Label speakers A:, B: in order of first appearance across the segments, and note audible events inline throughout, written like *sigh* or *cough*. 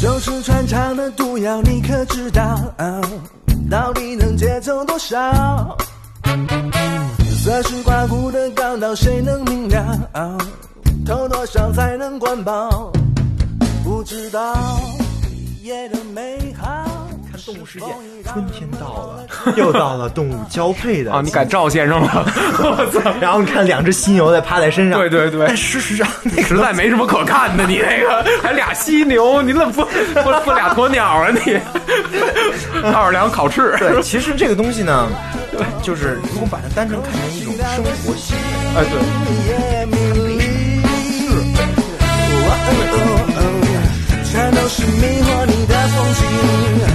A: 就是穿肠的毒药，你可知道？到底能接走多少？色是刮骨的高到谁能明了？偷多少才能管饱？不知道夜的美好。看《
B: 动物世界》，春天到了，又到了动物交配的
C: 啊！你敢赵先生吗？ *laughs* 我操！
B: 然后你看两只犀牛在趴在身上，
C: 对对对
B: 但事实上，那个
C: 实在没什么可看的，你那个还俩犀牛，你怎么不不不俩鸵鸟啊你？奥尔良烤翅，
B: 对，其实这个东西呢，就是如果把它单纯看成一种生活习惯，
C: 哎对，
A: 夜迷离。哇哦哦哦，全都是迷惑你的风景。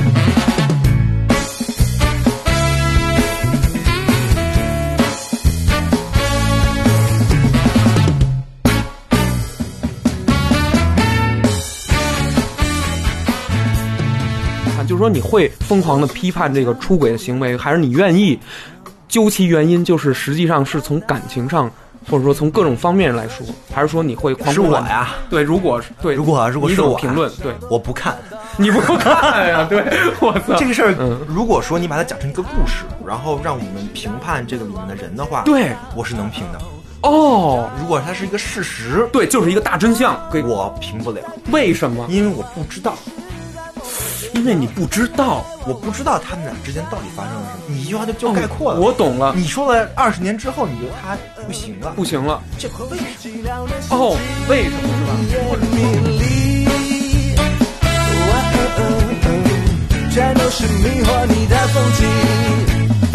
C: 就是说你会疯狂的批判这个出轨的行为，还是你愿意究其原因，就是实际上是从感情上，或者说从各种方面来说，还是说你会狂
B: 是我
C: 欢
B: 呀？
C: 对，如果是对，
B: 如果如果
C: 你
B: 是
C: 怎么
B: 我
C: 评论，对
B: 我不看
C: *laughs* 你不看呀、对我操，
B: 这个事
C: 啊嗯
B: 儿。如果说你把它讲成一个故事，然后让我们评判这个里面的人的话，
C: 对
B: 我是能评的。
C: 哦，
B: 如果它是一个事实，
C: 对，就是一个大真相。给
B: 我评不了，
C: 为什么？
B: 因为我不知道，
C: 因为你不知道。
B: 我不知道他们俩之间到底发生了什么。你一句话就
C: 哦
B: 就哦概括了。
C: 我懂了，哦
B: 你说了二十年之后，你觉得他不行了，
C: 不行了。
B: 这可为什么？
C: 哦，为什么是吧？
A: 全都是迷惑你的风景。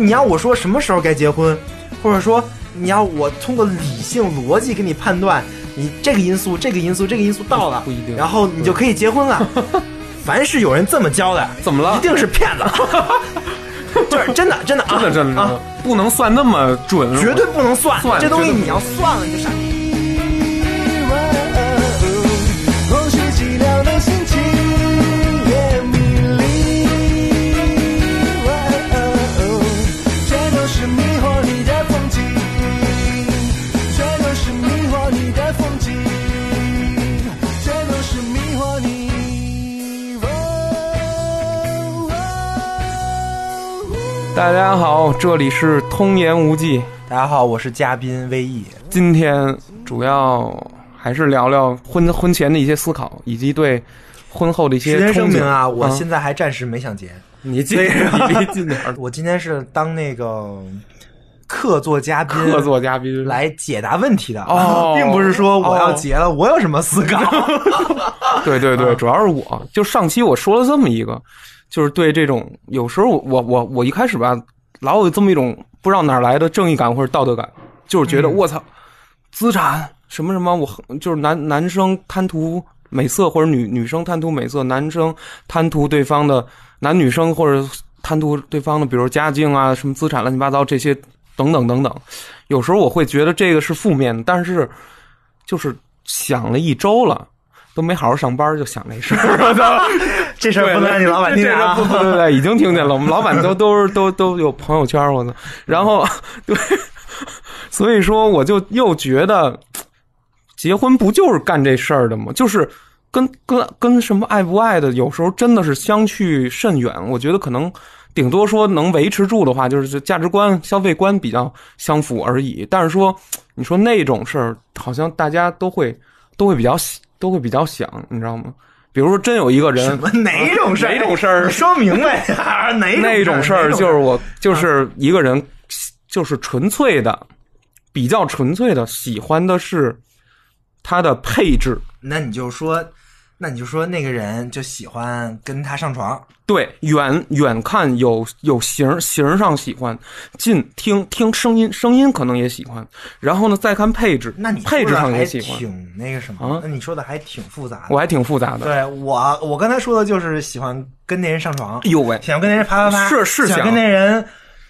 B: 你要我说什么时候该结婚，或者说你要我通过理性逻辑给你判断，你这个因素、这个因素、这个因素到了，
C: 不一定
B: 然后你就可以结婚
C: *laughs*
B: 了。凡是有人这么教的，
C: 怎么了
B: 一定是骗子。
C: *laughs*
B: 就是真的，真的啊，
C: 真的真的、
B: 啊，
C: 不能算那么准，
B: 绝对不能算
C: 算
B: 这东西，
C: 绝对不能
B: 你要算了你就傻逼。
A: 空虚寂寥的心情，夜迷离。全都是迷惑你的风景，全都是迷惑你的风景，全都是迷惑你。
C: 大家好，这里是通言无忌。
B: 大家好，我是嘉宾微易。
C: 今天主要还是聊聊婚婚前的一些思考，以及对婚后的一些
B: 事先声明啊，
C: 憧憬啊
B: 我现在还暂时没想结，
C: 你 *laughs* 近你离近点儿
B: 我今天是当那个客座嘉宾，
C: 客座嘉宾，
B: 来解答问题的，
C: 哦
B: 并不是说我要结了，我有什么思
C: *laughs*
B: 考？
C: 对对对，主要是我就上期我说了这么一个，就是对这种有时候我我我我一开始吧，老有这么一种不知道哪儿来的正义感或者道德感，就是觉得我操，资产什么什么，我就是男男生贪图美色或者女女生贪图美色，男生贪图对方的男女生或者贪图对方的，比如家境啊什么资产乱七八糟这些等等等等，有时候我会觉得这个是负面的，但是就是想了一周了。都没好好上班就想这事儿，我操！
B: 这事儿不能让你老板听见啊
C: 这！事儿不对对对，已经听见了。我们老板都都是都都有朋友圈，我操！然后对， *laughs* 所以说我就又觉得，结婚不就是干这事儿的吗？就是跟跟跟什么爱不爱的，有时候真的是相去甚远。我觉得可能顶多说能维持住的话，就是价值观、消费观比较相符而已。但是说，你说那种事儿，好像大家都会都会比较喜都会比较想，你知道吗？比如说，真有一个
B: 什
C: 人
B: 么 *laughs* 哪种事儿？
C: 哪种事儿
B: 你说明白呀？哪
C: 哎那
B: 种
C: 种事儿，
B: 哪
C: 就是我就是一个人，就是纯粹的，比较纯粹的喜欢的是他的配置，
B: 那你就说那你就说那个人就喜欢跟他上床，
C: 对，远远看有有形儿形儿上喜欢，近听听声音声音可能也喜欢，然后呢再看配置，
B: 那你说
C: 配置
B: 的
C: 上
B: 还
C: 也喜欢，
B: 挺那个什么，
C: 啊
B: 那你说的还挺复杂的。
C: 我还挺复杂的。
B: 对我，我刚才说的就是喜欢跟那人上床
C: 哎，呦喂，
B: 想跟那人啪啪啪，
C: 是是
B: 想
C: 想
B: 跟那人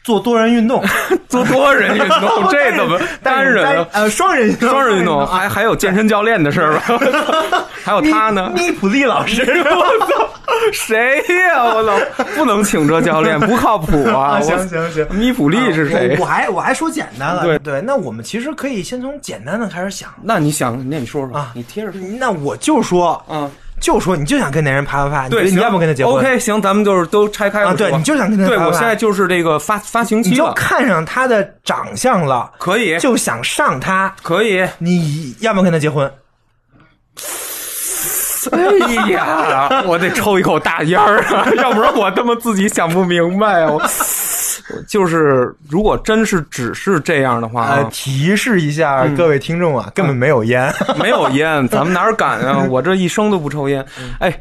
B: 做多人运动，
C: 做多人运
B: *laughs*
C: 动，哦这怎么单人啊？
B: 呃双人运动
C: 双人运动还还有健身教练的事儿吧？ *laughs* 还有他呢？
B: 密普利老
C: *laughs*
B: 师，
C: 谁呀、我
B: *laughs*
C: 操，不能请这教练，不靠谱啊！
B: 啊
C: 我
B: 行行行啊
C: 米普利是谁
B: 我我？还我还说简单了，
C: 对
B: 对，那我们其实可以先从简单的开始想
C: 那你想，那你说说
B: 啊
C: 你贴着说
B: 那我就说，
C: 啊。
B: 就说你就想跟那人啪啪啪，
C: 对，
B: 你
C: 行
B: 你要不跟他结婚
C: OK，行，咱们就是都拆开了
B: 啊对
C: 说
B: 你就想跟他
C: 对
B: 发吧
C: 我现在就是这个发发行
B: 你
C: 期
B: 就
C: 了，
B: 看上他的长相了，
C: 可以，
B: 就想上他，
C: 可以。
B: 你要不要跟他结婚？
C: 哎
B: *laughs*
C: 呀，我得抽一口大烟儿啊， *laughs* 要不然我他妈自己想不明白啊。我我就是，如果真是只是这样的话啊，嗯
B: 呃，提示一下各位听众啊，根本没有烟。 *laughs*
C: *laughs* 没有烟，咱们哪儿敢 *laughs* 啊？我这一生都不抽烟。哎，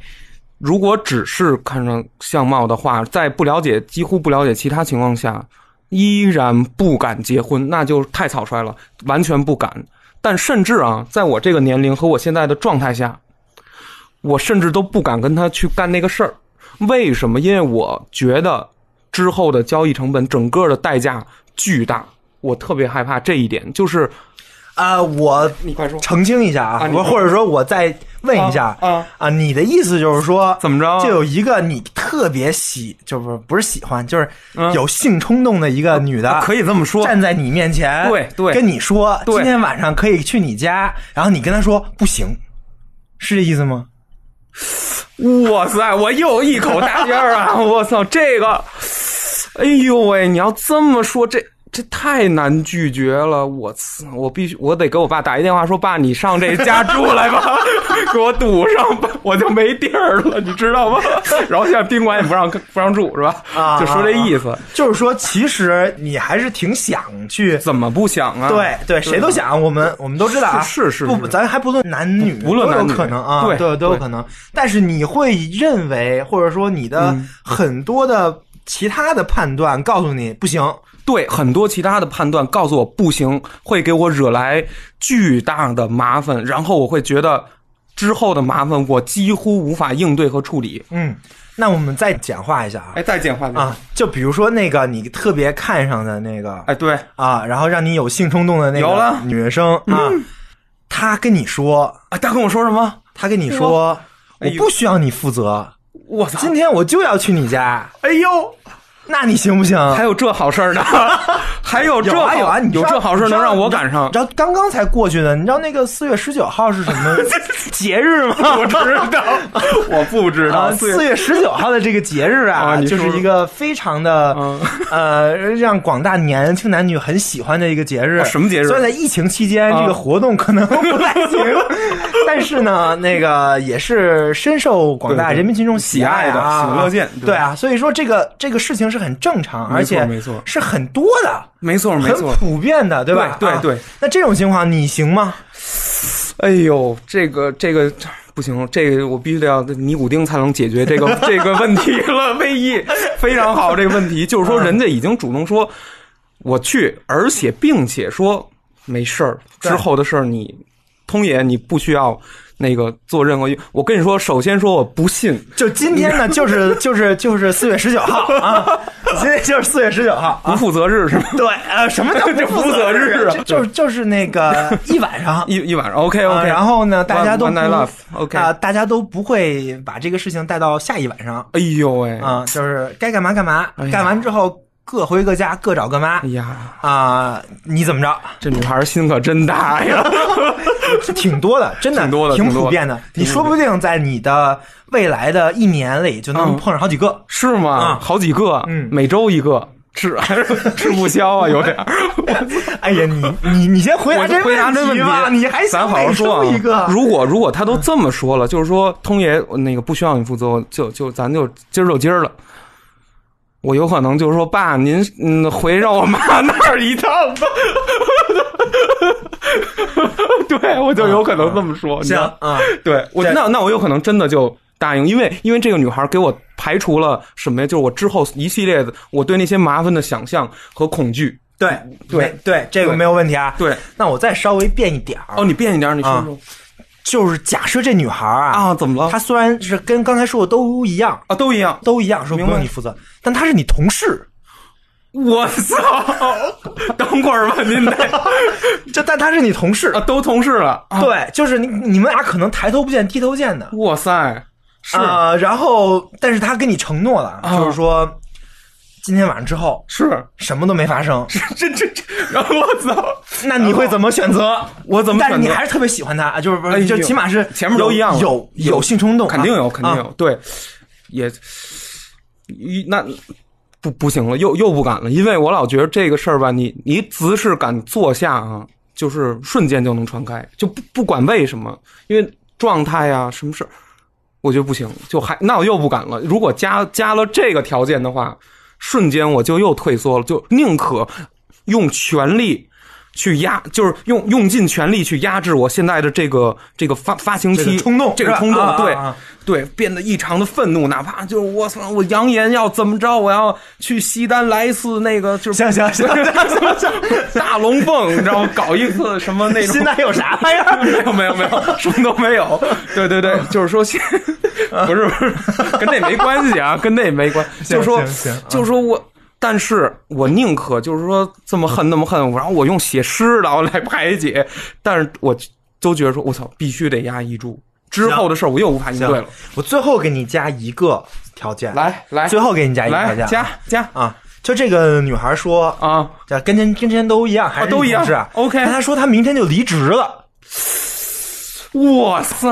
C: 如果只是看上相貌的话，在不了解、几乎不了解其他情况下，依然不敢结婚，那就太草率了，完全不敢。但甚至啊，在我这个年龄和我现在的状态下，我甚至都不敢跟他去干那个事儿。为什么？因为我觉得之后的交易成本，整个的代价巨大，我特别害怕这一点。就是
B: 啊，我
C: 你快说
B: 澄清一下啊
C: 啊，你
B: 我或者说我再问一下
C: 啊啊
B: 啊，你的意思就是说
C: 怎么着啊
B: 就有一个你特别喜，就是不是喜欢，就是
C: 嗯啊
B: 有性冲动的一个女的，
C: 可以这么说，
B: 站在你面前，
C: 对对
B: 跟你说
C: 对
B: 今天晚上可以去你家，然后你跟她说不行，是这意思吗？
C: 哇塞，我又一口大烟
B: *laughs*
C: 儿啊！我操，这个，哎呦喂，你要这么说，这这太难拒绝了。我操，我必须，我得给我爸打一电话，说爸，你上这家住来吧， *laughs* 给我堵上吧，我就没地儿了，你知道吗？然后现在宾馆也不让不让住，是吧？
B: 啊
C: 就说这意思，
B: 就是说，其实你还是挺想去。
C: 怎么不想啊？
B: 对对，谁都想，我们我们都知道啊，
C: 是是是
B: 不，咱还不论男女，
C: 不不论男女
B: 都有可能啊，
C: 对
B: 都有都有
C: 对
B: 可能。但是你会认为，或者说你的
C: 嗯
B: 很多的其他的判断告诉你不行，
C: 对很多其他的判断告诉我不行，会给我惹来巨大的麻烦，然后我会觉得之后的麻烦我几乎无法应对和处理。
B: 嗯。那我们再简化一下啊
C: 哎，再简化点
B: 啊，就比如说那个你特别看上的那个
C: 哎，对，
B: 啊，然后让你有性冲动的那
C: 有
B: 个
C: 了嗯
B: 女生啊，她跟你说，
C: 啊，他跟我说什么？
B: 她跟你说，我
C: 哎呦
B: 不需要你负责，
C: 我操！
B: 今天我就要去你家，
C: 哎呦，
B: 那你行不行？
C: 还有这好事 *laughs* 儿呢？还啊有这
B: 有啊
C: 好
B: 有啊，你知
C: 有
B: 道
C: 这好事儿
B: 你知
C: 能
B: 道
C: 让我赶上
B: 你？知道刚刚才过去的，你知道那个四月十九号是什么
C: *laughs*
B: 节日吗？
C: 我知道，我不知
B: *laughs* 啊，
C: 道。
B: 四月十九号的这个节日啊，
C: 啊你
B: 就
C: 说
B: 是一个非常的、
C: 嗯
B: *laughs* 呃，让广大年轻男女很喜欢的一个节日。
C: 哦什么节日
B: 所以在疫情期间，
C: 啊
B: 这个活动可能不太
C: *laughs*
B: 行，但是呢，那个也是深受广大
C: 对对
B: 人民群众喜爱
C: 喜爱
B: 啊，
C: 的喜闻乐见对
B: 对啊，所以说这个这个事情是很正常，而且
C: 没错
B: 是很多的。
C: 没错，没
B: 很
C: 错。
B: 普遍的，对吧？
C: 对对
B: 啊
C: 对
B: 那这种情况你行吗？
C: 哎呦，这个这个不行，这个我必须得要尼古丁才能解
B: *laughs*
C: 决这个这个问题了。卫意非常好，这个问题就是
B: 嗯
C: 说，人家已经主动说我去，而且并且说没事儿，
B: 对
C: 之后的事儿你通爷你不需要那个做任何。我跟你说，首先说我不信，
B: 就今天呢，就是就是就是四月十九号
C: *laughs*
B: 啊，今天就是四月十九号
C: 不
B: 啊。
C: 负责任是吗？
B: 对，呃，什么叫
C: *laughs* 这
B: 负
C: 负责日啊
B: 这就是就是那
C: *laughs*
B: 个一晚上。
C: 一一晚上 OK
B: 啊
C: OK，
B: 然后呢，大家都
C: One- one night
B: 不
C: love，OK
B: 啊大家都不会把这个事情带到下一晚上
C: 哎呦喂，
B: 啊，就是该干嘛干嘛
C: 哎，呀
B: 干完之后各回各家，各找各妈
C: 哎呀，
B: 啊，你怎么着？
C: 这女孩心可真大呀！
B: 挺多的，真的
C: 挺多的
B: 挺
C: 挺多
B: 普
C: 的
B: 遍的。你
C: 挺普
B: 说不定在你的未来的一年里就能
C: 嗯
B: 碰上好几个。
C: 是吗？
B: 啊
C: 好几个，
B: 嗯
C: 每周一个，吃还是 *laughs* 吃不消
B: *laughs*
C: 啊，有点儿。
B: 哎呀，你你你先回答
C: 我
B: 啊这
C: 回答这
B: 问
C: 问
B: 题
C: 题
B: 吧，你还
C: 咱
B: 想
C: 好好说啊
B: 每周一个。
C: 如果如果他都这么说了，就是说通爷那个不需要你负责，我就就咱就今儿就今儿了。我有可能就是说，爸，您嗯回让我妈那儿一趟吧。 *laughs* 对我就有可能这么说，你知
B: 行
C: 道
B: 啊，
C: *laughs* 对我
B: 对
C: 那那我有可能真的就答应，因为因为这个女孩给我排除了什么呀？就是我之后一系列的我对那些麻烦的想象和恐惧。
B: 对
C: 对
B: 没对，这个
C: 嗯对
B: 没有问题啊。
C: 对，
B: *laughs* 那我再稍微变一点儿
C: 哦，，你变一点，你说说
B: 就是假设这女孩儿啊，
C: 啊？怎么了？
B: 她虽然是跟刚才说的都一样，
C: 啊，都一样。
B: 都一样，说不
C: 明白
B: 用你负责，但她是你同事，
C: 我 *laughs* 操！等会儿吧，您 *laughs* 得
B: 这但她是你同事，
C: 啊，都同事了。啊，
B: 对，就是你你们俩可能抬头不见低头见的，
C: 哇塞，是
B: 啊、然后，但是她跟你承诺了，
C: 啊
B: 就是说今天晚上之后
C: 是，
B: 什么都没发生，
C: *laughs* 这这这，然后我操，
B: 那你会怎么选择？
C: *laughs* 我怎么
B: 但是
C: 选
B: 你
C: 择
B: 还是特别喜欢他，啊就是不
C: 哎
B: 是，
C: 呦
B: 就起码是
C: 前面都
B: 有
C: 一样了
B: 有
C: 有
B: 有性冲动啊，
C: 肯定有，肯定
B: 啊。
C: 有。对，也一那不不行了，又又不敢了，因为我老觉得这个事儿吧，你你只是敢坐下啊，就是瞬间就能传开，就不不管为什么，因为状态呀、什么事儿，我觉得不行，就还那我又不敢了。如果加加了这个条件的话，瞬间我就又退缩了，就宁可用全力。去压，就是用用尽全力去压制我现在的这个这个发发情
B: 这
C: 期
B: 个冲动
C: 这个
B: 是吧
C: 冲动，
B: 啊啊
C: 对、
B: 啊
C: 对，变得异常的愤怒，哪怕就是我操，我扬言要怎么着，我要去西单来一次那个就是
B: 行行
C: *laughs*
B: 行行行，
C: 大龙凤，你知道吗？搞一次什么那
B: *laughs*
C: 种
B: 现在有啥玩意儿？
C: 没有没有没有，什么都没有。对对
B: 嗯
C: 对，就是说先，不是不是，跟那没关系啊，跟那没关系。
B: 行
C: 就说
B: 行行啊
C: 就说我，但是我宁可就是说这么恨那么恨，然后我用写诗然后来排解，但是我都觉得说，我操，必须得压抑住。之后的事儿我又无法应 *laughs* 对了，
B: 我最后给你加一个条件，
C: 来来
B: 最后给你加一个条
C: 来
B: 件啊，
C: 加加
B: 啊！就这个女孩说，
C: 啊！哦
B: 这跟前跟之前都一样，还是
C: 都一样
B: 是啊
C: OK
B: 但她说她明天就离职了，
C: 哇塞，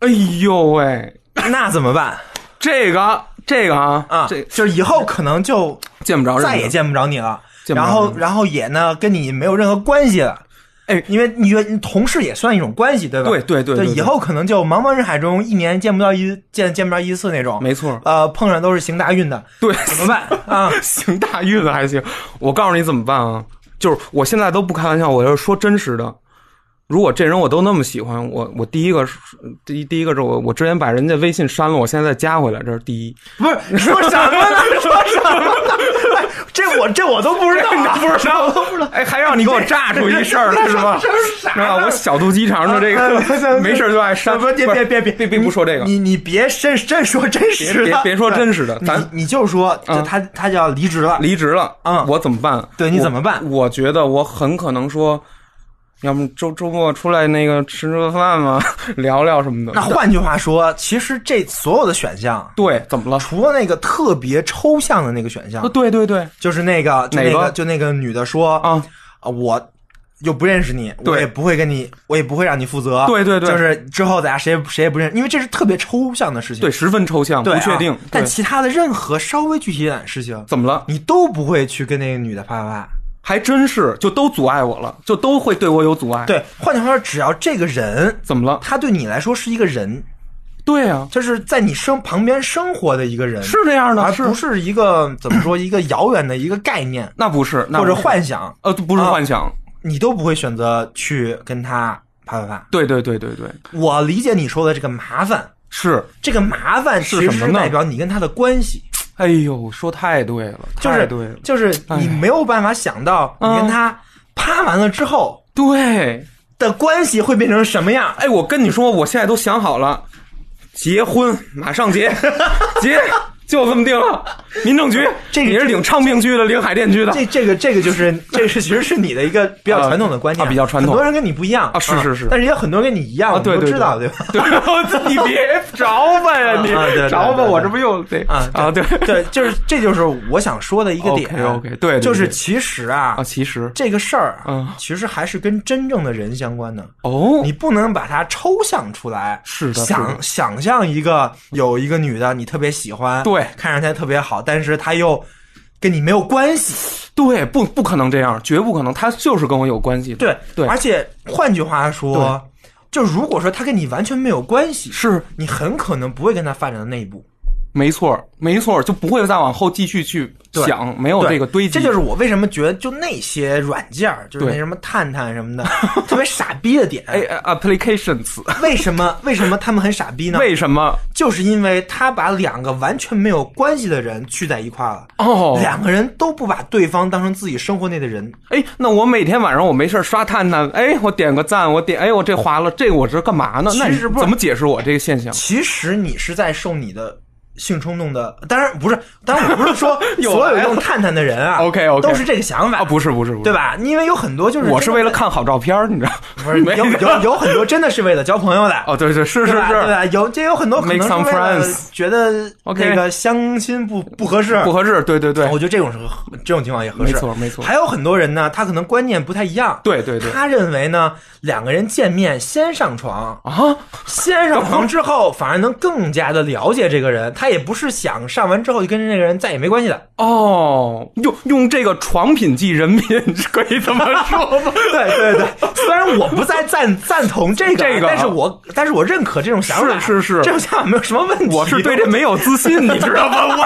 C: 哎呦喂，
B: 那怎么办
C: 这个这个啊
B: 啊？
C: 这
B: 就是以后可能就
C: 见不着人了，
B: 再也见不着你了。
C: 见不着
B: 然
C: 人
B: 后，然后也呢，跟你没有任何关系了。
C: 哎
B: 因为你觉得同事也算一种关系，对吧？
C: 对对对
B: 对
C: 对对
B: 以后可能就茫茫人海中，一年见不到一见见不着一次那种。
C: 没错
B: 呃，碰上都是行大运的，
C: 对， *laughs*
B: 怎么办啊？
C: 行大运了还行。我告诉你怎么办啊，就是我现在都不开玩笑，我要说真实的。如果这人我都那么喜欢，我我第一个是第一第一个是我我之前把人家微信删了，我现在再加回来，这是第
B: *laughs*
C: 一。
B: 不是说什么呢？说什么呢？哎这我这我都不知道啊，
C: 不知道，不知道，哎，还让 *laughs* 你给我炸出一事
B: *laughs*
C: 儿来是吧？是吧？我小肚鸡肠的这
B: 啊
C: 个，没事就爱删。
B: 不别
C: 不是
B: 别别别
C: 别别不说这个，
B: 你你别真真说真实
C: 别
B: 的，
C: 别说
B: 对
C: 真实的
B: 你
C: 咱
B: 你就说这
C: 嗯
B: 他他就要离职了，
C: 离职了
B: 嗯
C: 我怎么办？
B: 对你
C: 我
B: 怎么办
C: 我觉得我很可能说，要么周周末出来那个吃个饭嘛，聊聊什么的。
B: 那换句话说，其实这所有的选项，
C: 对，怎么了？
B: 除了那个特别抽象的那个选项
C: 啊，，对对对，
B: 就是那个就
C: 哪个
B: 那个就那个女的说
C: 啊，
B: 啊我。又不认识你，
C: 对
B: 我也不会跟你，我也不会让你负责。
C: 对对对
B: 就是之后咱俩谁也谁也不认识，因为这是特别抽象的事情，
C: 对，十分抽象，
B: 对
C: 不
B: 啊
C: 确定。
B: 但
C: 对
B: 其他的任何稍微具体一点的事情，
C: 怎么了？
B: 你都不会去跟那个女的啪啪啪。
C: 还真是，就都阻碍我了，就都会对我有阻碍。，
B: 对，哎换句话说，只要这个人，
C: 怎么了？
B: 他对你来说是一个人，
C: 对呀，
B: 就是在你生旁边生活的一个人，
C: 是这样
B: 而
C: 的，
B: 不是一个怎么说一个遥远的一个概念
C: 那不是，那
B: 或
C: 不
B: 者
C: 是
B: 幻想，
C: 呃，不是
B: 啊
C: 幻想。
B: 你都不会选择去跟他啪啪啪。
C: 对对对对对，
B: 我理解你说的这个麻烦，
C: 是。
B: 这个麻烦其实
C: 是什么
B: 是
C: 呢
B: 代表你跟他的关系，
C: 哎呦，说太对了，
B: 就
C: 太
B: 是
C: 哎对了，
B: 就是你没有办法想到你
C: 嗯
B: 跟他啪完了之后
C: 对。
B: 的关系会变成什么样。
C: 哎，我跟你说，我现在都想好了，结婚马上
B: *laughs*
C: 结，结就这么定了。民政局，
B: 这个
C: 你是领昌平区的，领海淀区的
B: *laughs* 这这个这个就是这是其实是你的一个比较传统的观念，
C: 啊比较传统
B: 很多人跟你不一样
C: 啊是是是
B: 但是也有很多人跟你一样，
C: 啊？
B: 我们
C: 对
B: 都
C: 对，
B: 知道对吧？？
C: 对，我
B: *laughs*
C: 操你别着吧呀，
B: 啊
C: 你
B: 啊对对对
C: 着吧，
B: 对
C: 我这不又得
B: 啊
C: 啊？对
B: 对，就是这就是我想说的一个点。
C: OK，OK，对对对
B: 就是其实啊
C: 啊，，其实
B: 这个事儿
C: 嗯
B: 啊，其实还是跟真正的人相关的。
C: 哦
B: 你，不能把它抽象出来，
C: 是的是
B: 想
C: 的
B: 想象一个有一个女的你特别喜欢，
C: 对
B: 看上去她特别好，但是她又跟你没有关系，
C: 对，不不可能这样，绝不可能，他就是跟我有关系的。
B: 对
C: 对
B: 而且换句话说，就如果说他跟你完全没有关系，
C: 是
B: 你很可能不会跟他发展到那一步。
C: 没错儿，没错儿，就不会再往后继续去
B: 对
C: 想，没有
B: 对
C: 这个堆积。
B: 这就是我为什么觉得就那些软件儿，就是那
C: 对
B: 什么探探什么
C: *laughs*
B: 的，特别傻逼的点。
C: 哎哎 applications，
B: 为什么为什么他们很傻逼呢？
C: 为什么？
B: 就是因为他把两个完全没有关系的人聚在一块儿了，
C: 哦，
B: 两个人都不把对方当成自己生活内的人。
C: 哎，那我每天晚上我没事儿刷探探，哎，我点个赞，我点，哎，我这划了，这我这干嘛呢？那
B: 其
C: 你
B: 实不是
C: 怎么解释我这个现象？
B: 其实你是在受你的性冲动的，当然不是，当然我不是
C: *laughs*
B: 说
C: 有
B: 所有
C: 来了
B: 用探探的人啊
C: OK，OK
B: 都是这个想法，
C: 啊，不是不是不是，
B: 对？吧？因为有很多就是
C: 我是
B: 真的
C: 为了看好照片儿，你知道？
B: 不是
C: *laughs* 没
B: 有有有很多真的是为了交朋友的。
C: 哦，对对是是
B: 对吧对
C: 是，
B: 吧？有这有很多可能
C: Make
B: 是
C: some
B: 为了
C: friends
B: 觉得
C: OK
B: 那个相亲不不合适，
C: 不合适，对对对
B: 我觉得这种是合这种情况也合适，
C: 没错没错
B: 还有很多人呢，他可能观念不太一样，
C: 对对对
B: 他认为呢，两个人见面先上床，
C: 啊，
B: 先上床之后，反而能更加的了解这个人。他也不是想上完之后就跟这个人再也没关系的。
C: 哦，用用这个床品记人品， *laughs* 可以这么说吗？
B: 对对对， *laughs* 虽然我不再赞 *laughs* 赞同这个，
C: 这个啊
B: 但是我但是我认可这种想法，
C: 是是是
B: 这种想法没有什么问题。
C: 我是对这
B: *laughs*
C: 没有自信，你知道吗？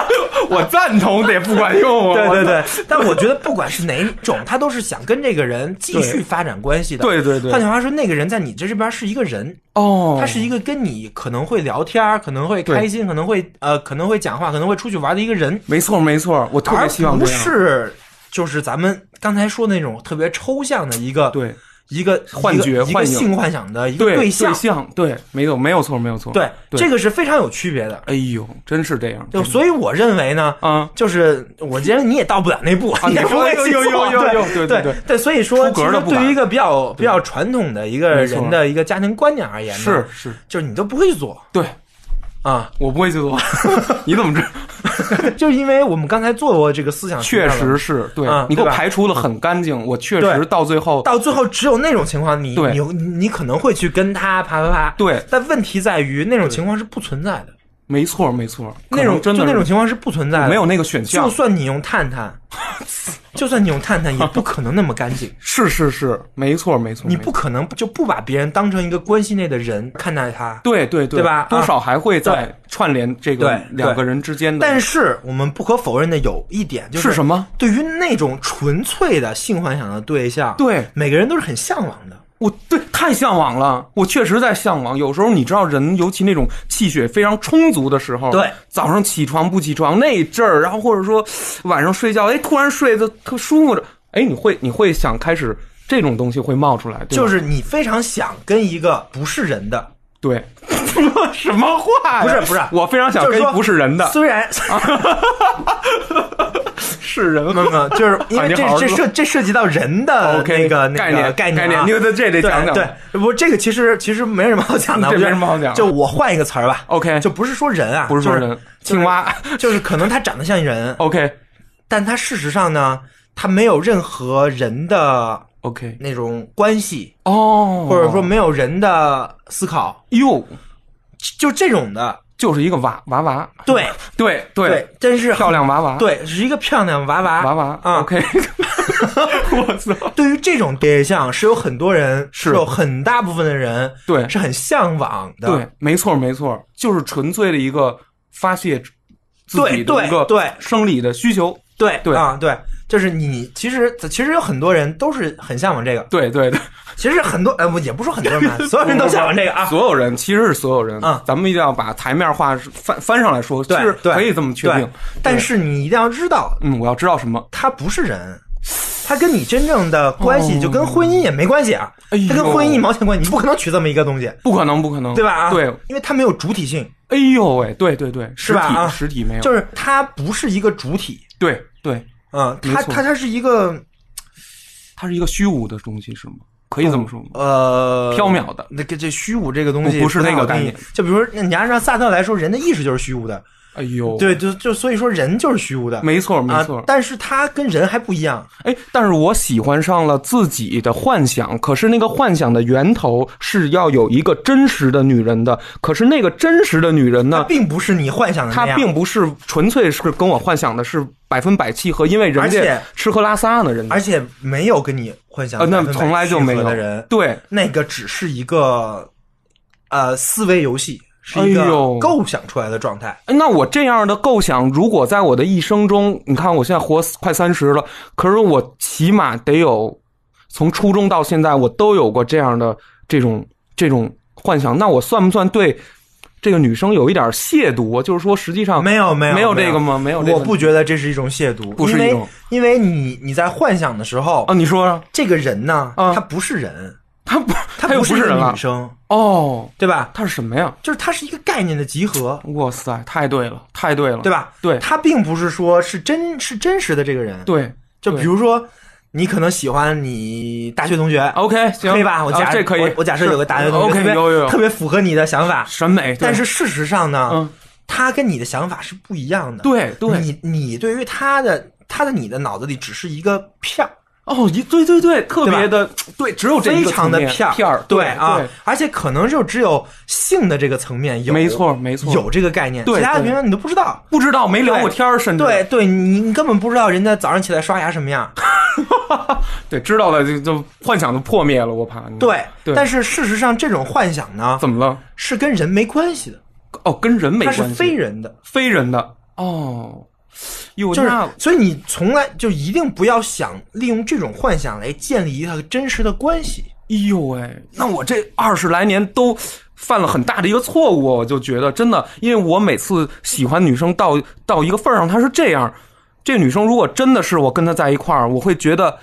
C: 我我赞同得不管用啊！
B: 对
C: 我
B: 对对，但我觉得不管是哪种，他都是想跟这个人继续
C: 对
B: 发展关系的。
C: 对对对
B: 换句话说，那个人在你这这边是一个人，
C: 哦，
B: 他是一个跟你可能会聊天儿，可能会开心，可能会呃，可能会讲话，可能会出去玩的一个人，
C: 没错没错，我特
B: 而
C: 别希望
B: 不
C: 这样。
B: 是就是咱们刚才说的那种特别抽象的一个
C: 对
B: 一个
C: 幻觉
B: 一个一个
C: 幻影
B: 性幻想的一个
C: 对
B: 象。
C: 对，没有没有错没有错。
B: 对，
C: 对
B: 这个是非常有区别的。
C: 哎呦，真是这样。
B: 就所以我认为呢，
C: 啊
B: 就是我觉得你也到不了那步，
C: 你
B: 也不
C: 说
B: 会
C: 有
B: 去
C: 有有
B: 做
C: 有有
B: 对
C: 对
B: 对
C: 对
B: 对
C: 对
B: 所以说，
C: 出格
B: 其实
C: 都不
B: 对于
C: 敢
B: 一个比较比较传统的一个人的一个家庭观念而言呢，
C: 是是，
B: 就是你都不会去做
C: 对，
B: 啊， *laughs*
C: 我不会去做。 *laughs* 你怎么知？
B: 就是因为我们刚才做过这个思想实
C: 确
B: 验了，
C: 实是对
B: 嗯，
C: 你给我
B: 对吧
C: 排除了很干净。我确
B: 对
C: 实到最后，
B: 到最后只有那种情况，你
C: 对
B: 你你你可能会去跟他啪啪啪，
C: 对
B: 但问题在于那种情况是不存在的，
C: 没错没错，
B: 那种
C: 可能真
B: 就
C: 的
B: 那种
C: 是
B: 情况是不存在的，
C: 没有那个选
B: 就
C: 项。
B: 算你用探
C: *laughs*
B: 探，就算你用探探，也不可能那么干净。
C: 是是是，没错没错。
B: 你
C: 没
B: 不
C: 错
B: 可能就不把别人当成一个关系内的人看待他。
C: 对对对
B: 对吧
C: 多
B: 啊
C: 少还会在串联这个
B: 对对
C: 两个人之间的。
B: 但是我们不可否认的有一点就是
C: 什么？
B: 对于那种纯粹的性幻想的对象，
C: 对
B: 每个人都是很向往的。
C: 我对太向往了，我确实在向往。有时候你知道人，尤其那种气血非常充足的时候，
B: 对
C: 早上起床不起床那一阵儿，然后或者说晚上睡觉，哎，突然睡得特舒服着，哎，你会你会想开始这种东西会冒出来，对吧
B: 就是你非常想跟一个不是人的，
C: 对， *laughs* 什么话呀？
B: 不是不是
C: 我非常想
B: 就是
C: 跟
B: 说
C: 不是人的，啊
B: 虽
C: *laughs*
B: 然
C: 是人
B: 没有没有，就是因
C: 啊
B: 为
C: 你
B: 这
C: 好好
B: 这
C: 说哦
B: 涉这涉及到人的
C: OK，
B: *laughs* 那个那
C: 概
B: 个
C: 念
B: 概
C: 概
B: 念啊
C: 念因为这这得
B: 对
C: 讲讲
B: 对，不，这个其实其实没什么好讲的，
C: *laughs* 这
B: 我觉得
C: 没什么好讲的哦
B: 就我换一个词儿吧
C: OK
B: 就不是说人啊，
C: 不是说人，
B: 就是
C: 青蛙。
B: *laughs*
C: 哦
B: 就是可能他长得像人，
C: OK
B: 但他事实上呢，他没有任何人的
C: OK，
B: 那种关系，
C: 哦，
B: 或者说没有人的思考，
C: 哟，
B: 就这种的。
C: 就是一个娃娃娃，
B: 对
C: *laughs* 对
B: 对，，真是
C: *laughs* 漂，亮娃娃，
B: 对，是一个漂亮娃娃
C: 娃娃
B: 啊。 *laughs*
C: ，OK，我操，
B: 对于这种对象，是有很多人，
C: 是
B: 有很大部分的人，
C: 对
B: 是很向往的。
C: 对，没错没错，就是纯粹的一个发泄自己的
B: 对
C: 一个
B: 对
C: 生理的需求，
B: 对
C: 对
B: 啊，对，就是你其实其实有很多人都是很向往这个，
C: 对对对，
B: 其实很多呃不也不是说很多人
C: *laughs*
B: 吧，所有人都向往这个啊。
C: 所有人其实是所有人
B: 嗯，
C: 咱们一定要把台面话是翻翻上来说，其
B: 对
C: 实
B: 对
C: 可以这么确定
B: 对，但是你一定要知道，
C: 嗯，我要知道什么，
B: 他不是人，他跟你真正的关系就跟婚姻也没关系啊，
C: 哦哎呦
B: 他跟婚姻一毛钱关系，你不可能娶这么一个东西，
C: 不可能不可能，
B: 对吧？啊，
C: 对，，
B: 因为他没有主体性，
C: 哎呦喂，对对对，
B: 是
C: 实
B: 吧？啊，
C: 体实体没有，
B: 就是他不是一个主体，
C: 对对，
B: 嗯，他
C: 没错
B: 他他是一个
C: 它是一个虚无的东西是吗？可以这么说吗？
B: 呃
C: 缥缈的
B: 那个这虚无这个东西
C: 不不是
B: 太好
C: 那个概
B: 定义
C: 念
B: 就比如说，那你按照萨特来说，人的意识就是虚无的，
C: 哎呦，
B: 对，就就所以说人就是虚无的，
C: 没错没
B: 啊
C: 错，
B: 但是他跟人还不一样，
C: 哎，但是我喜欢上了自己的幻想，可是那个幻想的源头是要有一个真实的女人的，可是那个真实的女人
B: 他
C: 呢，
B: 并不是你幻想的那
C: 她
B: 样，
C: 呃并不是纯粹是跟我幻想的是百分百契合，因为人
B: 而
C: 家
B: 且
C: 吃喝拉撒呢，人家
B: 而且没有跟你幻想
C: 呃，那
B: 100%
C: 从来就没
B: 契合
C: 有
B: 的人，
C: 对
B: 那个只是一个呃思维游戏，是一个
C: 哎呦
B: 构想出来的状态。
C: 哎那我这样的构想，如果在我的一生中，你看我现在活快三十了，可是我起码得有从初中到现在，我都有过这样的这种这种幻想。那我算不算对这个女生有一点亵渎啊？就是说，实际上
B: 没有没有
C: 没有这个吗？没有这个，
B: 我不觉得这是一种亵渎，
C: 不是一种
B: 因为，因为你你在幻想的时候，
C: 啊，你说啊
B: 这个人呢，
C: 啊
B: 他不是人，
C: 他不
B: 他
C: 又
B: 不
C: 不
B: 一
C: 是
B: 个
C: 人了
B: 女生，
C: 哦，
B: 对吧？
C: 他是什么呀？
B: 就是他是一个概念的集合，
C: 哇塞，太对了，太对了，
B: 对吧？
C: 对
B: 他并不是说是真是真实的这个人，，
C: 对，
B: 就
C: 对
B: 比如说你可能喜欢你大学同学
C: OK 哦行，
B: 可以吧？我假
C: 啊这可以
B: 我，我假设
C: 是哦
B: 有个大学同学
C: OK
B: 特别
C: 有有有
B: 特别符合你的想法，
C: 审美，对
B: 但是事实上呢，
C: 嗯，
B: 他跟你的想法是不一样的，
C: 对对，
B: 你你对于他的他的你的脑子里只是一个片儿。
C: 哦，一对对对，特
B: 对吧
C: 别的对，只有这一
B: 非
C: 个
B: 常的
C: 层面
B: 片
C: 片儿，
B: 对
C: 对
B: 啊，而且可能就只有性的这个层面有，
C: 对没错没错，
B: 有这个概念，
C: 对
B: 其他的
C: 对
B: 平常你都不知道。
C: 不知道没聊过天儿，甚至
B: 对对，你你根本不知道人家早上起来刷牙什么样。
C: 对知道了就就幻想就破灭了，我怕你
B: 对，
C: *laughs* 对，
B: 但
C: 是
B: 是事实上这种幻想呢，
C: 怎么了？
B: 是跟人没关系的，
C: 哦，跟人没
B: 它
C: 关
B: 是，
C: 系
B: 非人的，
C: 非人的哦，哟，
B: 就是
C: 那
B: 所以你从来就一定不要想利用这种幻想来建立一个真实的关系。
C: 哎呦喂，那我这二十来年都犯了很大的一个错误，我就觉得真的，因为我每次喜欢女生到到一个份儿上，她是这样，这女生如果真的是我跟她在一块儿，我会觉得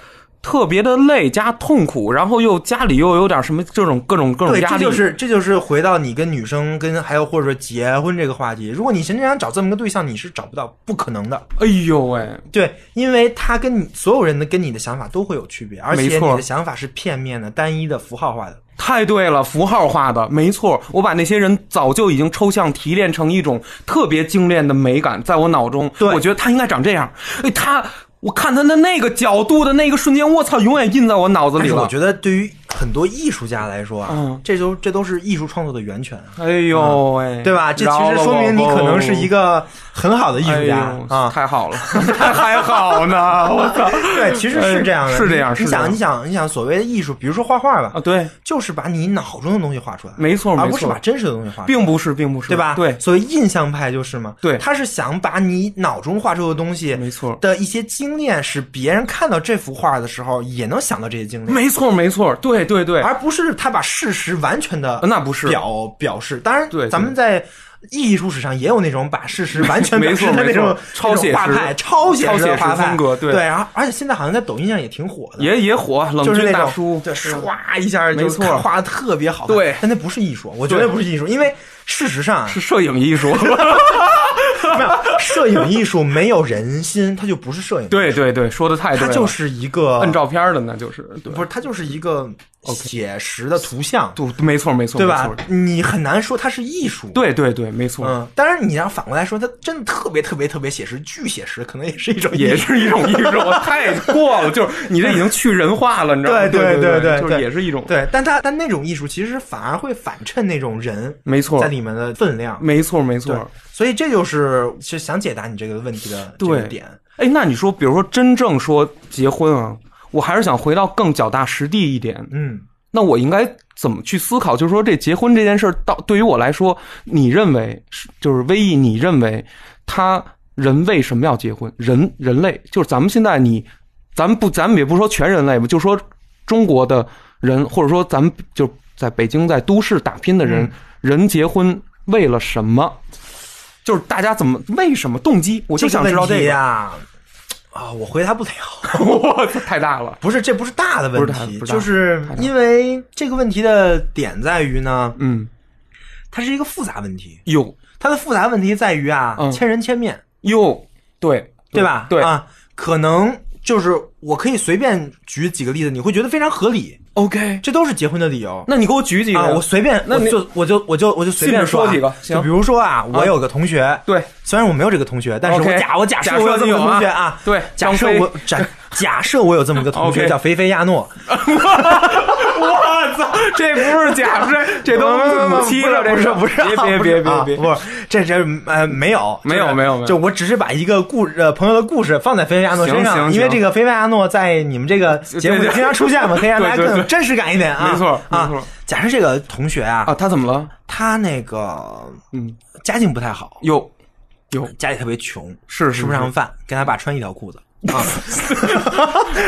C: 特别的累加痛苦，然后又家里又有点什么这种各种各种
B: 对，
C: 压
B: 这
C: 力，
B: 就是这就是回到你跟女生跟还有或者说结婚这个话题。如果你真正想找这么个对象，你是找不到，不可能的。
C: 哎呦喂，
B: 对，因为他跟你所有人的跟你的想法都会有区别，而且
C: 没
B: 你
C: 错
B: 的想法是片面的、单一的、符号化的。
C: 太对了，符号化的，没错。我把那些人早就已经抽象提炼成一种特别精炼的美感，在我脑中，
B: 对
C: 我觉得他应该长这样。哎，他，我看他的那个角度的那个瞬间，我操，永远印在我脑子
B: 但
C: 里
B: 是哎我
C: 了。
B: 觉得，对于很多艺术家来说啊，
C: 嗯
B: 这都这都是艺术创作的源泉，啊
C: 哎呦喂、
B: 对吧？这其实说明你可能是一个很好的艺
C: 艺
B: 术家啊。
C: 哎太好
B: *laughs*
C: 了，还好呢，我操，
B: 对，其实是这样的，
C: 哎是这样
B: 你
C: 是
B: 你
C: 这样
B: 想，你想，你想，所谓的艺术，比如说画画吧，
C: 啊，对，
B: 就是把你脑中的东西画出来，
C: 没错
B: 而
C: 没
B: 不是
C: 错
B: 把，真实的东西画出来。
C: 并不是，并不是，
B: 对吧？
C: 对，
B: 所谓印象派就是嘛，
C: 对
B: 他是想把你脑中画出的东西，
C: 没错
B: 的一些经验，使别人看到这幅画的时候也能想到这些经历，
C: 没错，没错，对对对，
B: 而不是他把事实完全的
C: 呃那不是
B: 表表示。当然，
C: 对对
B: 咱们在。艺术史上也有那种把事实完全
C: *laughs* 没
B: 表示
C: 错
B: 的
C: 没
B: 那
C: 错
B: 种
C: 超写实
B: 那种画派、超写
C: 超写
B: 的
C: 实
B: 画派
C: 风格对
B: 然后而且现在好像在抖音上也挺火的，
C: 也也火，冷
B: 就是
C: 峻
B: 那
C: 大
B: 种
C: 叔，
B: 对，唰一下就
C: 没错
B: 看画的特别好看，
C: 对
B: 但那不是艺术，我觉得
C: 对
B: 不是艺术，因为事实上啊
C: 是摄影艺术。 *laughs*
B: 没有， *laughs* 摄影艺术没有人心，它就不是摄影。，
C: 对对对，说的太对
B: 它
C: 了，
B: 就是一个
C: 按照片儿的，那就是对，
B: 不是，它就是一个写实的图像，
C: 对，没错没错，
B: 对
C: 没
B: 吧
C: 错？
B: 你很难说它是艺术。，
C: 对对对，没错，
B: 嗯，当然你要反过来说，它真的特别特别特别写实，巨写实，可能也是一种艺术
C: 也。是一种艺术，我太过了，就是你这已经去人化了，你知道吗？
B: 对
C: 对
B: 对对
C: 对，就是
B: 对
C: 也是一种，
B: 对，但它但那种艺术其实反而会反衬那种人
C: 没错
B: 在里面的分量。
C: 没错没
B: 对
C: 错。，
B: 所以这就是是想解答你这个问题的这个
C: 对
B: 点。
C: 哎，那你说，比如说真正说结婚啊，我还是想回到更脚踏实地一点，
B: 嗯，
C: 那我应该怎么去思考？就是说，这结婚这件事儿，到对于我来说，你认为是就是微毅，你认为他人为什么要结婚？人人类就是咱们现在你，咱们不，咱们也不说全人类吧，就说中国的人，或者说咱们就在北京在都市打拼的
B: 嗯
C: 人，人结婚为了什么？就是大家怎么为什么动机？我就想知道
B: 这
C: 这
B: 个
C: 个。
B: 呀。啊，我回答不了。
C: *laughs*
B: *laughs*
C: 我操，太大了。
B: 不是，这不是大的问
C: 不是
B: 题，
C: 大不是大
B: 就是因为这个问题的点在于呢，
C: 嗯，
B: 它是一个复杂问题。
C: 哟
B: 它的复杂问题在于啊，
C: 嗯
B: 千人千面，
C: 哟，对
B: 对吧？
C: 对
B: 啊，可能就是我可以随便举几个例子，你会觉得非常合理，
C: ，OK。
B: 这都是结婚的理由。
C: 那你给我举几个
B: 啊，
C: 呀？
B: 我随便，
C: 那
B: 我
C: 你
B: 就我就我就我就随便啊
C: 信着说几个行
B: 就比如说啊，我有个同学，
C: 对
B: 虽然我没有这个同学，但是我
C: OK，
B: 假我假
C: 假
B: 设
C: 设
B: 我有这么个
C: 你有
B: 同学
C: 啊
B: 啊，
C: 对
B: 假设
C: 张飞
B: 我假假设我有这么个同学
C: *laughs* OK
B: 叫菲菲亚诺，
C: 我操，这不是假这 *laughs* 这都是母
B: 妻
C: 亲了，这
B: 嗯不是不是，
C: 别
B: 不是
C: 别别
B: 啊
C: 别别，
B: 不是这这呃没有
C: 没有
B: 就是
C: 没有没有
B: 就我只是把一个故呃朋友的故事放在菲菲亚诺身
C: 行
B: 上，
C: 行
B: 因为
C: 行
B: 这个菲菲亚诺在你们这个节目里
C: 对对 *laughs*
B: 经常出现嘛，可以让大家
C: 对对
B: 更
C: 对
B: 有真实感一点啊，
C: 没错
B: 啊
C: 没错
B: 假设这个同学啊
C: 啊，，他怎么了？
B: 他那个
C: 嗯，
B: 家境不太好，
C: 有有
B: 家里特别穷，
C: 是
B: 吃不上饭，跟他爸穿一条裤子
C: *laughs*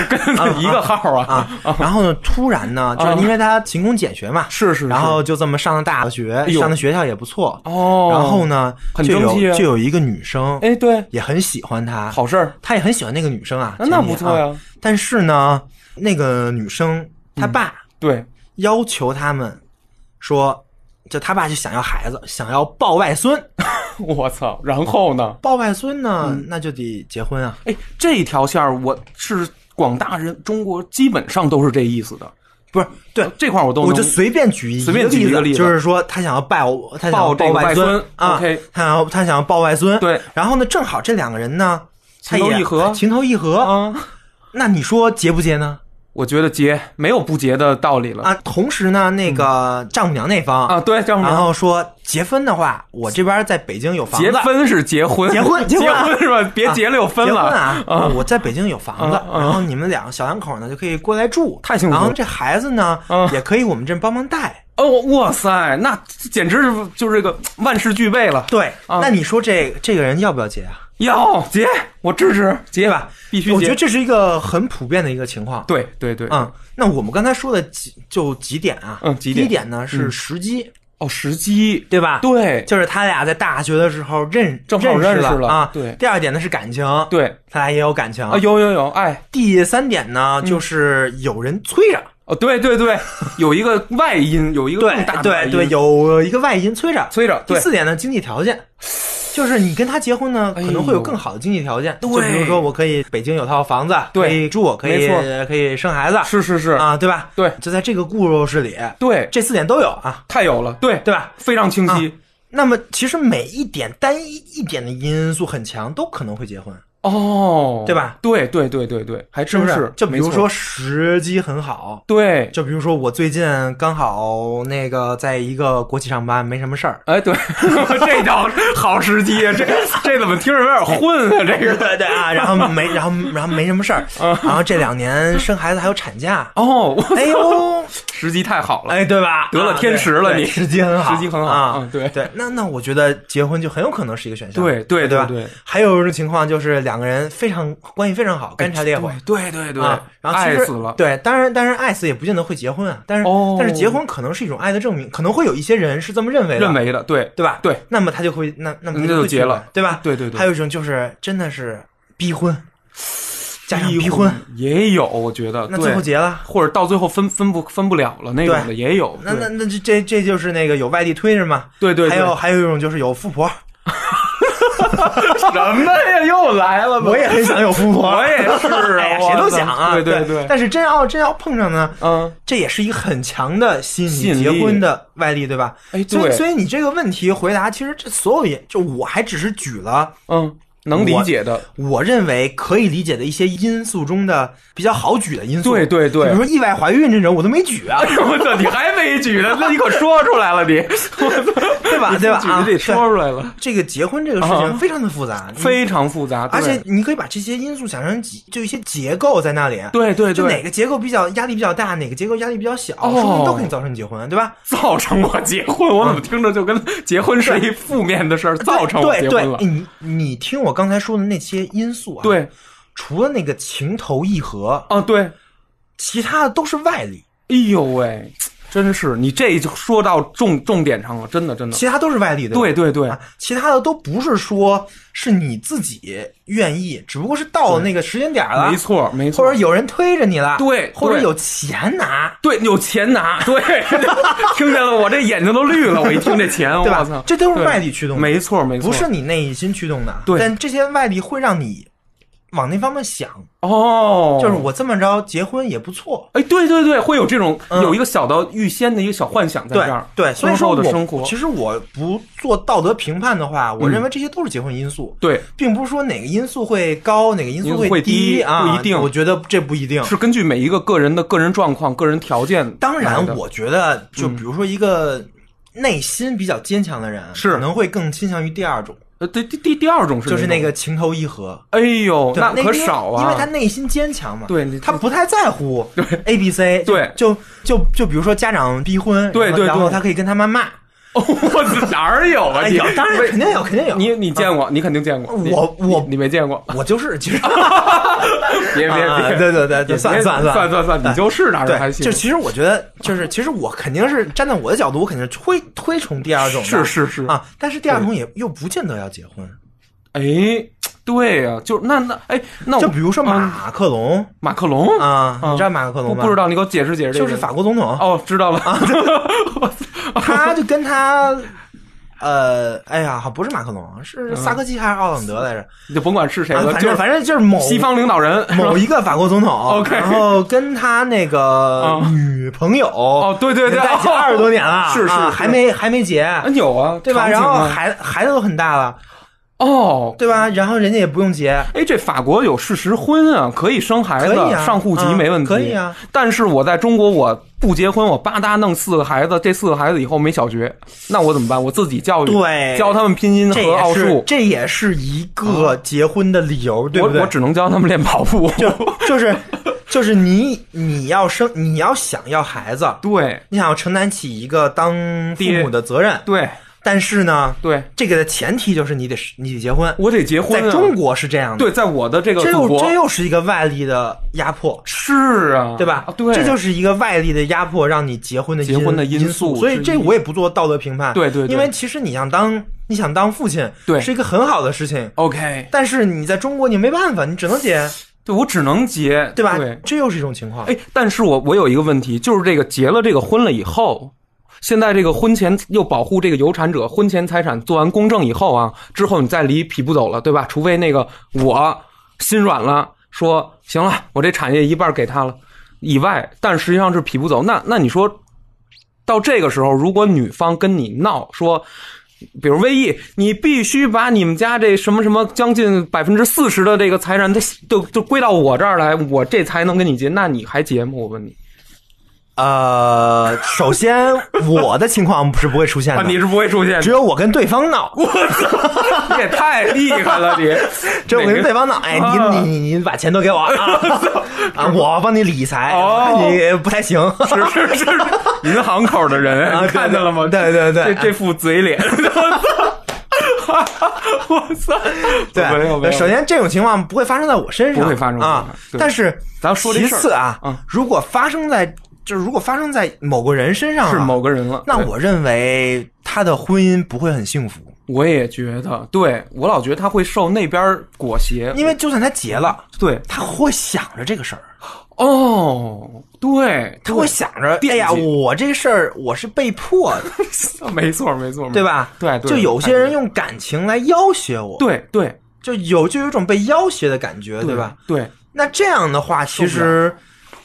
C: 跟一个号啊，
B: 啊。然后呢，突然呢，就是因为他勤工俭学嘛，
C: 是是，哎
B: 然后就这么上了大学，
C: 呦
B: 上的学校也不错。
C: 哦，
B: 然后呢，
C: 很
B: 就
C: 争气
B: 有
C: 啊
B: 就有一个女生，
C: 哎，对，
B: 也很喜欢他，
C: 好事儿，
B: 他也很喜欢那个女生啊，
C: 那那
B: 前女
C: 不
B: 友
C: 错
B: 啊。
C: 呀，嗯
B: 但是呢，那个女生她爸
C: 对，
B: 要求他们说，就他爸就想要孩子，想要抱外孙，
C: *laughs* 我操，然后呢？
B: 抱外孙呢，
C: 嗯
B: 那就得结婚啊。
C: 哎，这一条线儿我是广大人中国基本上都是这意思的，
B: 不是，对，
C: 这块儿我都
B: 我
C: 能
B: 就随便举一
C: 随便举一个
B: 个
C: 例子
B: 就是说他想要抱他想要
C: 抱这个
B: 外
C: 外孙
B: 啊
C: OK，
B: 他想要他想要抱外孙，
C: 对。
B: 然后呢，正好这两个人呢，
C: 情投
B: 他也
C: 意合
B: 情投意合。
C: 啊，
B: 那你说结不结呢？
C: 我觉得结没有不结的道理了
B: 啊，同时呢，那个丈母娘那方
C: 嗯啊，，对，丈母
B: 然
C: 娘。
B: 后说结婚的话，我这边在北京有房子，
C: 结婚是结婚，
B: 结婚
C: 结
B: 结婚啊
C: 是吧？别结了又分了
B: 结婚啊！
C: 啊！
B: 我在北京有房子
C: 啊，啊
B: 然后你们两个小两口呢就可以过来住，
C: 太幸福了
B: 然后这孩子呢
C: 啊
B: 也可以我们这帮忙带。
C: 哦，哇塞，那简直是就是这个万事俱备了。
B: 对，
C: 啊
B: 那你说这这个人要不要结啊？
C: 要结，我支持
B: 对
C: 结
B: 吧？
C: 必须结。
B: 我觉得这是一个很普遍的一个情况。
C: 对对对，
B: 啊，那我们刚才说的几就几点啊？
C: 嗯几点
B: 第一点呢是时机，
C: 哦，时机，
B: 对吧？，
C: 对
B: 就是他俩在大学的时候认
C: 正好认识
B: 识
C: 了
B: 啊。
C: 对
B: 第二点呢是感情，
C: 对
B: 他俩也有感情
C: 啊，。有嗯有有，哎，
B: 第三点呢就是有人催着，
C: 哦，对对
B: *laughs*
C: 对，有一个外因，有一个
B: 对
C: 更大的外
B: 对对，
C: 因
B: 有一个外因催着。
C: 催着，
B: 第
C: 对，
B: 四点呢，经济条件，就是你跟他结婚呢，可
C: 哎呦
B: 能会有更好的经济条件。
C: 对
B: 就比如说我可以北京有套房子，
C: 对
B: 可以住，可以
C: 没错
B: 可以生孩子，
C: 是是是，
B: 啊，对吧？
C: 对
B: 就在这个故事里，
C: 对，
B: 这四点都有啊，
C: 太有了，对
B: 对，嗯吧？
C: 非常清晰。
B: 那么其实每一点单一一点的因素很强，都可能会结婚，
C: 哦，
B: 对吧？
C: 对对对对对，还
B: 是
C: 真
B: 不
C: 是，
B: 就比
C: 没
B: 如
C: 错
B: 说，时机很好。
C: 对，
B: 就比如说，我最近刚好那个在一个国企上班，没什么
C: *laughs*
B: 事儿，*laughs*
C: 哎，对，这叫好时机啊！这这怎么听着有点混啊？这
B: 对
C: 个
B: 对对啊，然
C: *laughs*
B: 后没，然后然后没什么事儿，
C: 嗯
B: 然后这两年生孩子还有产
C: *laughs*
B: 假，
C: 哦，我
B: 哎呦，
C: *laughs* 时机太好了，
B: 哎，对吧？
C: 得了
B: 啊
C: 天时了
B: 对
C: 你
B: 对时机很好，
C: *laughs* 时机很好
B: 啊
C: 嗯，对
B: 对。那那我觉得结婚就很有可能是一个选项，
C: 对
B: 对
C: 对
B: 吧？
C: 对对
B: 还有一种情况就是两个人非常关系非常好，干柴烈火。
C: 对哎对对
B: 啊，然后其
C: 爱
B: 实
C: 死了，
B: 对，当然，当然，爱死也不见得会结婚啊。但是，
C: 哦
B: 但是结婚可能是一种爱的证明，可能会有一些人是这么认为的，
C: 认为的，对
B: 对吧？
C: 对，
B: 那么他就会，那那么他
C: 那就
B: 会
C: 结
B: 结
C: 了，
B: 对吧？
C: 对对对
B: 还有一种就是真的是逼婚，加上逼婚，
C: 也有，我觉得，
B: 那最后
C: 对
B: 结了。
C: 或者到最后分分不分不了了那种的
B: 对
C: 也有，
B: 那
C: 对 *laughs*
B: 那那这这这就是那个有外地推是吗？
C: 对对对
B: 还有还有一种就是有富婆，
C: 什么呀？又来了
B: *laughs* *laughs*
C: 吧？
B: 我也很想有富婆，
C: 我也是啊
B: 哎呀
C: 我
B: 谁都
C: 操
B: 想啊。
C: 对对对
B: 但是真要真要碰上呢，
C: 嗯，
B: 这也是一个很强的吸引
C: 吸引
B: 你
C: 力
B: 结婚的外力，对吧？
C: 哎，
B: 所以所
C: 对，
B: 以你这个问题回答，其实这所有也就我还只是举了
C: 嗯，能理解的，
B: 我认为可以理解的一些因素中的比较好举的因素。
C: 对对对
B: 比如说意外怀孕这种，我都没举
C: *laughs*
B: 啊，
C: 哎呦我操，你还没举呢？ *laughs* 那你可说出来了，你，
B: *laughs* 对吧？对吧？
C: *laughs* 你
B: 啊，
C: 得
B: 对
C: 说出来了，
B: 这个结婚这个事
C: 啊
B: 情非常的复杂，你
C: 非常复杂，对
B: 而且你可以把这些因素想成几，就一些结构在那里。啊
C: 对对
B: 就哪
C: 对，
B: 个结构比较压力比较大，哪个结构压力比较小，
C: 哦
B: 说不定都可以造成你结婚，对吧？
C: 造成我结婚，我怎么听着就跟结婚是一负面的事儿，造成我
B: 嗯对
C: 结
B: 对
C: 婚了，
B: 对，你你听我刚才说的那些因素啊，，
C: 对，
B: 除了那个情投意合，
C: 啊对，
B: 其他的都是外力，
C: 哎呦喂，真是你这就说到重重点上了，真的真的，
B: 其他都是外力，
C: 对
B: 对吧
C: 对对
B: 啊，其他的都不是说是你自己愿意，只不过是到那个时间点了，
C: 没，错没错
B: 或者，有人推着你了，
C: 对
B: 或者
C: 对
B: 有钱拿，
C: 对，有钱拿，
B: *laughs*
C: 对，听见了，我这眼睛都绿了。我一听这
B: *laughs*
C: 钱，
B: 对
C: 我
B: 吧
C: 操，？
B: 这都是
C: 对
B: 外力驱动的，
C: 没错，没错，
B: 不是你内心驱动的，
C: 对
B: 但这些外力会让你往那方面想，
C: 哦，
B: 就是我这么着结婚也不错，
C: 哎，对对对，会有这种
B: 嗯
C: 有一个小的预先的一个小幻想在
B: 对
C: 这儿，
B: 对，所以
C: 婚
B: 说
C: 后
B: 我
C: 的生活，
B: 其实我不做道德评判的话，我
C: 嗯
B: 认为这些都是结婚因素，
C: 对，
B: 并不是说哪个因素会高，哪个因
C: 因
B: 素
C: 素会低
B: 低啊，
C: 不一定
B: 我觉得这不一定。
C: 是根据每一个个人的个人状况、个人条件来的。
B: 当然，我觉得就比如说一个内心比较坚强的人，
C: 是
B: 可能会更倾向于第二种，
C: 呃，第第第第二种是
B: 就是那
C: 哪种，
B: 个情投意合。
C: 哎呦，
B: 对
C: 那
B: 那
C: 可
B: 因为
C: 少啊，
B: 因为他内心坚强嘛，
C: 对你
B: 他不太在乎 A B C，
C: 对
B: 就就就比如说家长逼婚，
C: 对
B: 然后
C: 对
B: 然后
C: 对
B: 他可以跟他妈骂，
C: *laughs* 我操，哪儿有啊？
B: 哎
C: 你
B: 有，当然肯定有，肯定有。
C: 你你见过？你肯定见过。你
B: 我我
C: 你你没见过？
B: 我就是，其实
C: 别别
B: 啊
C: 别，
B: 对对对
C: 别
B: 对，算算
C: 算
B: 算
C: 算算，你就是哪儿还
B: 对，
C: 行？
B: 就其实我觉得，就是其实我肯定是站在我的角度，我肯定是推推崇第二种的，
C: 是是是
B: 啊，但是第二种也又不见得要结婚，
C: 哎，对呀、就是那那哎，那我
B: 就比如说
C: 嗯
B: 马克龙
C: 马克龙，
B: 啊，
C: 嗯
B: 你知道马克
C: 不
B: 龙吗？
C: 不知，道，你给我解释解释这
B: 就
C: 个。
B: 是法国啊总统，
C: 哦，知道了。我
B: 他就跟他。呃，哎呀，好不是马克龙，是萨科齐还是奥朗德来着？
C: *laughs* 你就甭管是谁
B: 啊
C: 了，
B: 反
C: 嗯就
B: 正
C: 是
B: 反正就是某
C: 西方领导人是吧
B: 某一个法国总统
C: *laughs* OK
B: 然后跟他那个
C: 嗯
B: 女朋友哦
C: 对对对
B: 在一起
C: 哦
B: 二十多年了，
C: 是是
B: 啊
C: 是
B: 还没还没结，
C: 啊有啊，
B: 对吧？
C: 场景
B: 然后
C: 啊
B: 孩孩子都很大了，
C: 哦，
B: 对吧？然后人家也不用结，
C: 哎，这法国有事实婚啊，可以生孩
B: 可
C: 子，
B: 以啊，
C: 上户籍
B: 嗯
C: 没问题，
B: 可以。啊。
C: 但是我在中国，我不结婚，我吧嗒弄四个孩子，这四个孩子以后没小学，那我怎么办？我自己教育，
B: 对
C: 教他们拼音
B: 这
C: 和
B: 也
C: 奥
B: 是
C: 数，哦
B: 这也是一个结婚的理由，对不
C: 我
B: 对
C: 我？只能教他们练跑步。
B: *laughs* 就是就是你你要生你要想要孩子，
C: 对
B: 你想要承担起一个当父
C: 爹
B: 母的责任，
C: 对
B: 但是呢，
C: 对，
B: 这个的前提就是你得你得结婚。
C: 我得结婚、
B: 在
C: 啊。
B: 中国是这样的，
C: 对，在我的这个
B: 这
C: 祖
B: 又
C: 国
B: 这又是一个外力的压迫，
C: 是啊，
B: 对吧
C: 啊？对，
B: 这就是一个外力的压迫，让你结婚的
C: 结婚的
B: 因
C: 因素
B: 所以
C: 之一
B: 这我也不做道德评判。
C: 对对对
B: 因为其实你想当你想当父亲，
C: 对
B: 是一个很好的事情。
C: OK。
B: 但是你在中国，你没办法，你只能结，
C: 对我只能结，
B: 对吧？
C: 对，
B: 这又是一种情况。
C: 哎，但是我我有一个问题，就是这个结了这个婚了以后，现在这个婚前又保护这个有产者婚前财产做完公证以后啊，之后你再离匹不走了，对吧？除非那个我心软了，说行了，我这产业一半给他了以外，但实际上是匹不走。那那你说到这个时候，如果女方跟你闹说。比如威毅，你必须把你们家这什么什么将近百分之四十的这个财产都都都归到我这儿来，我这才能跟你结。那你还结吗？我问你
B: 呃，首先我的情况是不会出现的，
C: 是不会出现
B: 只有我跟对方闹，
C: 你也太厉害了，你
B: 只有我跟对
C: 哪
B: 方闹。哎，
C: 啊
B: 你你你把钱都给我啊
C: *laughs*
B: 啊！我帮你理财，
C: 哦
B: 我看你不太行。
C: 个是是是银行口的人，
B: 啊
C: 你看见了吗？
B: 对对对
C: 这这副嘴脸，我操！我操！没有没
B: 对，
C: 有。
B: 首先这种情况不会发生在我身上，
C: 不会发生
B: 啊
C: 对。
B: 但是
C: 咱说这
B: 其
C: 事儿
B: 次啊
C: 嗯，
B: 如果发生在就是如果发生在某个人身上啊
C: 是某个人了，
B: 那
C: 对
B: 我认为他的婚姻不会很幸福，
C: 我也觉得，对我老觉得他会受那边儿裹挟，
B: 因为就算他结了，
C: 对
B: 他会想着这个事儿，
C: 哦，对，
B: 他会想着，
C: 惦
B: 哎
C: 记
B: 呀，我这事儿我是被迫的，
C: *laughs* 没错，没错，没错
B: 对？吧？
C: 对对
B: 就有些人用感情来要挟我，，
C: 对对
B: 就有就有一种被要挟的感觉，对吧？？
C: 对
B: 那这样的话，其实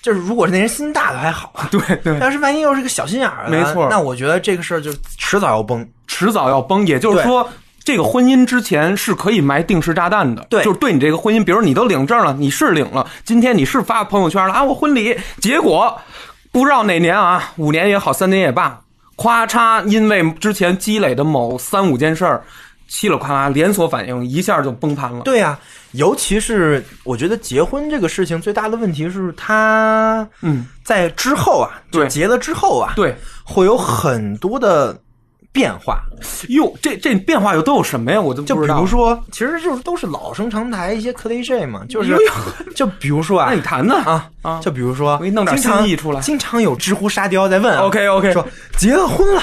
B: 就是如果是那人心大的还好啊，
C: 对对，
B: 要是万一又是个小心眼儿的，啊
C: 没错
B: 那我觉得这个事儿就迟早要崩。
C: 迟早要崩。也就是说，这个婚姻之前是可以埋定时炸弹的。
B: 对
C: 就是对你这个婚姻，比如你都领证了，你是领了，今天你是发朋友圈了啊，我婚礼，结果不知道哪年啊，五年也好，三年也罢，咔嚓，因为之前积累的某三五件事儿，稀里哗啦连锁反应，一下就崩盘了。
B: 对呀、尤其是我觉得结婚这个事情最大的问题是，他
C: 嗯，
B: 在之后啊，就
C: 对
B: 结了之后啊，，
C: 对，
B: 会有很多的变化。
C: 哟，这这变化又都有什么呀？我都
B: 就
C: 不
B: 比
C: 知道。
B: 如说，其实就是都是老生常谈一些 cliche 嘛，就是
C: 哎
B: *laughs*
C: 呦
B: 就比如说啊
C: 那你谈呢？
B: 啊
C: 啊
B: 就比如说，
C: 我给你弄点
B: 经常
C: 新意出来
B: 经常有知乎沙雕在问啊
C: OK，OK
B: 说结了婚了，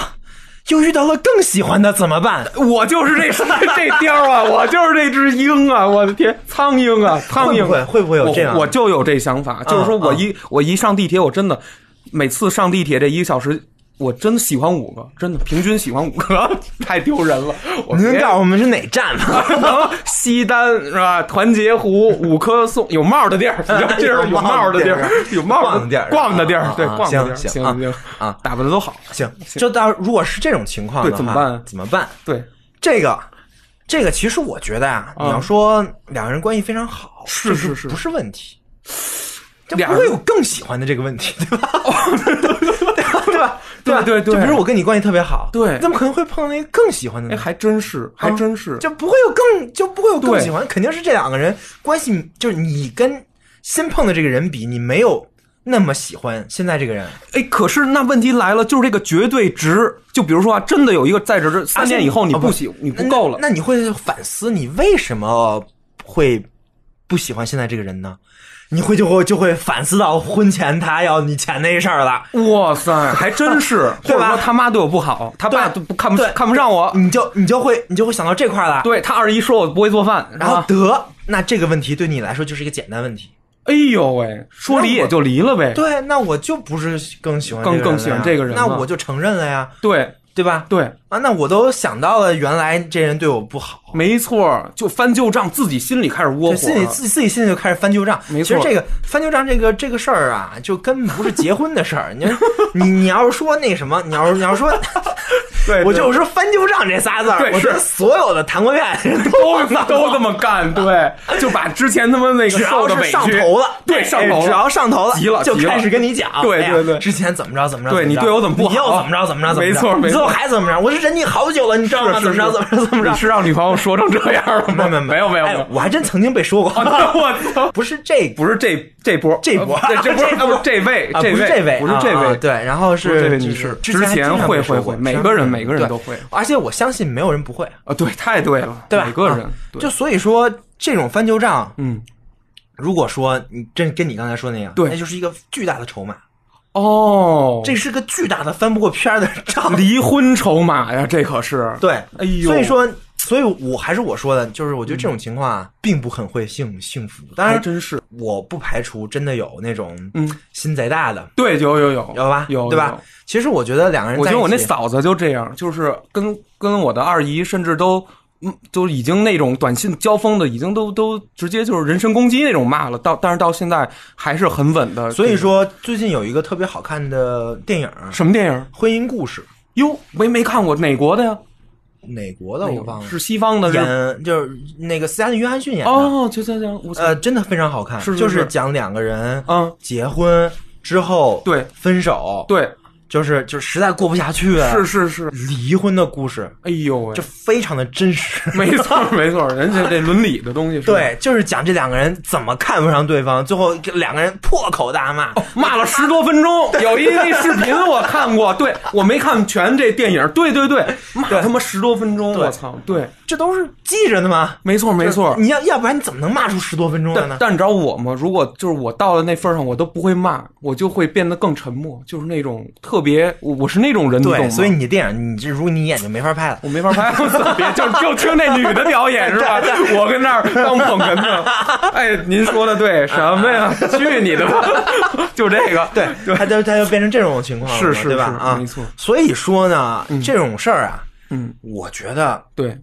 B: 又遇到了更喜欢的怎么办？
C: 我就是这 *laughs* 这貂啊，我就是这只鹰啊，我的天，苍蝇啊，苍
B: 会
C: 蝇
B: 不会会不会有这样啊
C: 我？我就有这想法，就是说我一、我一上地铁，我真的每次上地铁这一个小时，我真喜欢五个，真的平均喜欢五个， *laughs* 太丢人了。我
B: 您
C: 别
B: 告诉我们是哪站吗？
C: *laughs* 西单是吧？团结湖、五棵松有帽
B: *laughs*
C: 的地儿，这是有帽的地儿，有帽
B: 啊的地儿
C: 逛的地
B: 啊
C: 儿，对，
B: 啊
C: 逛的地儿，
B: 行
C: 行
B: 行
C: 行
B: 啊
C: 打扮的都好，
B: *laughs* 行，就到如果是这种情况的话，
C: 对怎么办啊
B: 怎么办？
C: 对，
B: 这个，这个其实我觉得啊，
C: 嗯
B: 你要说两个人关系非常好，
C: 是
B: 这
C: 是
B: 是
C: 是
B: 不是问题？这
C: 俩
B: 不
C: 人
B: 会有更喜欢的这个问题，对吧？ *laughs* 对吧？
C: 对
B: 吧？
C: 哦对对
B: 就比如我跟你关系特别好，
C: 对
B: 怎么可能会碰到那个更喜欢的
C: 哎，
B: 呢？
C: 还真是，
B: 啊
C: 还真是，
B: 就不会有更就不会有更
C: 对
B: 喜欢，肯定是这两个人关系，就是你跟新碰的这个人比，你没有那么喜欢现在这个人？
C: 哎，可是那问题来了，就是这个绝对值。就比如说啊，真的有一个在这这三年以后你
B: 啊
C: 不喜、你不够了，
B: 那，那你会反思你为什么会不喜欢现在这个人呢？你会就会就会反思到婚前他要你钱那事儿了。
C: 哇塞，还真是，或
B: 对
C: 者
B: 吧
C: 说他妈对我不好，他爸都
B: 对
C: 不看不
B: 对
C: 看不上我，
B: 你就你就会你就会想到这块儿了。
C: 对他啊二姨说我不会做饭，
B: 然后
C: 是吧
B: 得，那这个问题对你来说就是一个简单问题。
C: 哎呦喂，说离也就离了呗，
B: 对，那我就不是更喜欢
C: 更
B: 这个人
C: 更喜欢
B: 了呀
C: 这个人
B: 那
C: 了
B: 我就承认了呀，
C: 对
B: 对吧？
C: 对，
B: 啊，那我都想到了，原来这人对我不好，
C: 没错，就翻旧账，自己心里开始
B: 对
C: 窝火
B: 自己
C: 了。
B: 自己自己心里就开始翻旧账。
C: 没
B: 其实
C: 错
B: 这个翻旧账这个这个事儿啊，就根本不是结婚的事儿。你
C: *laughs*
B: 你你要是说那什么，你要是你要说，
C: 对
B: *laughs* 我就是翻旧账这仨字儿，
C: 对
B: 我觉得
C: 是
B: 所有的谈过恋爱的人都
C: 都都这么干，对，就把之前他们那个
B: 只
C: 受
B: 要
C: 的
B: 是
C: 委
B: 上
C: 屈，
B: 头了，
C: 对，上头
B: 哎只要
C: 了，
B: 上头了，
C: 急了
B: 就
C: 急了
B: 开始跟你讲，
C: 对
B: 哎呀
C: 对对
B: 之前怎么着怎么着，
C: 对
B: 怎么着
C: 你对我怎么不好
B: 你又怎么着怎么着怎么着，
C: 没错没错
B: 你最后还怎么着？我是忍你好久了，你知道吗？
C: 是
B: 怎么着怎么着怎么
C: 你
B: 着？
C: 是让女朋友说成这样了
B: 没有
C: 吗？
B: 没有
C: 没有没有，没
B: 哎
C: 有，
B: 我还真曾经被说过，
C: 我操！
B: *laughs* 不是这
C: 不是这这波，
B: 这波
C: 呃
B: *laughs*
C: 这
B: 这
C: 波
B: 波
C: 不是这位，
B: 啊，不是
C: 位，
B: 这位，
C: 不是
B: 啊
C: 这
B: 啊
C: 位，
B: 对，然后
C: 不是
B: 是
C: 这位
B: 就
C: 女
B: 是
C: 士
B: 之
C: 之
B: 还
C: 前
B: 经常
C: 会
B: 被说
C: 会
B: 过
C: 会每
B: 之前
C: 个人
B: 经常
C: 每个人
B: 对
C: 都会
B: 而且我相信没有人不会，
C: 啊，对，太对了，
B: 对吧？
C: 每个人
B: 啊，
C: 对
B: 就所以说这种翻旧账，
C: 嗯，
B: 如果说你真跟你刚才说那样，
C: 对
B: 那就是一个巨大的筹码，
C: 哦，
B: 这是个巨大的翻不过
C: *laughs*
B: 篇儿的账，
C: 离婚筹码呀，这可是，
B: 对，
C: 哎呦，
B: 所以说，所以我还是我说的，就是我觉得这种情况啊，并不很会幸幸福。当
C: 还
B: 然，
C: 真是，
B: 我不排除真的有那种
C: 哎嗯
B: 心贼大的，
C: 对，有有有
B: 知道吧？
C: 有
B: 对吧？？其实我觉得两个
C: 有
B: 人
C: 我
B: 在一
C: 觉
B: 起，
C: 得我那嫂子就这样，就是跟跟我的二姨，甚至都。嗯，都已经那种短信交锋的，已经都都直接就是人身攻击那种骂了。到但是到现在还是很稳的。
B: 所以说最近有一个特别好看的电影
C: 这个
B: 《
C: 什么电影？
B: 婚姻故事
C: 哟，没没看过哪国的呀？》，
B: 哪国的
C: 那
B: 我
C: 个
B: 忘了，
C: 是西方的，是
B: 演就是那个斯嘉丽·约翰逊演的，
C: 哦，就这样，我操
B: 呃，真的非常好看，
C: 是是
B: 就是讲两个人
C: 嗯，
B: 结婚之后
C: 对
B: 分手，，
C: 对，
B: 就是就是实在过不下去了，
C: 是是是，
B: 离婚的故事，
C: 哎呦喂
B: 这，非常的真实。
C: 没错没错，人家这伦理的东西是
B: *laughs*
C: 吧，
B: 对，就是讲这两个人怎么看不上对方，最后两个人破口大骂。
C: 骂了十多分 *laughs* 钟，有一那视频我看过，对我没看全这电影，对对对，骂他妈十多分钟，
B: 对
C: 我操，对，
B: 这都是记着的吗？
C: 没错没错。
B: 你要要不然你怎么能骂出十多分钟来
C: 但
B: 呢？
C: 但你知道我吗？如果就是我到了那份儿上，我都不会骂，我就会变得更沉默，就是那种特别，我我是那种人，你懂
B: 对，
C: 吗？
B: 所以你电影，你这如果你眼睛没法拍了，
C: 我没法拍，我操 *laughs* 别就就听那女的表演是 *laughs* 吧？我跟那儿当捧哏 *laughs* 呢。哎，您说的对，什么 *laughs* 呀？去你的吧！就这个，对对，
B: 它就它就变成这种情况了嘛，
C: 是是
B: 对吧？
C: 是
B: 啊，
C: 没错。
B: 所以说呢，这种事儿啊，
C: 嗯，
B: 我觉得
C: 对，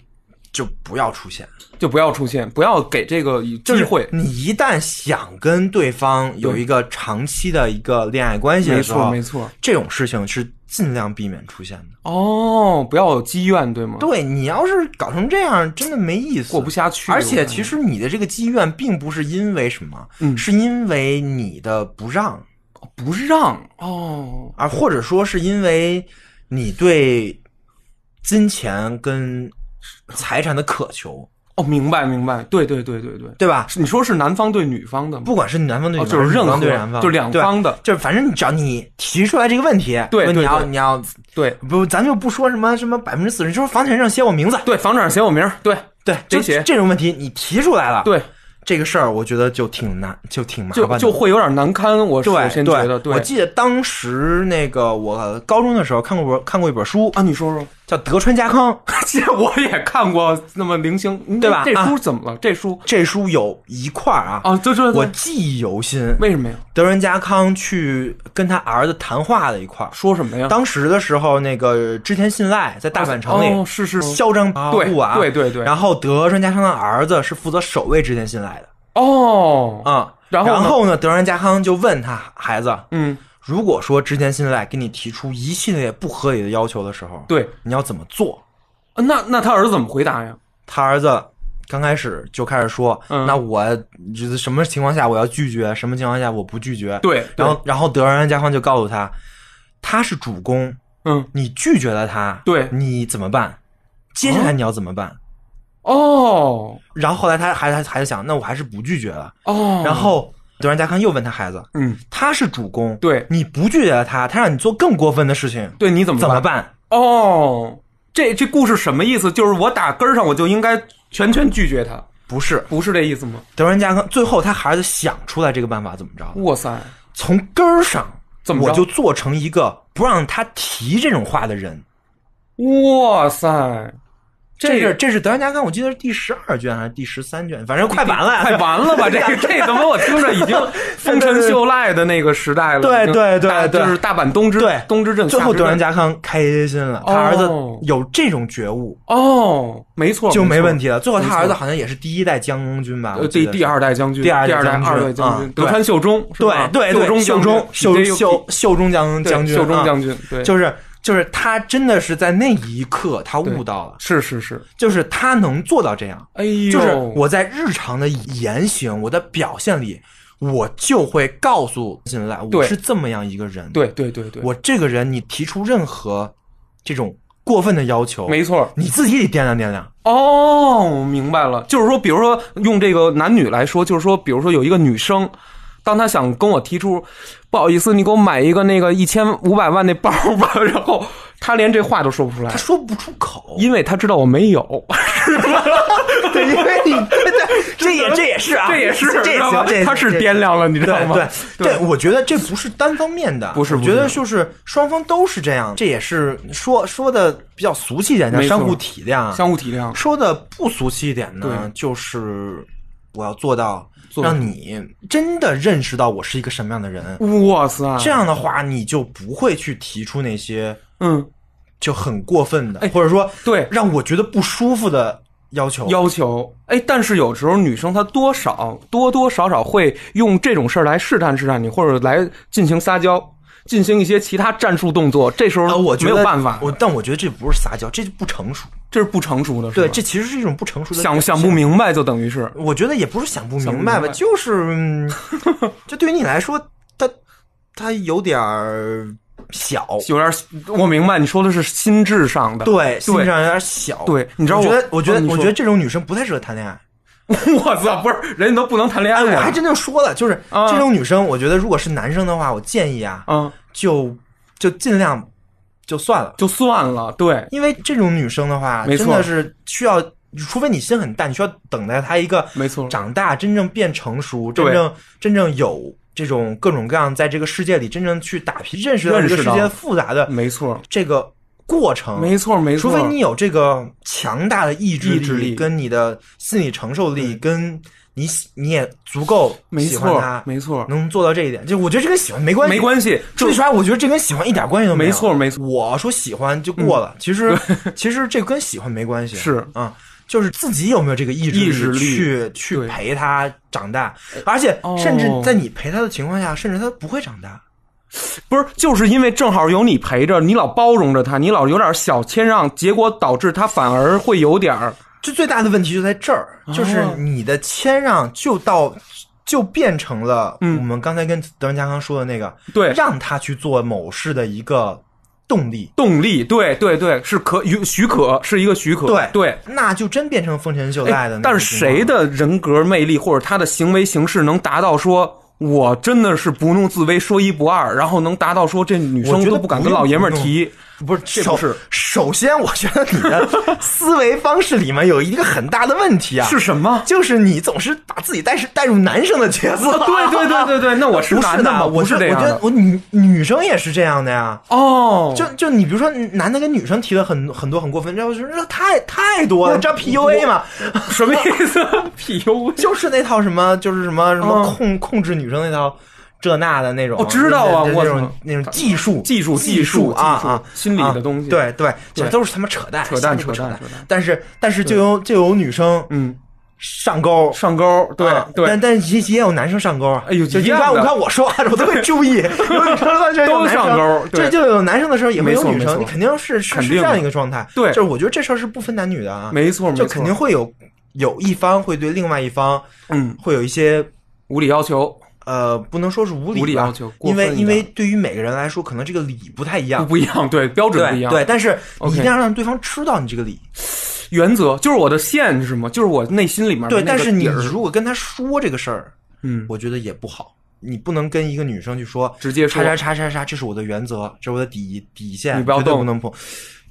B: 就不要出现。
C: 就不要出现，不要给这个以
B: 就是
C: 机会。
B: 你一旦想跟对方有一个长期的一个恋爱关系的
C: 没
B: 时候，
C: 错没错。
B: 这种事情是尽量避免出现的。
C: 哦，不要有积怨，对吗？
B: 对你要是搞成这样，真的没意思，
C: 过不下去
B: 而
C: 我
B: 且
C: 感觉
B: 其实你的这个积怨并不是因为什么，
C: 嗯
B: 是因为你的不让，
C: 不让哦，
B: 而啊或者说是因为你对金钱跟财产的渴求，
C: 哦，明白明白，对对对对对。
B: 对吧？
C: 你说是男方对女方的吗？
B: 不管是男方对女
C: 哦
B: 方，
C: 就是任
B: 女方对
C: 何
B: 男方，
C: 就两
B: 对吧
C: 方的
B: 就是反正你只要你提出来这个问题，
C: 对
B: 说你
C: 对
B: 要
C: 对
B: 你要
C: 对
B: 不，咱就不说什么什么百分之四十，就是房产证写我名字，
C: 对，房产写我名儿，对
B: 对，
C: 这
B: 就
C: 些
B: 这种问题你提出来了，
C: 对，
B: 这个事儿，我觉得就挺难，就挺麻烦
C: 就
B: 的，
C: 就会有点难堪。我是我
B: 对
C: 先觉得，
B: 对。
C: 对
B: 我记得当时那个我高中的时候看过本看过一本书，
C: 啊，你说说。
B: 叫《德川家康》， *laughs*
C: 这我也看过，那么零星，嗯
B: 对吧
C: 这
B: 啊
C: 书怎么了？这书
B: 这书有一块儿啊，
C: 啊，这这
B: 我
C: 这
B: 记忆犹新。
C: 为什么呀？
B: 德川家康去跟他儿子谈话的一块儿，
C: 说什么呀？
B: 当时的时候，那个织田信赖在大阪城里，
C: 哦是是
B: 嚣张跋扈啊，
C: 对对对对
B: 然后德川家康的儿子是负责守卫织田信赖的
C: 哦，
B: 啊、
C: 然后呢
B: 然后呢，德川家康就问他孩子，
C: 嗯，
B: 如果说织田信赖给你提出一系列不合理的要求的时候，，
C: 对，
B: 你要怎么做？
C: 啊那那他儿子怎么回答呀？
B: 他儿子刚开始就开始说，
C: 嗯
B: 那我就是什么情况下我要拒绝，什么情况下我不拒绝。
C: 对对
B: 然后然后德川家康就告诉他，他是主公，
C: 嗯，
B: 你拒绝了他，
C: 对
B: 你怎么办？接下来你要怎么办？
C: 哦
B: 然后后来他还还还想，那我还是不拒绝了。
C: 哦，
B: 然后德仁家康又问他孩子，
C: 嗯，
B: 他是主公，
C: 对
B: 你不拒绝他，他让你做更过分的事情，
C: 对，你怎么
B: 怎么
C: 办？
B: 办？
C: 哦，这这故事什么意思？就是我打根儿上我就应该全权拒绝他，
B: 不是
C: 不是这意思吗？
B: 德仁家康，最后他孩子想出来这个办法怎么着？
C: 哇塞，
B: 从根儿上，
C: 怎么着
B: 我就做成一个不让他提这种话的人。
C: 哇塞，
B: 这
C: 个
B: 是这是德仁家康，我记得是第十二卷还是第十三卷，反正快完了，
C: 快哎完了吧？这
B: *laughs*
C: 个这怎么我听着已经风尘秀赖的那个时代了？
B: 对对对
C: 大
B: 对
C: 就是大阪东之
B: 对
C: 东之镇，
B: 最后
C: 夏
B: 德
C: 之镇
B: 仁家康开心了，他
C: 哦
B: 儿子有这种觉悟
C: 哦，没错，
B: 就没
C: 错
B: 问题。了。最后
C: 没
B: 他
C: 错
B: 儿子好像也是第一代将功军吧？
C: 呃，
B: 我记
C: 第
B: 得
C: 第二代将军，
B: 第二
C: 二
B: 代
C: 代
B: 将军
C: 二代将
B: 啊
C: 军，
B: 对
C: 德川秀忠，是吧
B: 对对对，
C: 秀忠
B: 秀
C: 将
B: 忠
C: 军
B: 秀
C: 你这又
B: 秀秀忠将
C: 对
B: 将军，
C: 秀忠
B: 啊
C: 将军，对，
B: 就是就是他真的是在那一刻他
C: 对
B: 悟到了，
C: 是是是，
B: 就是他能做到这样，
C: 哎呦，
B: 就是我在日常的言行、我的表现里，我就会告诉进来，我
C: 对
B: 是这么样一个人。，
C: 对对对对，
B: 我这个人，你提出任何这种过分的要求，
C: 没错，
B: 你自己得掂量掂量。
C: 哦，明白了，就是说，比如说用这个男女来说，就是说，比如说有一个女生，当她想跟我提出不好意思，你给我买一个那个一千五百万那包吧，然后她连这话都说不出来
B: 他。说不出
C: *laughs*
B: 口，
C: 因为她知道我没有，
B: 对，因为你 *laughs* 对，这也这也是啊，
C: *laughs* 这也是，
B: 这也
C: 知道
B: 行
C: 吗，
B: 这也
C: 她是
B: 这
C: 掂量了，你知道
B: 对
C: 吗？
B: 对对，我觉得这不是单方面的，
C: 不是
B: 我
C: 不是
B: 觉得就是双方都是这样，这也是说说的比较俗气一点，叫
C: 没错
B: 相互体谅，
C: 相互体谅，
B: 说的不俗气一点呢
C: 对，
B: 就是我要做到
C: 做到嗯
B: 让你真的认识到我是一个什么样的人。
C: 哇塞，
B: 这样的话，你就不会去提出那些
C: 嗯，
B: 就很过分的，
C: 哎
B: 或者说
C: 对
B: 让我觉得不舒服的要求。
C: 要求。哎，但是有时候女生她多少多多少少会用这种事儿来试探试探你，或者来进行撒娇，进行一些其他战术动作。这时
B: 啊，
C: 候
B: 我觉
C: 没
B: 得
C: 有办法，
B: 我但我觉得这不是撒娇，这就不成熟。
C: 这是不成熟的，是
B: 对，
C: 吧
B: 这其实是一种不成熟的
C: 想
B: 表现
C: 想不明白就等于是
B: 我觉得也不是想不
C: 想不
B: 明
C: 明
B: 白吧，
C: 白
B: 就是，嗯 *laughs* 这对于你来说，它它有点儿小，
C: 有点儿，我明白你说的是心智上的。
B: 对，心理上有点小。
C: 对你知道
B: 我觉得，
C: 我
B: 我觉
C: 哦
B: 得，
C: 你说
B: 我觉得这种女生不太适合谈恋爱。
C: *laughs*
B: 哎
C: 我操，不是人家都不能谈恋爱
B: 我
C: 了，
B: 还真就说了，就是
C: 哎啊
B: 这种女生，我觉得如果是男生的话，我建议啊，
C: 嗯，
B: 就就尽量就算了，
C: 就算了，对，
B: 因为这种女生的话，
C: 没
B: 真
C: 错
B: 的是需要，除非你心很大，你需要等待她一个
C: 没错，
B: 长大，真正变成熟，
C: 对
B: 真正真正有这种各种各样在这个世界里真正去打拼，认识到这
C: 认
B: 个
C: 识
B: 世
C: 到
B: 界复杂的
C: 没错，
B: 这个过程。
C: 没错，没
B: 除
C: 错，
B: 非你有这个强大的意志
C: 意志力
B: 跟你的心理承受力，跟你喜你也足够
C: 没
B: 喜欢
C: 错
B: 他，，
C: 没错，
B: 能做到这一点，就我觉得这跟喜欢没关系。
C: 没关系，
B: 说
C: 就
B: 实话，我觉得这跟喜欢一点关系都没有。
C: 没错没错
B: 我说喜欢就过了，其实其实这跟喜欢没关系。
C: 是
B: 啊，就是自己有没有这个意志
C: 意志力
B: 去去
C: 对
B: 陪他长大，而且
C: 哦
B: 甚至在你陪他的情况下，甚至他不会长大。
C: 不是，就是因为正好有你陪着，你老包容着他，你老有点小谦让，结果导致他反而会有点儿
B: 这最大的问题就在这儿，
C: 哦
B: 就是你的谦让就到。就变成了我
C: 嗯
B: 们刚才跟德仁家康说的那个，
C: 对
B: 让他去做某事的一个动力。
C: 动力。对对对，是可许许可，是一个许可。
B: 对
C: 对。
B: 那就真变成风尘秀
C: 哎
B: 赖的那种情况了。
C: 但是谁的人格魅力或者他的行为形式能达到说？我真的是不怒自威，说一不二，然后能达到说这女
B: 我
C: 生
B: 觉得
C: 都不敢跟
B: 不用
C: 老爷们儿
B: 不用
C: 提，
B: 不是，
C: 这
B: 首
C: 不是
B: 首先，我觉得你的思维方式里面有一个很大的问题啊，
C: 是
B: *laughs*
C: 什么？
B: 就是你总是把自己带是带入男生的角色。
C: 对对对对对，那我是
B: 不
C: 男
B: 是
C: 的吗？
B: 的，我
C: 不是
B: 觉
C: 这
B: 得
C: 样
B: 我觉得
C: 的
B: 我女女生也是这样的呀。
C: 哦，
B: 就就你比如说，男的跟女生提了很很多很过分，这就是这太太多了，你知道 PUA 吗？
C: 什么意思 *laughs* ？PUA
B: 就是那套什么，就是什么什么
C: 嗯
B: 控控制女生那套这那的那种。
C: 我知道啊
B: 那那
C: 我
B: 那
C: 操
B: 种那种技术
C: 技术
B: 技
C: 术
B: 啊
C: 技术
B: 啊，
C: 心理
B: 啊
C: 的东西
B: 对对，这
C: 对
B: 都是他妈扯淡，
C: 扯淡
B: 瞎鸡巴
C: 扯
B: 扯
C: 淡扯淡
B: 但是但是就有就有女生
C: 嗯，
B: 上钩。
C: 上钩，对
B: 啊
C: 对，
B: 但但也也有男生上钩啊！
C: 哎呦
B: 就
C: 一
B: 一
C: 样
B: 般
C: 的
B: 我看我说话的时候都会注
C: *laughs*
B: 意，有女生的时候有
C: 都
B: 男生
C: 上钩对
B: 这就有男生的时候也会有
C: 没错
B: 女
C: 没错
B: 生，你肯定是是
C: 肯
B: 是
C: 定
B: 这
C: 的
B: 样一个状态。
C: 对
B: 就是我觉得这事儿是不分男女的啊，
C: 没错，没
B: 就
C: 错，
B: 肯定会有有一方会对另外一方
C: 嗯，
B: 会有一些
C: 无理要求
B: 呃，不能说是无理吧
C: 无理要求过
B: 因为
C: 分一
B: 因
C: 点
B: 为对于每个人来说，可能这个理不太一
C: 不
B: 样，
C: 不一样，对，标准不一
B: 对啊
C: 样，
B: 对，，但是你
C: OK
B: 一定要让对方吃到你这个理，
C: 原则就是我的线是吗？就是我内心里面的
B: 对，
C: 啊那
B: 但
C: 个
B: 是你
C: 底儿
B: 如果跟他说这个事儿，
C: 嗯
B: 我觉得也不好。你不能跟一个女生去说，
C: 直接
B: 叉叉
C: 说
B: 叉叉叉，这是我的原则，这是我的底底线，
C: 你不要
B: 绝对
C: 动
B: 不能碰。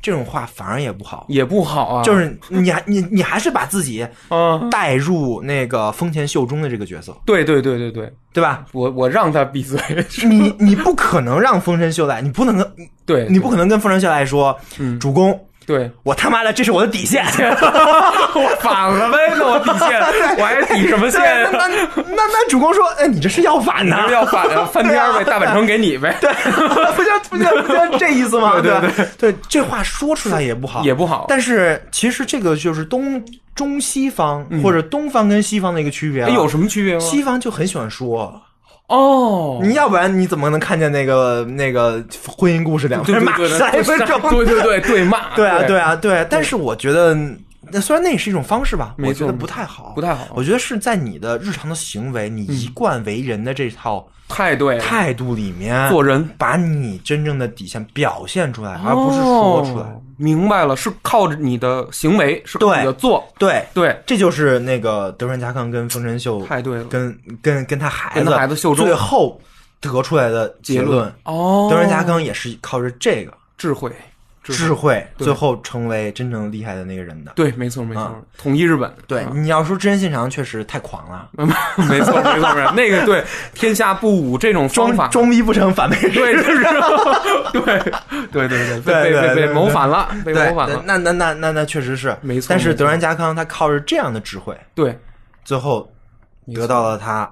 B: 这种话反而也不好，
C: 也不好啊，
B: 就是你还你你还是把自己
C: 啊，
B: 带入那个丰田秀中的这个角色，
C: 对对对对对，
B: 对吧？
C: 我我让他闭嘴， *laughs*
B: 你你不可能让丰臣秀赖，你不能跟
C: 对
B: 你不可能跟丰臣秀赖说，
C: 哎嗯
B: 主公， *laughs*
C: 对，
B: 我他妈的这是我的底线。
C: 我反了呗，那我底线， *laughs* 我还抵什么线？
B: 对， *laughs* *laughs* 那那那那主公说，哎，你这是要反
C: 你
B: 呐、
C: 是要反啊，翻篇儿呗，大阪城给你
B: 啊
C: 呗，对，
B: *laughs* 不就不就不就这意思吗？
C: 对
B: 对
C: 对
B: 吧对，这话说出来也不好，
C: 也不好。
B: 但是其实这个就是东中西方、或者东方跟西方的一个区别、啊。
C: 嗯哎有什么区别吗？
B: 西方就很喜欢说，
C: 哦，
B: 你要不然你怎么能看见那个那个婚姻故事两个
C: 对
B: 人
C: 对
B: 骂
C: 对对
B: 三分钟？
C: 对对对对骂，
B: 对啊，对啊，对啊。但是我觉得，那虽然那也是一种方式吧，
C: 没
B: 我觉
C: 错
B: 得不太好，
C: 不太好
B: 我觉得是在你的日常的行为，你一贯为人的这套
C: 太对了，
B: 态度里面，
C: 做人
B: 把你真正的底线表现出来，而不是说出来。
C: 哦明白了，是靠着你的行为，是靠
B: 对
C: 你的做，
B: 对，
C: 对，
B: 这就是那个德川家康跟丰臣秀
C: 太对了
B: 跟跟跟他孩
C: 跟
B: 子
C: 他孩子秀忠
B: 最后得出来的结论。
C: 哦，
B: 德川家康也是靠着这个
C: 智慧，
B: 智慧，
C: 对
B: 最后成为真正厉害的那个人的。
C: 对，没错没
B: 啊
C: 错，统一日本，嗯
B: 对，你要说真人现场确实太狂了。
C: *laughs* 没错没错，没错那个对天下不武这种方法
B: 装，装逼不成反被人。
C: *laughs* 对，就是对对对对，被
B: 对
C: 被
B: 对
C: 被
B: 对
C: 被谋反了，被
B: 对
C: 谋反了，
B: 那那那那那确实是
C: 没错
B: 但是
C: 没错
B: 德川家康他靠着这样的智慧，
C: 对，
B: 最后得到了他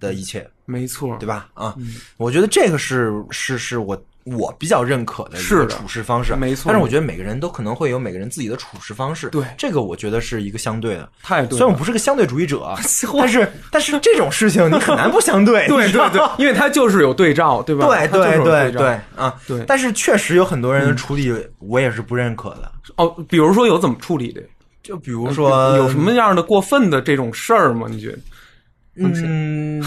B: 的一切，
C: 没错
B: 对，吧？啊，
C: 嗯
B: 我觉得这个是是是我我比较认可的一
C: 是
B: 个
C: 的
B: 处事方式，
C: 没错
B: 但是我觉得每个人都可能会有每个人自己的处事方式，
C: 对
B: 这个我觉得是一个相对的。
C: 太
B: 虽
C: 对
B: 然我
C: 了。
B: 不是个相对主义
C: *laughs*
B: 者，但是但是这种事情你很难不相对，
C: *laughs* 对
B: 你知道
C: 对
B: 吗 *laughs*
C: 对，因为他就是有对照，对吧？
B: 对
C: 他 *laughs* 就是
B: 对
C: 有
B: 对
C: 照
B: 对啊，
C: 对
B: 但是确实有很多人的处理，我也是不认可的。
C: 哦，比如说有怎么处理的？
B: 就比如说
C: 有什，么样的过分的这种事儿吗？你觉得？
B: 嗯，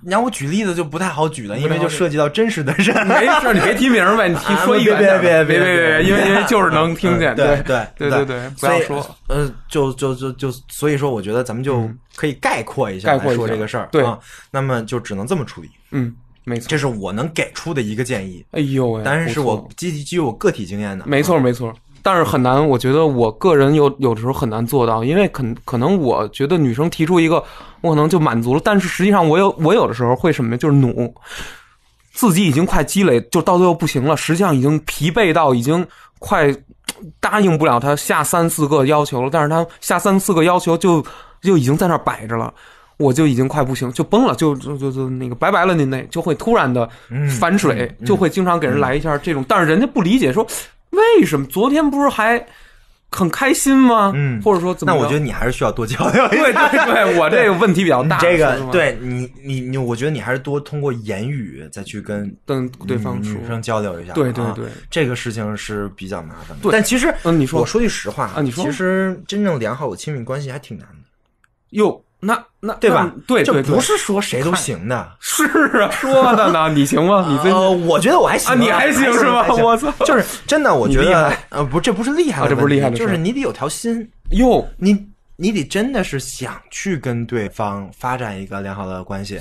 B: 你让我举例子就不太好举了，因为就涉及到真实的人。
C: 没事儿，你别提名儿呗，你提说一
B: 啊别
C: 个，
B: 别别
C: 别
B: 别
C: 别因为
B: *laughs*
C: 因为就是能听见，
B: 对
C: 对
B: 对
C: 对
B: 对
C: 对，不要
B: 所以
C: 说，嗯
B: 呃，就就就就，所以说，我觉得咱们就可以概括一下
C: 概括
B: 来
C: 一下
B: 说这个事儿。
C: 对
B: 啊，那么就只能这么处理，
C: 嗯，没错
B: 这。是我能给出的一个建议，
C: 哎呦喂，
B: 当然是
C: 不错
B: 我基基于我个体经验的。
C: 没错，没错。但是很难，我觉得我个人有有的时候很难做到，因为可可能我觉得女生提出一个，我可能就满足了，但是实际上我有我有的时候会什么呀，就是努，自己已经快积累，就到最后不行了，实际上已经疲惫到已经快嘖答应不了他下三四个要求了，但是他下三四个要求就就已经在那儿摆着了。我就已经快不行，就崩了，就就就就那个拜拜了，您那就会突然的
B: 嗯
C: 反水，就会经常给人来一下这种，但是人家不理解说为什么昨天不是还很开心吗？
B: 嗯
C: 或者说怎么
B: 那
C: 着？
B: 我觉得你还是需要多交流一下。
C: *laughs* 对对对，我这个问题比
B: *laughs*
C: 较
B: 你
C: 大，
B: 这
C: 说实
B: 个
C: 话
B: 对你你你，我觉得你还是多通过言语再去跟
C: 跟对方说
B: 嗯女，生交流一下。
C: 对对
B: 啊
C: 对
B: 这个事情是比较麻烦的。
C: 对
B: 但其实，
C: 嗯你说
B: 我说句实话
C: 啊你说
B: 其实真正良好的亲密关系还挺难的，嗯
C: 哟，那那
B: 对吧
C: 那？对
B: 这
C: 对对
B: 不，是说谁都行的。
C: 是啊，说
B: *laughs*
C: 的呢，你行吗？你最
B: 呃，我觉得我还行
C: 啊你还行是吧
B: 还行
C: 我操
B: 就是真的，我觉
C: 你厉
B: 得
C: 害
B: 呃，不，这不是厉害的
C: 啊这不是
B: 问题
C: 厉害的事
B: 就
C: 儿
B: 是你得有条心，
C: 哟，
B: 你你得真的是想去跟对方发展一个良好的关系，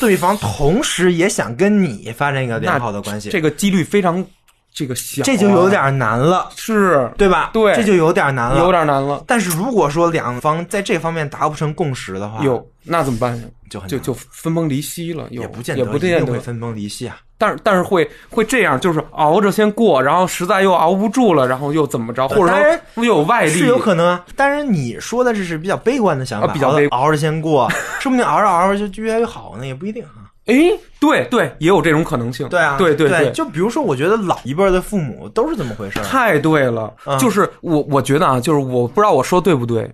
B: 对方同时也想跟你发展一个良好的关系，
C: 这个几率非常这个小啊，
B: 这就有点难了，
C: 是，
B: 对吧？
C: 对
B: 这就有点难了，
C: 有。点难了。
B: 但是如果说两方在这方面达不成共识的话，
C: 哟，那怎么办呀？
B: 就很
C: 就
B: 难
C: 就分崩离析了，
B: 也
C: 也
B: 不见
C: 也
B: 得
C: 不
B: 一
C: 见
B: 定会
C: 得，
B: 分崩离析啊。
C: 但是但是会会这样，就是熬着先过，然后实在又熬不住了，然后又怎么着，或者
B: 当然
C: 说又有外力，
B: 是有可能啊，当然你说的这是比较悲观的想法，
C: 啊比较
B: 熬着
C: 悲
B: 熬着先过， *laughs* 说不定熬着熬着就越来越好呢，也不一定啊。
C: 诶，对对，也有这种可能性。
B: 对啊，
C: 对
B: 对
C: 对，
B: 就比如说，我觉得老一辈儿的父母都是这么回事儿，
C: 太对了。
B: 嗯
C: 就是我，我觉得啊，就是我不知道我说对不对。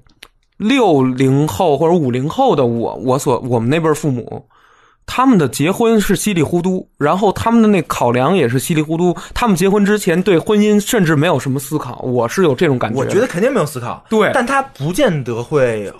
C: 六零后或者五零后的我，我所我们那辈儿父母，他们的结婚是稀里糊涂，然后他们的那考量也是稀里糊涂。他们结婚之前对婚姻甚至没有什么思考，我是有这种感觉。
B: 我觉得肯定没有思考，
C: 对
B: 但他不见得会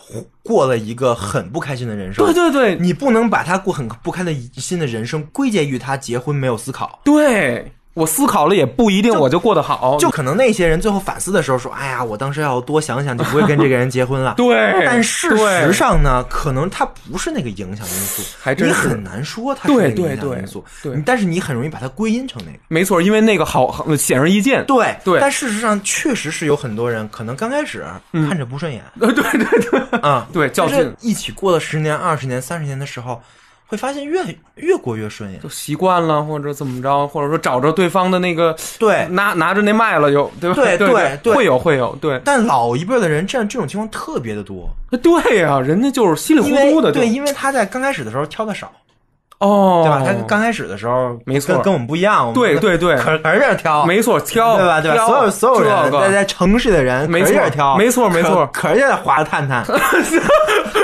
B: 过了一个很不开心的人生。
C: 对对对
B: 你不能把他过很不开的心的人生归结于他结婚没有思考。
C: 对，我思考了也不一定我就过得好，
B: 就可能那些人最后反思的时候说：“哎呀，我当时要多想想，就不会跟这个人结婚了。”
C: *laughs* 对
B: 但事实
C: 对
B: 上呢，可能它不是那个影响因素，
C: 还真
B: 你
C: 是
B: 很难说它是那个
C: 对
B: 影响
C: 对对
B: 因素，
C: 对
B: 你但是你很容易把它归因成那个。
C: 没错，因为那个好好显而易见，
B: 对
C: 对
B: 但事实上确实是有很多人可能刚开始看着不顺眼，
C: 呃对对对
B: 啊、
C: 对 *laughs* 教
B: 但是
C: 训
B: 一起过了十年、二十年、三十年的时候，会发现越越过越顺眼
C: 就。习惯了或者怎么着，或者说找着对方的那个
B: 对，
C: 拿拿着那卖了又对吧？
B: 对
C: 对
B: 对对
C: 会有会有对
B: 但老一辈的人这样这种情况特别的多，
C: 对呀、人家就是稀里糊
B: 因为
C: 涂的就
B: 对，因为他在刚开始的时候挑的少，
C: 哦，
B: 对吧？他刚开始的时候
C: 没错
B: 跟跟我们不一样，我们
C: 对
B: 可
C: 对对
B: 可可是这挑，
C: 哦没错挑
B: 对吧？对吧？
C: 挑
B: 所有所有人
C: 这
B: 在
C: 个
B: 在城市的人，
C: 没
B: 可
C: 错
B: 是这挑，
C: 没错没错
B: 可可是这划探
C: *laughs*
B: 探，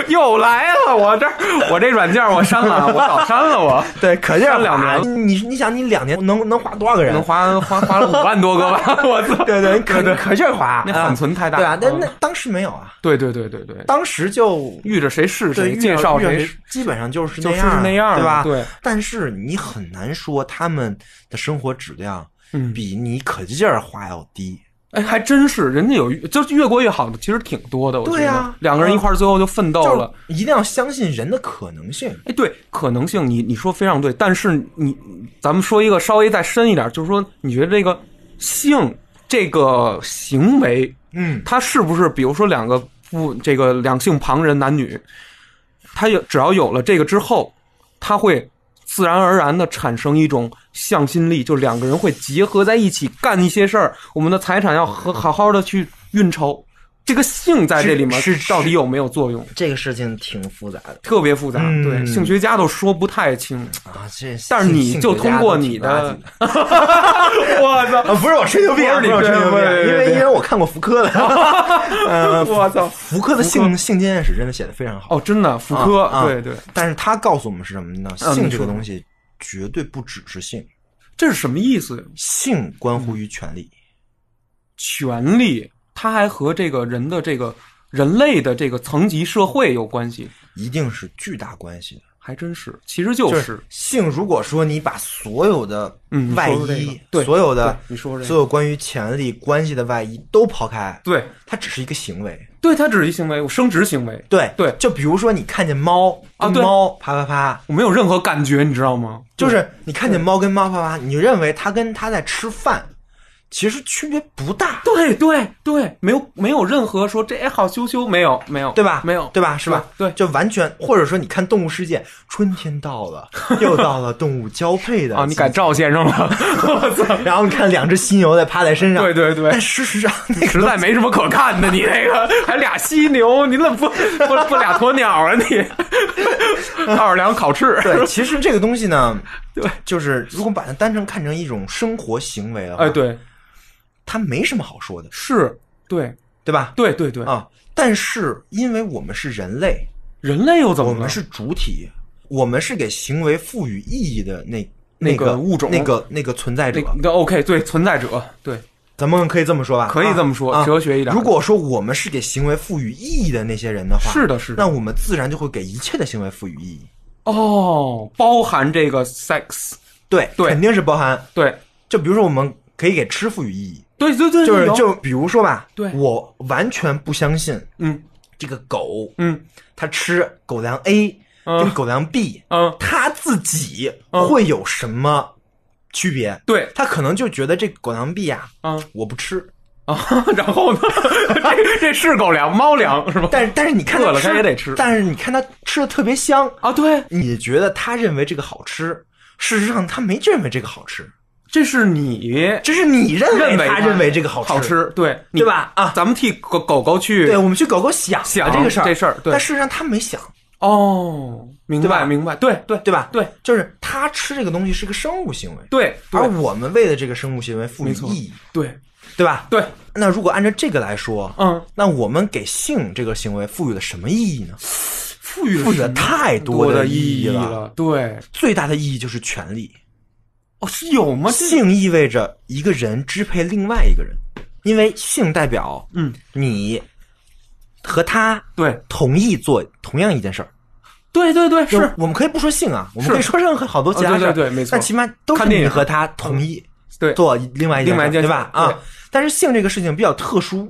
C: 又来了，我这我这软件我删
B: *laughs*
C: 了，我早删了我。
B: 对，可劲儿
C: 删两
B: 划
C: 年
B: 你你想，你两年能能划多少个人？
C: 能花花花了五万多个吧？我
B: *laughs*
C: 操！
B: 对对，可
C: 对
B: 可劲儿划，
C: 那缓存太大
B: 啊对啊，但
C: 嗯
B: 那当时没有啊，
C: 对对对对对，
B: 当时就
C: 遇着谁是
B: 对
C: 谁，
B: 遇
C: 介绍
B: 遇
C: 谁是，
B: 基本上就是
C: 就是
B: 样
C: 那样
B: 对
C: 的
B: 吧？
C: 对。
B: 但是你很难说他们的生活质量
C: 嗯
B: 比你可劲儿花要低。
C: 哎，还真是，人家有就是越过越好的，其实挺多的。我觉
B: 对
C: 得
B: 呀嗯
C: 两个人一块儿最后就奋斗
B: 就是
C: 了。
B: 一定要相信人的可能性。
C: 哎，对，可能性你你说非常对，但是你咱们说一个稍微再深一点，就是说你觉得这个性这个行为，
B: 嗯，
C: 它是不是比如说两个不这个两性旁人男女，他有只要有了这个之后，他会自然而然的产生一种向心力，就两个人会结合在一起干一些事儿，我们的财产要和好好的去运筹。这个性在这里面
B: 是是
C: 到底有没有作用？
B: 这个事情挺复杂的
C: 特别复杂，
B: 嗯
C: 对，性学家都说不太清。
B: 啊，这
C: 但是你就通过你的， *laughs* 我操！
B: 啊，不是我吹牛逼啊，不
C: 不是
B: 是
C: 你
B: 我吹牛逼啊，因
C: 对对对对
B: 为
C: 对
B: 因为我看过福 *laughs* 柯的，嗯，
C: 我操！
B: 福柯的性性经验史真的写的非常好。
C: 哦，真的，福柯，
B: 啊啊
C: 对对，
B: 但是他告诉我们是什么呢？
C: 嗯
B: 性这
C: 你说
B: 个东西绝对不只是性，
C: 这是什么意思？
B: 性关乎于权利。
C: 权利，它还和这个人的这个人类的这个层级社会有关系，
B: 一定是巨大关系的，
C: 还真是。其实就
B: 就是性。如果说你把所有的
C: 嗯你
B: 外衣
C: 说说，这个对
B: 所有的
C: 对你说说这个
B: 所有关于权利关系的外衣都抛开，
C: 对，
B: 它只是一个行为。
C: 对，它只是一行为，我生殖行为，
B: 对
C: 对
B: 就比如说你看见猫
C: 啊
B: 跟
C: 对
B: 猫啪啪啪，
C: 我没有任何感觉，你知道吗？
B: 就是你看见猫跟猫啪啪，你认为它跟它在吃饭，其实区别不大，
C: 对对对，没有没有任何说这哎好羞羞，没有没有，
B: 对吧？
C: 没有
B: 对吧？是吧？
C: 对，对
B: 就完全，或者说你看《动物世界》，春天到
C: *laughs*
B: 了，又到了动物交配的
C: 啊，你
B: 季节
C: 改赵先生了， *laughs* 我操！
B: 然后你看两只犀牛在趴在身上，
C: 对对对
B: 但事
C: *laughs*
B: 实上，那个
C: 实在没什么可看的，你那个还俩犀牛，你怎么不不不俩鸵鸟啊你？ *laughs* 二十两烤翅，
B: *laughs*
C: *laughs*
B: 对，其实这个东西呢，
C: 对，
B: 就是如果把它单纯看成一种生活行为的话，
C: 哎，对，
B: 它没什么好说的，
C: 是，对，
B: 对吧？
C: 对对对，
B: 啊，但是因为我们是人类，
C: 人类又怎么
B: 我
C: 了？
B: 们是主体，我们是给行为赋予意义的那
C: 那个
B: 个
C: 物种
B: 那个那个存在者
C: 那，那 OK，对，存在者，对，
B: 咱们可以这么说吧？
C: 可以这么说
B: 啊啊
C: 哲学一点
B: 如果说我们是给行为赋予意义的那些人的话，
C: 是的是的
B: 那我们自然就会给一切的行为赋予意义。
C: 哦，包含这个 sex，
B: 对，
C: 对
B: 肯定是包含。
C: 对，
B: 就比如说，我们可以给吃赋予意义，
C: 对对
B: *laughs*
C: 对，
B: 就是
C: 有
B: 就比如说吧，
C: 对
B: 我完全不相信
C: 嗯
B: 这个狗，
C: 嗯
B: 它吃狗粮 A
C: 嗯
B: 跟狗粮 B，
C: 嗯，
B: 它自己会有什么区别？
C: 对
B: 它可能就觉得这狗粮 B 呀，
C: 嗯 *laughs*
B: 我不吃，
C: 啊，然后呢， *laughs* 这这是狗粮，猫粮是吧？
B: 但是但是你看
C: 饿
B: 它
C: 了它也得吃
B: 但是你看它吃的特别香，
C: 啊，对，
B: 你觉得它认为这个好吃，事实上它没认为这个好吃，
C: 这是你
B: 这是你认
C: 认为
B: 为它认为这个好
C: 好吃，对你
B: 对吧啊
C: 咱们替狗狗狗去
B: 对，我们去狗狗想
C: 想
B: 这个事儿，
C: 这事儿对
B: 但事实上它没想。
C: 哦，明
B: 对
C: 白
B: 吧
C: 明白，对对
B: 对吧？
C: 对，
B: 就是他吃这个东西是个生物行为，，
C: 对
B: 而
C: 对，
B: 我们为了这个生物行为赋予
C: 没错
B: 意义，
C: 对
B: 对吧？。
C: 对，
B: 那如果按照这个来说，
C: 嗯，
B: 那我们给性这个行为赋予了什么意义呢？
C: 赋予了
B: 赋予了
C: 什么
B: 太
C: 多
B: 的
C: 意
B: 义
C: 了，对，
B: 最大的意义就是权利。
C: 哦，是有吗？这
B: 性意味着一个人支配另外一个人，因为性代表
C: 嗯，
B: 你和他
C: 对
B: 同意做同样一件事儿。
C: 对对对，是
B: 我们可以不说性啊，我们
C: 是
B: 可以说任何好多其他
C: 啊对
B: 事儿、
C: 对对没错
B: 但起码都
C: 看
B: 是
C: 电
B: 你
C: 影
B: 和他同意。
C: 对
B: 做另外一件事
C: 另外一件
B: 对
C: 事
B: 吧？啊
C: 对，
B: 但是性这个事情比较特殊，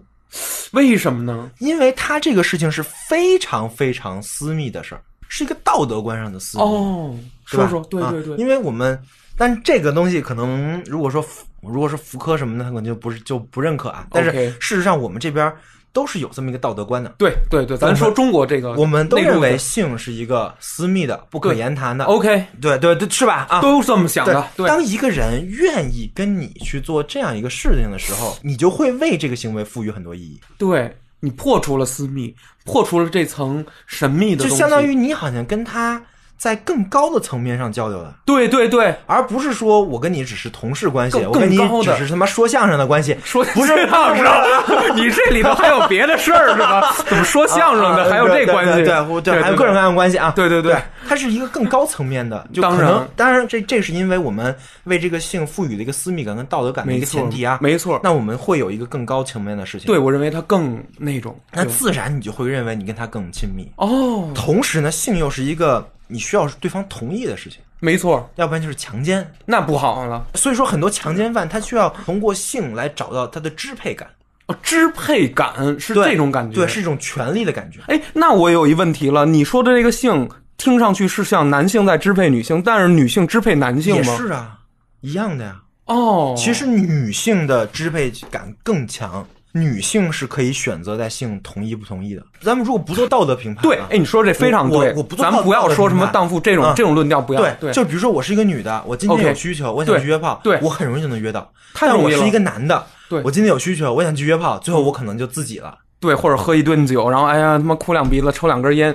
C: 为什么呢？
B: 因为它这个事情是非常非常私密的事儿，是一个道德观上的私密。
C: 哦，
B: 是吧
C: 说说，对
B: 啊
C: 对对，
B: 因为我们，但这个东西可能如果说福如果说福柯什么的，他可能就不是就不认可啊。但是
C: OK
B: 事实上，我们这边都是有这么一个道德观的，
C: 对对对，咱说中国这个内陆的，
B: 我们都认为性是一个私密的、不可
C: 对
B: 言谈的。
C: OK，
B: 对对对，是吧？啊，
C: 都这么想的，对
B: 当一个人愿意跟你去做这样一个事情的时候，你就会为这个行为赋予很多意义，
C: 对，你破除了私密，破除了这层神秘的
B: 就
C: 东西，
B: 相当于你好像跟他在更高的层面上交流了。
C: 对对对，
B: 而不是说我跟你只是同事关系，
C: 更
B: 我跟你
C: 更高
B: 只
C: 的
B: 是他妈说相声的关系，
C: *laughs* 说
B: 不是
C: 相声， *laughs* 你这里头还有别的事儿是吧？怎么说相声
B: 啊 *laughs*
C: 的还有这关系？
B: 对对对，我对还有各种各样的关系啊，
C: 对对对
B: 对，它是一个更高层面的，就可
C: 当然
B: 能当然这这是因为我们为这个性赋予了一个私密感跟道德感的一
C: 没
B: 个
C: 错
B: 前提啊，
C: 没错。
B: 那我们会有一个更高层面的事情，
C: 对，我认为他更那种。
B: 那
C: 对
B: 自然你就会认为你跟他更亲密，
C: 哦，
B: 同时呢，性又是一个你需要对方同意的事情，
C: 没错，
B: 要不然就是强奸，
C: 那不好了。
B: 所以说很多强奸犯他需要通过性来找到他的支配感。
C: 哦，支配感是
B: 对
C: 这种感觉。
B: 对，是。一种权力的感觉。
C: 哎，那我有一问题了，你说的这个性，听上去是像男性在支配女性，但是女性支配男性
B: 也
C: 吗？
B: 是啊，一样的呀。
C: 哦，
B: 其实女性的支配感更强，女性是可以选择在性同意不同意的。咱们如果不做道德评判啊，
C: 对，哎，你说这非常
B: 我
C: 对，
B: 我不做
C: 咱们不要说什么荡妇这种、
B: 嗯
C: 这种论调，不要
B: 对，
C: 对，
B: 就比如说我是一个女的，我今天
C: OK
B: 有需求，我想去约炮，
C: 对
B: 我很容易就能约到。
C: 太
B: 但
C: 容
B: 我
C: 易
B: 是
C: 了
B: 一个男的，
C: 对
B: 我今天有需求，我想去约炮，最后我可能就自己了。
C: 对，或者喝一顿酒，然后哎呀他妈哭两鼻子，抽两根烟，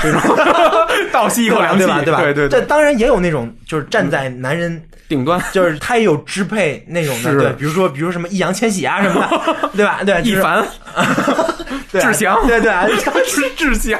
C: 这种 *laughs* 倒吸一
B: 一
C: 口凉气，
B: 对吧？
C: 对
B: 吧？
C: 对嗯
B: 这当然也有那种，就是站在男人，
C: 顶端
B: 就是他也有支配那种的，
C: 是
B: 对，比如说，比如什么易烊千玺啊什么
C: *laughs*
B: 的，对吧？对，就
C: 一
B: 是
C: 凡、
B: 对啊
C: 志祥
B: 对对啊，
C: 是志祥，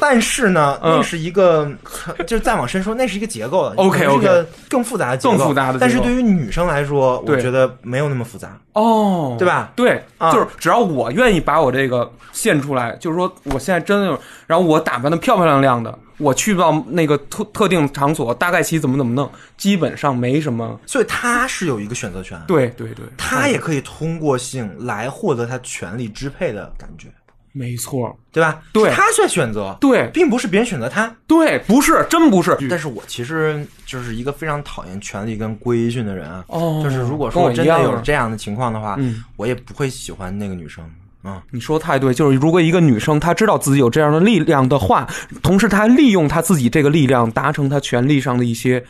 B: 但是呢，
C: 嗯
B: 那是一个， *laughs* 就是再往深说，那是一个结构的
C: OK，OK
B: 是一个更复杂的结构，
C: 更复杂的结构
B: 但是对于女生来说，我
C: 对
B: 觉得没有那么复杂。
C: 哦，
B: 对吧
C: 对，
B: 啊
C: 就是只要我愿意把我这个献出来，就是说我现在真的，然后我打扮的漂漂亮亮的，我去到那个特特定场所，大概其怎么怎么弄，基本上没什么。
B: 所以她是有一个选择权，，
C: 对对对，
B: 她也可以通过性来获得她权力支配的感觉，
C: 没错，
B: 对吧？
C: 对
B: 是她在选择，
C: 对
B: 并不是别人选择她。
C: 对，不是，真不是。
B: 但是我其实就是一个非常讨厌权力跟规训的人啊，
C: 哦
B: 就是如果
C: 跟
B: 说
C: 我一
B: 真
C: 样
B: 的
C: 啊
B: 有这样的情况的话，
C: 嗯
B: 我也不会喜欢那个女生啊。
C: 你说太对，就是如果一个女生她知道自己有这样的力量的话，同时她利用她自己这个力量达成她权利上的一些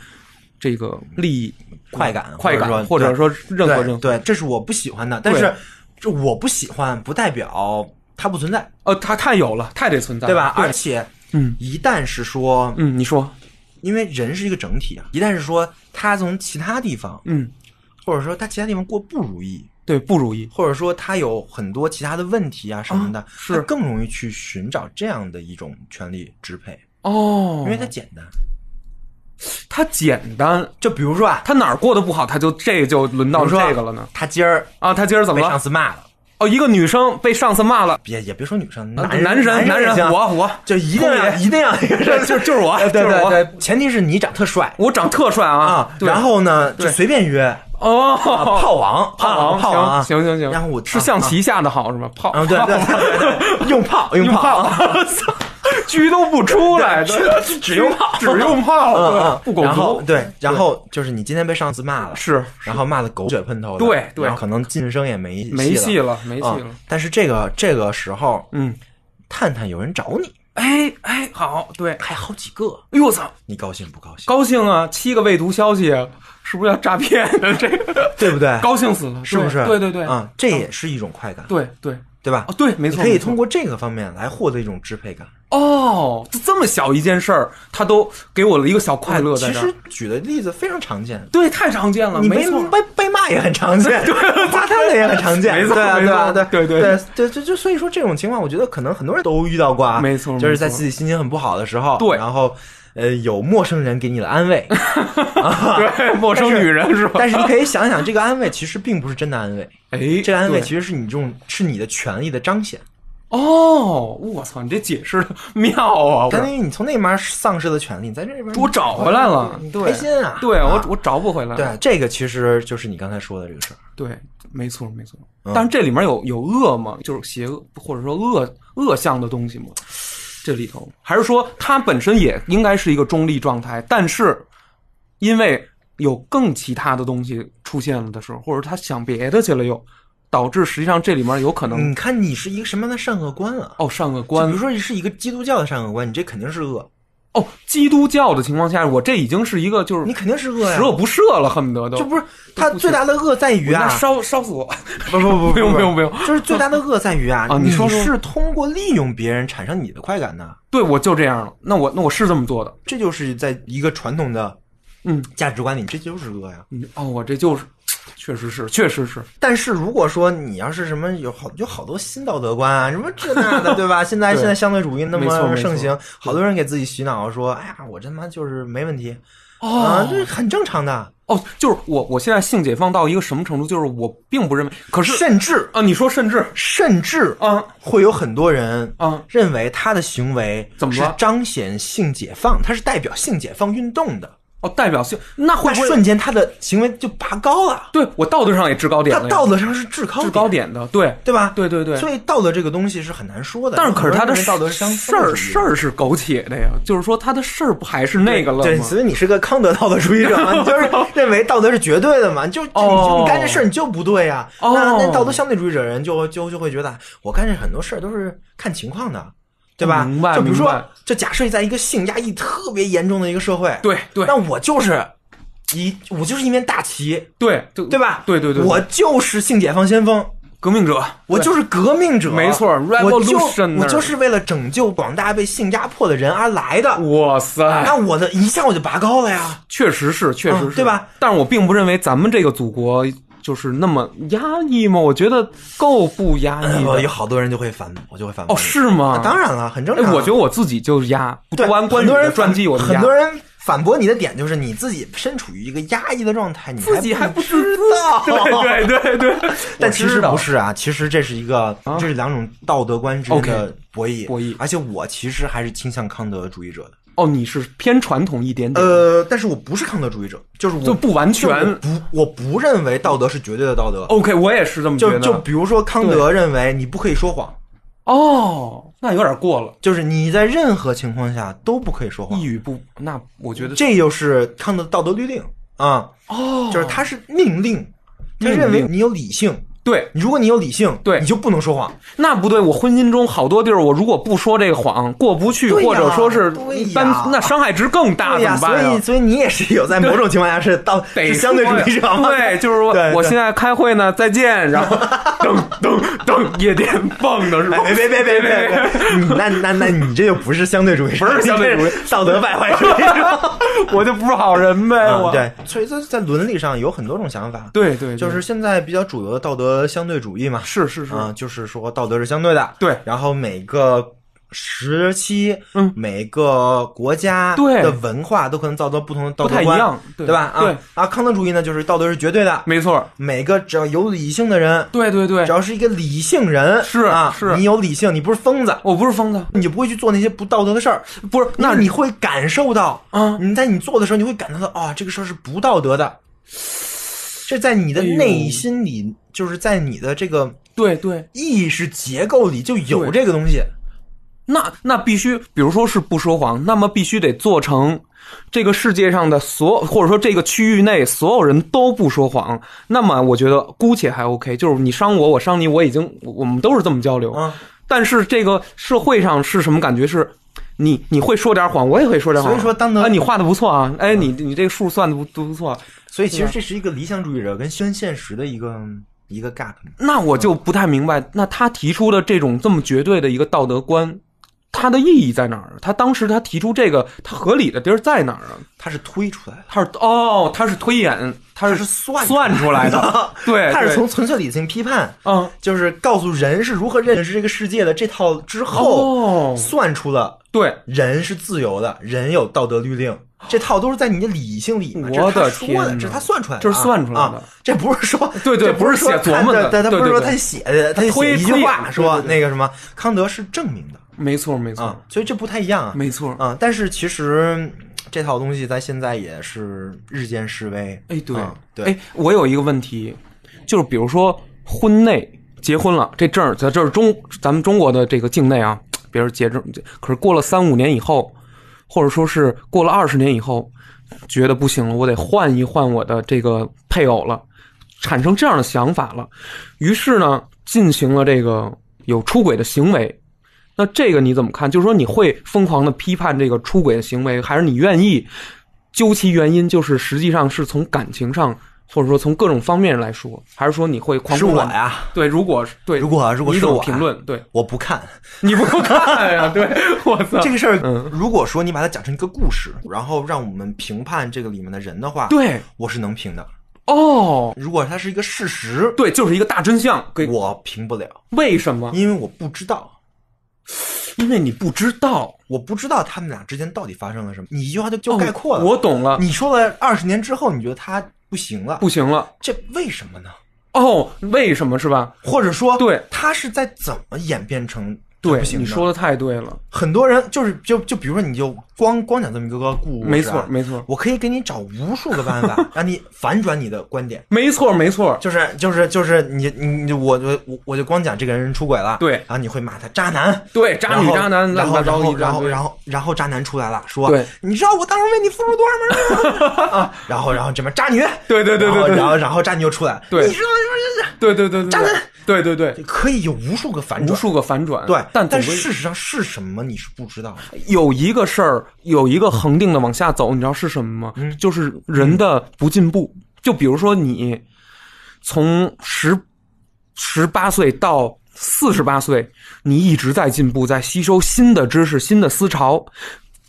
C: 这个利益、
B: 快感，
C: 嗯快感，
B: 或
C: 或
B: 者
C: 者
B: 说
C: 说任何任何
B: 对，对，这是我不喜欢的。但是这我不喜欢，不代表它不存在，
C: 呃，她太有了，太得存在了，
B: 对吧？而且，
C: 嗯
B: 一旦是说，
C: 嗯，你说，
B: 因为人是一个整体啊，一旦是说他从其他地方，
C: 嗯，
B: 或者说他其他地方过不如意，
C: 对，不如意，
B: 或者说他有很多其他的问题啊什么的，
C: 是
B: 他更容易去寻找这样的一种权利支配，
C: 哦，
B: 因为它简单。
C: 他简单，
B: 就比如说啊，
C: 他哪儿过得不好，他就这就轮
B: 比
C: 到
B: 如说啊
C: 这个了呢？
B: 他今儿
C: 啊，他今儿怎么
B: 被上
C: 了？
B: 司骂了，
C: 哦，一个女生被上司骂了，
B: 别也别说女生，
C: 啊
B: 男
C: 男
B: 人
C: 男
B: 也
C: 人，
B: 行
C: 我我
B: 就一定要
C: 空姐
B: 一定要那个
C: 对，
B: 事，
C: *laughs* 就就是我，
B: *laughs* 对
C: 就
B: 对
C: 是
B: 对
C: 我，
B: 对，前提是你长特帅
C: 我长特帅啊
B: 啊，，
C: 对
B: 然后呢
C: 对
B: 就随便约
C: 哦，
B: 炮王，
C: 炮
B: 啊
C: 王，
B: 炮王啊，
C: 行行行行，
B: 然后我啊
C: 是象，棋下的好是吧？炮，
B: 啊啊对对对对，用炮用
C: *laughs* 用炮
B: 炮，，
C: 操狙都不出来，
B: 对
C: 对
B: 只只
C: *laughs*
B: 用炮
C: 只用炮，
B: 嗯
C: 对
B: 嗯，
C: 不苟
B: 然后
C: 足，
B: 对，然后就是你今天被上司骂了，
C: 是
B: 然后骂的狗血喷头的，
C: 对对
B: 然后可能晋升也没
C: 没
B: 戏
C: 戏了，没戏
B: 啊
C: 了，
B: 但是这个这个时候，
C: 嗯，
B: 探探有人找你，
C: 哎哎，好，对，哎
B: 还好几个，
C: 呦我操，
B: 你高兴不高兴？
C: 高兴啊！七个未读消息，是不是要诈骗的？这个
B: 对不对？
C: 高兴死了，
B: 是不是？
C: 对对对，
B: 啊，这也是一种快感，
C: 对对
B: 对吧
C: 哦，？对，没
B: 你
C: 错，
B: 可以
C: 没错
B: 通过这个方面来获得一种支配感。
C: 哦，就这么小一件事儿，他都给我了一个小快乐在
B: 哎其
C: 这儿
B: 实。举的例子非常常见，
C: 对，太常见了，
B: 你
C: 没
B: 被
C: 错。
B: 被被骂也很常
C: *laughs*
B: 见，对，砸摊的也很常见，
C: 没错
B: 对啊
C: 没
B: 对啊
C: 错
B: 对
C: 对对
B: 对对，就就所以说这种情况，我觉得可能很多人都遇到过啊，
C: 没错
B: 就是在
C: 没错
B: 自己心情很不好的时候，
C: 对
B: 然后呃有陌生人给你的安
C: *laughs*
B: 慰，啊
C: 对， *laughs* 陌生女人是吧？
B: *laughs* 但是你可以想想，这个安慰其实并不是真的安慰，
C: 哎，
B: 这个安慰
C: 对
B: 其实是你这种是你的权利的彰显，
C: 哦，我操，你这解释的妙啊！我
B: 相当于你从那边丧失了权利，在这边
C: 我找回来了
B: 你，
C: 对
B: 开心啊！
C: 对
B: 啊
C: 我我找不回来了。
B: 对这个其实就是你刚才说的这个事儿。
C: 对，没错没错
B: 嗯。
C: 但是这里面有有恶吗？就是邪恶或者说恶恶向的东西吗？这里头还是说它本身也应该是一个中立状态，但是因为有更其他的东西出现了的时候，或者他想别的去了又，导致实际上这里面有可能、
B: 你看你是一个什么样的善恶观啊？
C: 哦善恶
B: 就
C: 嗯观
B: 比如说是一个基督教的善恶观，你这肯定是恶，
C: 哦基督教的情况下，我这已经是一个就是
B: 你肯定是恶呀、
C: 十恶不赦了，恨不得都
B: 啊这不是他最大的恶在于
C: 那
B: 啊，
C: 烧烧死我！
B: 不不不
C: 不用不用不用，
B: 就是最大的恶在于啊，
C: 啊你说说
B: 是通过利用别人产生你的快感的，
C: *laughs* 对我就这样了，那我那我是这么做的，
B: 这就是在一个传统的
C: 嗯。
B: 价值观里，这就是恶呀。
C: 嗯，哦，我这就是，确实是，确实是，
B: 但是如果说你要是什么有好有好多新道德观啊，什么这那的，对 *laughs* 吧？现在
C: 对
B: 现在相对主义那
C: 没错
B: 么
C: 没错
B: 盛行，好多人给自己洗脑说，哎呀，我他妈就是没问题啊
C: 哦，
B: 这很正常的。
C: 哦，就是我，我现在性解放到一个什么程度？就是我并不认为，可是
B: 甚至
C: 啊，你说甚至
B: 甚至
C: 啊
B: 会有很多人
C: 啊
B: 认为他的行为
C: 怎么
B: 是
C: 了
B: 彰显性解放，他是代表性解放运动的。
C: 哦，代表性，那会
B: 但
C: 不会
B: 瞬间他的行为就拔高了，
C: 对我道德上也制高点
B: 他
C: 了呀，
B: 道德上是制高
C: 制高
B: 点，
C: 点的，对
B: 对吧？
C: 对对对
B: 所以道德这个东西是很难说的。
C: 但是可是他的
B: 很多人认为道德相
C: 事儿事儿是苟且的呀，就是说他的事儿不还是那个了
B: 对，
C: 吗？
B: 所以你是个康德道德主义者
C: *laughs*
B: 嘛？你就是认为道德是绝对的嘛？你就就你就
C: 哦
B: 你干这事儿你就不对呀、
C: 哦
B: 那那道德相对主义者人就就就会觉得，我干这很多事儿都是看情况的，对吧？
C: 明白
B: 就比如
C: 明
B: 说
C: 白，
B: 就假设在一个性压抑特别严重的一个社会，
C: 对对
B: 那我就是一我就是一面大旗，
C: 对对
B: 对吧？
C: 对对对，
B: 我就是性解放先锋，
C: 革命者，
B: 我
C: 对
B: 就是革命者，
C: 没错
B: 我就
C: revolutionary
B: 我就是为了拯救广大被性压迫的人而来的。*laughs*
C: 哇塞，
B: 那我的一下我就拔高了呀，
C: 确实是，确实是，
B: 嗯对吧？
C: 但是我并不认为咱们这个祖国就是那么压抑嘛，我觉得够不压抑
B: 我
C: 的。
B: 哦哎有好多人就会反，我就会反驳
C: 哦，
B: 你。
C: 是吗？
B: 啊当。然了，很正
C: 哎
B: 常啊。，
C: 我觉得我自己就是压，
B: 对，
C: 读完关
B: 很
C: 羽
B: 多
C: 的
B: 人
C: 传记，我就
B: 很
C: 压
B: 多人反驳你的点就是你自己身处于一个压抑的状态，你
C: 自己还
B: 不
C: 不
B: 知道。 *laughs*
C: 对对对对，
B: 但
C: 我
B: 其实
C: 知道
B: 不，是啊，其实这是一个，
C: 啊
B: 这是两种道德观之间的博弈。
C: 博弈
B: 而且我其实还是倾向康德主义者的。
C: 哦，你是偏传统一点点，
B: 呃，但是我不是康德主义者，就是我
C: 就不完
B: 就
C: 全
B: 我不，我不认为道德是绝对的道德。
C: OK，我也是这么觉
B: 就
C: 得。
B: 就比如说康德认为你不可以说谎，
C: 哦，那有点过了，
B: 就是你在任何情况下都不可以说
C: 一
B: 谎，
C: 语不，那我觉得
B: 这就是康德的道德律令啊，
C: 哦，
B: 就是他是命令，他
C: 命令
B: 认为你有理性，
C: 对，
B: 如果你有理性，
C: 对
B: 你就不能说谎。
C: 那不对，我婚姻中好多地儿，我如果不说这个谎，过不去，
B: 对呀
C: 或者说是
B: 对呀
C: 单，那伤害值更大，
B: 对
C: 怎
B: 呀，
C: 么
B: 所
C: 办
B: 以
C: 呀？
B: 所以你也是有在某种情况下是道
C: 得
B: 是相对主义者
C: 说呀
B: 嘛？ *laughs*
C: 对，就是说
B: 对
C: 我
B: 对
C: 现在开会呢，再
B: *laughs*
C: 见，然后噔噔噔，夜店蹦的是吧
B: 哎，？别别别别别别！你那那那你这就不是相对主义者，
C: 不是相对主义
B: 你这是道德败坏主义者。
C: *laughs* 我就不是好人呗，
B: 嗯
C: 我。
B: 对，所以在在伦理上有很多种想法，
C: 对对，
B: 就是现在比较主流的道德相对主义嘛，
C: 是是是，
B: 啊、就是说道德是相对的，
C: 对
B: 然后每个时期，
C: 嗯
B: 每个国家
C: 对
B: 的文化都可能造得不同的道德
C: 不太
B: 观，
C: 一样
B: 对
C: 对
B: 吧？啊
C: 对
B: 啊，康德主义呢，就是道德是绝对的，
C: 没错，
B: 每个只要有理性的人，
C: 对对对
B: 只，要是一个理性人，
C: 是
B: 啊，
C: 是
B: 你有理性，你不是疯子。
C: 我不是疯子，
B: 你就不会去做那些不道德的事儿，
C: 不是，那
B: 你会感受到
C: 啊
B: 你在你做的时候，你会感受到啊、这个事儿是不道德的。这在你的
C: 哎呦
B: 内心里，就是在你的这个
C: 对对，
B: 意识结构里就有
C: 对
B: 这个东西。
C: 那那必须，比如说是不说谎，那么必须得做成这个世界上的所有，或者说这个区域内所有人都不说谎。那么我觉得姑且还 OK，就是你伤我，我伤你，我已经我我们都是这么交流。
B: 嗯
C: 但是这个社会上是什么感觉是？你你会说点谎，我也会说点谎。
B: 所以说当得
C: 啊，你画的不错啊，哎，你你这个数算的不不错，啊
B: 所以其
C: 对
B: 实
C: 吧
B: 这是一个理想主义者跟宣现实的一个一个 gap。
C: 那我就不太明白，那他提出的这种这么绝对的一个道德观，它的意义在哪儿？啊他当时他提出这个，他合理的地儿在哪儿啊？
B: 它是推出来的，
C: 他是哦，他是推演，他
B: 它
C: 是
B: 是算
C: 算出
B: *laughs*
C: 来的， *laughs* 对，
B: 它是
C: 对
B: 从纯粹理性批判，
C: 嗯
B: 就是告诉人是如何认识这个世界的这套之后，
C: 哦
B: 算出了
C: 对，
B: 人是自由的，人有道德律令，这套都是在你的理性里面。这
C: 哦我
B: 是他
C: 的
B: 说
C: 天
B: 的，
C: 哪
B: 这是他算出来的啊，
C: 这是算出来的
B: 啊这不是说
C: *laughs* 对对
B: 这不说
C: 不是写琢磨的
B: 他他他
C: 对
B: 不是
C: 对
B: 说
C: 对
B: 他写的，他
C: 推
B: 写一句
C: 推
B: 话说
C: 对对对
B: 那个什么，康德是证明的
C: 没错没错、
B: 啊，所以这不太一样啊。
C: 没错。
B: 啊，但是其实嗯这套东西在现在也是日渐式微。
C: 哎，对、
B: 啊对，
C: 哎，我有一个问题，就是比如说婚内结婚了，这证儿在这是中咱们中国的这个境内啊，别人结证，可是过了三五年以后，或者说是过了二十年以后，觉得不行了，我得换一换我的这个配偶了，产生这样的想法了，于是呢，进行了这个有出轨的行为。那这个你怎么看？就是说你会疯狂的批判这个出轨的行为，还是你愿意究其原因，就是实际上是从感情上，或者说从各种方面来说，还是说你会狂
B: 是
C: 不
B: 我
C: 乱？
B: 呀，
C: 对，如果是对，
B: 如果啊如果
C: 你
B: 是
C: 怎么
B: 我
C: 评论，对
B: 我不
C: 啊
B: 看
C: 你不够看呀、对，我
B: *laughs*
C: 操，
B: 这个事儿
C: 嗯。
B: 如果说你把它讲成一个故事，然后让我们评判这个里面的人的话，，
C: 对
B: 我是能评的。
C: 哦，
B: 如果它是一个事实，
C: 对，就是一个大真相。给
B: 我评不了，
C: 为什么？
B: 因为我不知道，
C: 因为你不知道，
B: 我不知道他们俩之间到底发生了什么。你一句话就就
C: 哦
B: 概括了。
C: 我懂了，
B: 你说了二十年之后，你觉得他不行了，
C: 不行了。
B: 这为什么呢？
C: 哦，为什么是吧？
B: 或者说，
C: 对
B: 他是在怎么演变成他
C: 对
B: 不，行
C: 你
B: 的
C: 说的太对了，
B: 很多人就是就就比如说，你就光光讲这么一个个故事啊、
C: 没错没错
B: 我可以给你找无数个办
C: *laughs*
B: 法让你反转你的观点。
C: 没错没错，
B: 就是就是就是你你我我我我就光讲这个人出轨了，
C: 对
B: 然后你会骂他渣男，
C: 对渣
B: 然
C: 女
B: 后
C: 渣
B: 然
C: 男乱七
B: 后
C: 八
B: 然
C: 糟
B: 后
C: 一大
B: 然后
C: 堆
B: 然后然后渣男出来了，说
C: 对
B: 你知道我当时为你付出多少
C: *laughs*
B: 吗？啊然后然后这边渣女，
C: 对对对对
B: 然后
C: 对
B: 然后然后渣女又出来了，
C: 对
B: 你知道
C: 对对对对，
B: 渣男
C: 对，对对对，
B: 可以有无数个反
C: 无
B: 转，
C: 数个反转，
B: 对，
C: 但
B: 但
C: 总归
B: 事实上是什么你是不知道的，
C: 有一个事儿，有一个恒定的往下走，你知道是什么吗？就是人的不进步。就比如说你从十十八岁到四十八岁，你一直在进步，在吸收新的知识、新的思潮。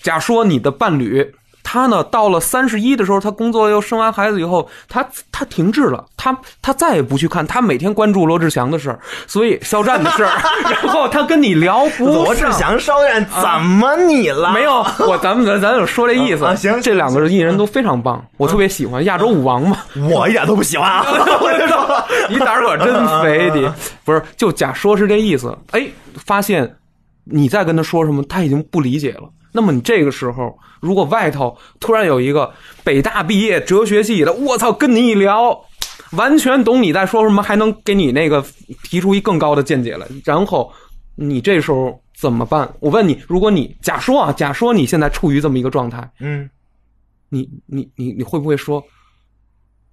C: 假说你的伴侣。他呢，到了三十一的时候，他工作又生完孩子以后，他他停滞了，他他再也不去看，他每天关注罗志祥的事儿，所以肖战的事儿，然后他跟你聊不上。
B: 罗志祥稍远怎么你了？
C: 没有，
B: *laughs*
C: 我咱们咱咱就说这意思
B: 啊啊行行嗯
C: 这两个艺人都非常棒，我特别喜欢亚洲舞王嘛。
B: 我一点都不喜欢
C: *laughs*
B: 啊！我就说，
C: 你胆儿可真肥，你不是就假说是这意思？哎，发现你在跟他说什么，他已经不理解了。那么你这个时候，如果外头突然有一个北大毕业哲学系的，我操，跟你一聊，完全懂你在说什么，还能给你那个提出一更高的见解来，然后你这时候怎么办？我问你，如果你假说啊，假说你现在处于这么一个状态，
B: 嗯，
C: 你你你你会不会说，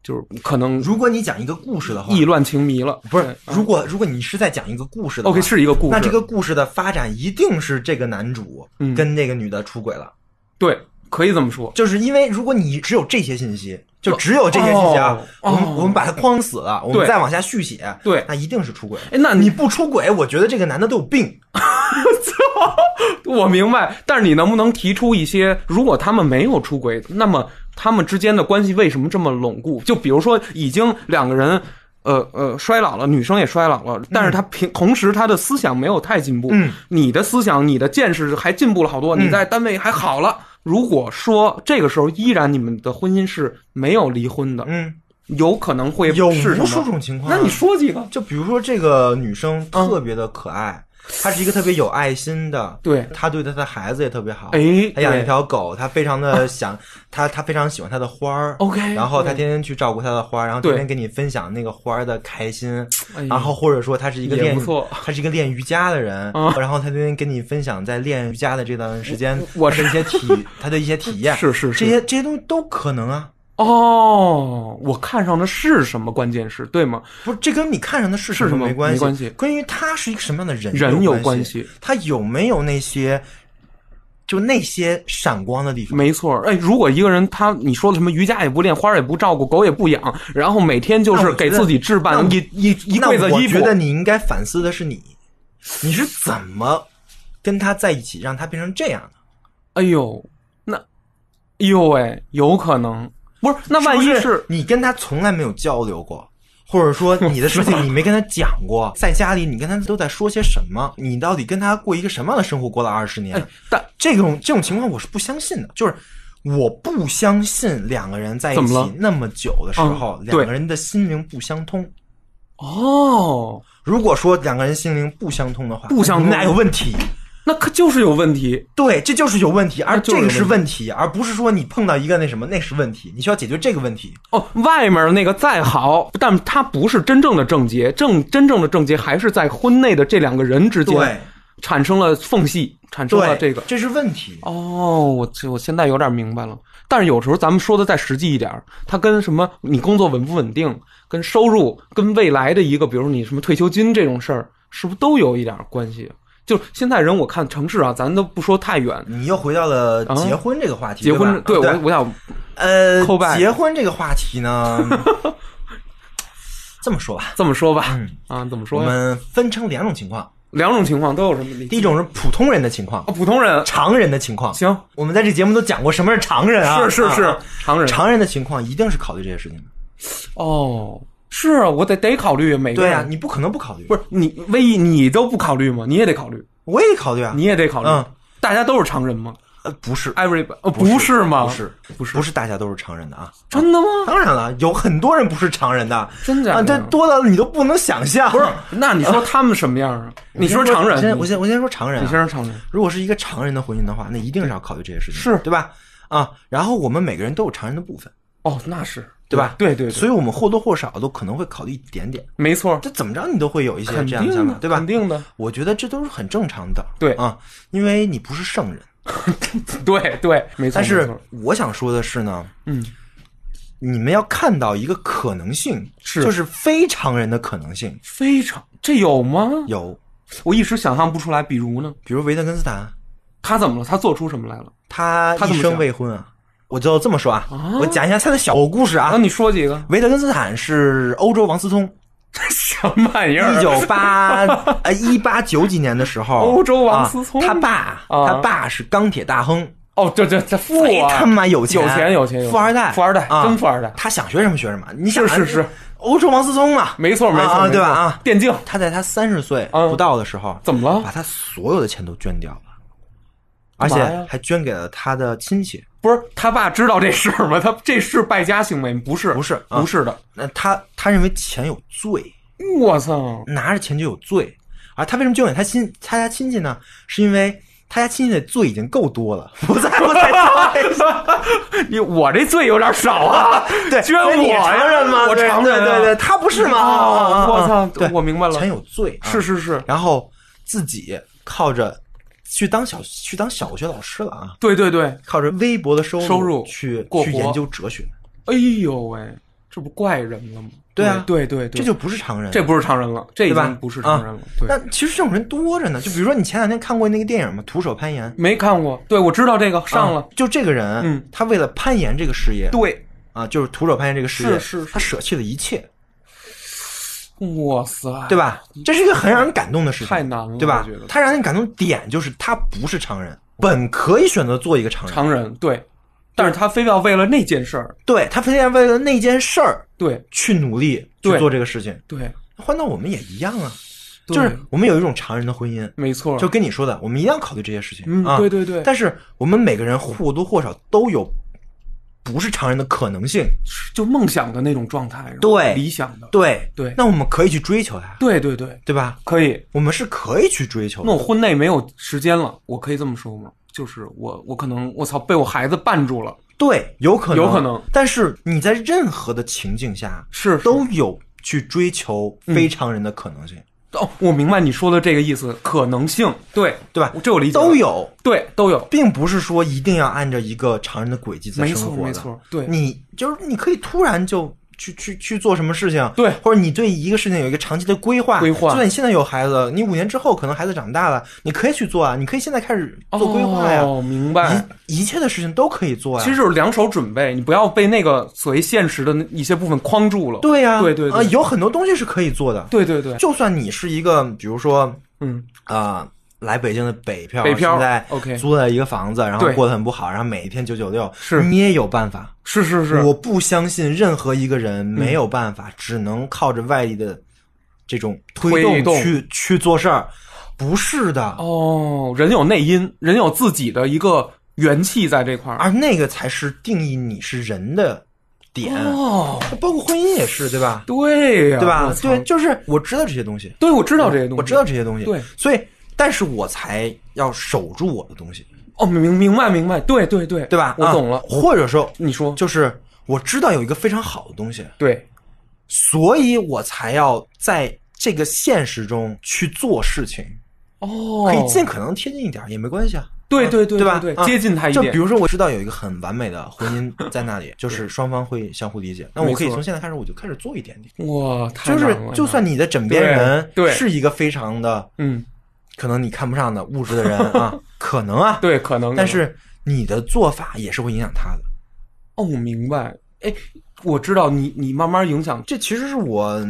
C: 就是可能
B: 如果你讲一个故事的话，
C: 意乱情迷了？
B: 不
C: 对嗯
B: 是，如果如果你是在讲一个故事的话
C: OK，是一个故事。
B: 那这个故事的发展一定是这个男主
C: 嗯
B: 跟那个女的出轨了，
C: 对，可以这么说。
B: 就是因为如果你只有这些信息，就只有这些信息啊，我
C: 哦
B: 们
C: 哦
B: 我们把它框死了，我
C: 对
B: 们再往下续写，
C: 对
B: 那一定是出轨。
C: 哎，那
B: 你
C: 你
B: 不出轨，我觉得这个男的都有病。
C: 我明白，但是你能不能提出一些，如果他们没有出轨，那么他们之间的关系为什么这么巩固？就比如说，已经两个人，呃呃，衰老了，女生也衰老了，但是她平、同时她的思想没有太进步，
B: 嗯，
C: 你的思想、你的见识还进步了好多，你在单位还好了。如果说这个时候依然你们的婚姻是没有离婚的，
B: 嗯，
C: 有可能会
B: 有
C: 哎是什
B: 无数
C: 么？
B: 种情况啊。
C: 那你说几个？
B: 就比如说这个女生
C: 嗯
B: 特别的可爱，她是一个特别有爱心的，
C: 对
B: 她对她的孩子也特别好。
C: 哎，
B: 她养了
C: 对
B: 一条狗，她非常
C: *laughs*
B: 的想，她她非常喜欢她的花儿
C: OK，
B: 然后她
C: 对
B: 天天去照顾她的花儿，然后
C: 对
B: 天天跟你分享那个花儿的开心
C: 哎，
B: 然后或者说她是一个
C: 也
B: 练
C: 不错
B: 她是一个练瑜伽的人
C: 啊，
B: 然后她天天跟你分享在练瑜伽的这段时间
C: 我我
B: 她的一些体她的一些体验，
C: *laughs* 是是是
B: 这些这些东西都可能啊，
C: 哦，我看上的是什么关键是对吗？
B: 不是，这跟你看上的是
C: 是什
B: 么
C: 么
B: 没关
C: 没关系
B: 关于他是一个什么样的人
C: 人
B: 有
C: 有关
B: 系
C: 系，
B: 他有没有那些，就那些闪光的地方？
C: 没错儿，哎，如果一个人他你说的什么瑜伽也不练，花儿也不照顾，狗也不养，然后每天就
B: 那
C: 是
B: 我觉
C: 给
B: 得
C: 自己置
B: 那
C: 办
B: 我
C: 一一一柜子
B: 那我
C: 衣服
B: 觉，得你应该反思的是你，你是怎么跟他在一起，让他变成这样的？
C: 哎呦，那，哎呦喂、有可能不是？那万一
B: 是不是你跟他从来没有交流过，或者
C: *laughs*
B: 说你的事情你没跟他讲过，在家里你跟他都在说些什么？你到底跟他过一个什么样的生活？过了二十年，
C: 哎但
B: 这种这种情况我是不相信的，就是我不相信两个人在一
C: 怎么
B: 起
C: 了
B: 那么久的时候，
C: 嗯对
B: 两个人的心灵不相通。
C: 哦，
B: 如果说两个人心灵不相通的话，
C: 不相通
B: 那有问题。
C: 那可就是有问题。
B: 对，这就是有问题，而
C: 那
B: 这
C: 就是有
B: 个
C: 问题
B: 是问题，而不是说你碰到一个那什么，那是问题，你需要解决这个问题。
C: 哦，外面那个再好，但它不是真正的症结，正真正的症结还是在婚内的这两个人之
B: 对
C: 间产生了缝隙，产生了
B: 对，
C: 这个。
B: 这是问题。
C: 哦，我这我现在有点明白了。但是有时候咱们说的再实际一点儿，它跟什么你工作稳不稳定、跟收入、跟未来的一个，比如你什么退休金这种事儿，是不是都有一点儿关系？就是现在人，我看城市啊，咱都不说太远，
B: 你又回到了
C: 啊
B: 结婚这个话题，
C: 结婚
B: 对吧
C: 我我想
B: 呃
C: call back
B: 结婚这个话题
C: *laughs*
B: 呢，这么说吧，
C: 这么说吧，
B: 嗯
C: 啊，怎么
B: 我
C: 说呀？
B: 们分成两种情况，
C: 两种情况都有什么例子？
B: 第一种是普通人的情况
C: 啊，，普通人
B: 常人的情况。
C: 行，
B: 我们在这节目都讲过什么是常人啊？
C: 是是是
B: 啊
C: 常人
B: 常人的情况一定是考虑这些事情的。
C: 哦，是啊，我得得考虑每个
B: 对
C: 人。
B: 啊，你不可能不考虑，
C: 不是你唯一你都不考虑吗？你也得考虑，
B: 我也得考虑啊。
C: 你也得考虑。
B: 嗯
C: 大家都是常人吗
B: 呃不是，
C: ？Everybody 哦，
B: 是
C: 不是吗？
B: 不是，
C: 不是
B: 不是大家都是常人的啊。
C: 真的吗？
B: 当然了，有很多人不是常人的，
C: 真假的
B: 啊，这多到你都不能想象。
C: 不是，那你说他们什么样啊？你说常人，
B: 嗯我先我先我先说常人啊，
C: 你先说常人，
B: 如果是一个常人的婚姻的话，那一定是要考虑这些事情，
C: 是
B: 对吧？啊，然后我们每个人都有常人的部分，
C: 哦，那是
B: 对吧？
C: 对对，
B: 所
C: 以
B: 以我们或多或少都可能会考虑一点点，
C: 没错，
B: 这怎么着你都会有一些
C: 肯
B: 这样的
C: 定
B: 想法
C: 的，，
B: 对吧？
C: 肯定的，
B: 我觉得这都是很正常的，
C: 对
B: 啊，因为你不是圣人。
C: 对对，没错。
B: 但
C: 没
B: 是
C: 错
B: 我想说的是呢，
C: 嗯，
B: 你们要看到一个可能性，
C: 是
B: 就是非常人的可能性
C: 非常这有吗？
B: 有，
C: 我一时想象不出来。比如呢，
B: 比如维特根斯坦，
C: 他怎么了？他做出什么来了？
B: 他
C: 他
B: 一
C: 怎么
B: 生
C: 想
B: 未婚啊。我就这么说啊，我讲一下他的小故事啊
C: 啊，。你说几个
B: *laughs* 维特根斯坦是欧洲王思
C: *laughs*
B: 聪，
C: 什么玩意儿？啊
B: 一九八呃一八九几年的时候，
C: 欧洲王思聪
B: 啊他爸
C: 啊
B: 他爸是钢铁大亨，
C: *laughs* 哦，这这这富
B: 贼
C: 啊，
B: 他妈有钱，
C: 有钱有钱有钱
B: 富二代，
C: 富二代
B: 啊
C: 真富二代
B: 他想学什么学什么，你想
C: 是是是，
B: 欧洲王思聪嘛，
C: 没错没
B: 啊
C: 错，
B: 对吧
C: 没错
B: 啊？
C: 电竞
B: 他在他三十岁
C: 嗯
B: 不到的时候，
C: 怎么
B: 把
C: 了？
B: 他所有的钱都捐掉了，而
C: 干嘛
B: 且
C: 呀
B: 还捐给了他的亲戚。
C: 不是他爸知道这事儿吗？他 *laughs* 这是败家行为吗，不是
B: 不是啊
C: 不是的。
B: 那他他认为钱有罪，
C: 我操！ *laughs*
B: 拿着钱就有罪。而他为什么捐给他亲他家亲戚呢？是因为他家亲戚的罪已经够多了， *laughs* 不再不再罪。，
C: 你我这罪有点少啊
B: *laughs* 对，
C: *laughs* 捐
B: 所
C: 我
B: 以你
C: 呀
B: 常人吗？
C: 我
B: 对
C: 常
B: 对
C: 人啊，
B: 对对，他不是吗？
C: 啊
B: 啊啊啊
C: 我操
B: 对
C: 我明白了
B: 钱有罪，啊
C: 是。是是，
B: 然后自己靠着去当小去当小学老师了啊，
C: 对对对，
B: 靠着微薄的收
C: 收入
B: 去
C: 过
B: 去
C: 活
B: 研究哲学，
C: 哎呦喂，这不怪人了吗？
B: 对啊
C: 对对对，
B: 这就不是常人，
C: 这不是常人了，这已
B: 对吧
C: 经？不是常人了
B: 啊。
C: 对，
B: 那其实这种人多着呢，就比如说你前两天看过那个电影嘛，《徒手攀岩》。
C: 没看过，对我知道这个嗯上
B: 啊
C: 了，
B: 就这个人，
C: 嗯
B: 他为了攀岩这个事业，
C: 对，
B: 啊，就是徒手攀岩这个事业，
C: 是是是
B: 他舍弃了一切，
C: 哇塞，
B: 对？吧？这是一个很让人感动的事情，
C: 哎太难了
B: 对吧
C: 我觉得？
B: 他让人感动点就是他不是常人，本可以选择做一个常人，
C: 常人对，但是他非要为了那件事儿，
B: 对他非要为了那件事儿
C: 对
B: 去努力去
C: 对
B: 做这个事情，
C: 对，
B: 换到我们也一样啊，
C: 对
B: 就是我们有一种常人的婚姻，
C: 没错，
B: 就跟你说的，我们一样考虑这些事情，
C: 嗯
B: 啊，
C: 对对对
B: 但是我们每个人或多或少都有不是常人的可能性，
C: 就梦想的那种状态，是吧
B: 对
C: 理想的，
B: 对
C: 对
B: 那我们可以去追求它，
C: 对对嗯对，
B: 对吧？
C: 可以。
B: 我们是可以去追求
C: 那我
B: 的，
C: 婚内没有时间了，我可以这么说吗？就是我，我可能我操被我孩子绊住了，
B: 对，有可能，
C: 有可能。
B: 但是你在任何的情境下
C: 是是嗯
B: 都有去追求非常人的可能性，
C: 哦，我明白你说的这个意思，可能性，对
B: 对吧？
C: 这我理解了
B: 都，有，
C: 对都有，
B: 并不是说一定要按照一个常人的轨迹在
C: 没
B: 生
C: 错
B: 活的，
C: 没错，对，
B: 你就是你可以突然就去去去做什么事情，
C: 对
B: 或者你对一个事情有一个长期的规划，
C: 规划
B: 就算你现在有孩子，你五年之后可能孩子长大了，你可以去做啊，你可以现在开始做规划呀，
C: 哦，明白。
B: 一一切的事情都可以做呀。
C: 其实就是两手准备，你不要被那个所谓现实的那一些部分框住了。
B: 对呀、
C: 对对
B: 啊、
C: 对
B: 有很多东西是可以做的，
C: 对对对，
B: 就算你是一个，比如说
C: 嗯，
B: 啊、来北京的北漂，
C: 北漂
B: 现在
C: OK
B: 租了一个房子，然后
C: 对
B: 过得很不好，然后每一天九九六，
C: 是
B: 你也有办法。
C: 是是是，嗯
B: 我不相信任何一个人没有办法，只能靠着外力的这种推
C: 推动
B: 去去做事儿，不是的，
C: 哦，人有内因，人有自己的一个元气在这块儿。
B: 而那个才是定义你是人的点，
C: 哦，
B: 包括婚姻也是，对吧？
C: 对呀、
B: 嗯对吧
C: 我？操
B: 对，就是我知道这些东西，
C: 对，我知道这些东西，
B: 我知道。这些东西，
C: 对，
B: 所以，但是我才要守住我的东西，
C: 哦，明明白明白，对对对，
B: 对吧？
C: 我
B: 啊
C: 懂了，
B: 或者说，
C: 你说
B: 就是我知道有一个非常好的东西，
C: 对，
B: 所以我才要在这个现实中去做事情，
C: 哦，
B: 可以尽可能贴近一点也没关系啊。
C: 对
B: 啊
C: 对对
B: 对吧？
C: 对对
B: 啊
C: 接近他一
B: 就
C: 点
B: 比如说，我知道有一个很完美的婚姻在那里，就是双方会相互理解。那我可以
C: 没错
B: 从现在开始，我就开始做一点点。
C: 哇，太
B: 就
C: 难
B: 是
C: 了，
B: 就算你的枕边
C: 对
B: 人
C: 对
B: 是一个非常的
C: 嗯，
B: 可能你看不上的物质的
C: *laughs*
B: 人啊，可能啊，
C: 对，可能，
B: 但是你的做法也是会影响他的。
C: 哦，我明白，哎，我知道你你慢慢影响，
B: 这其实是我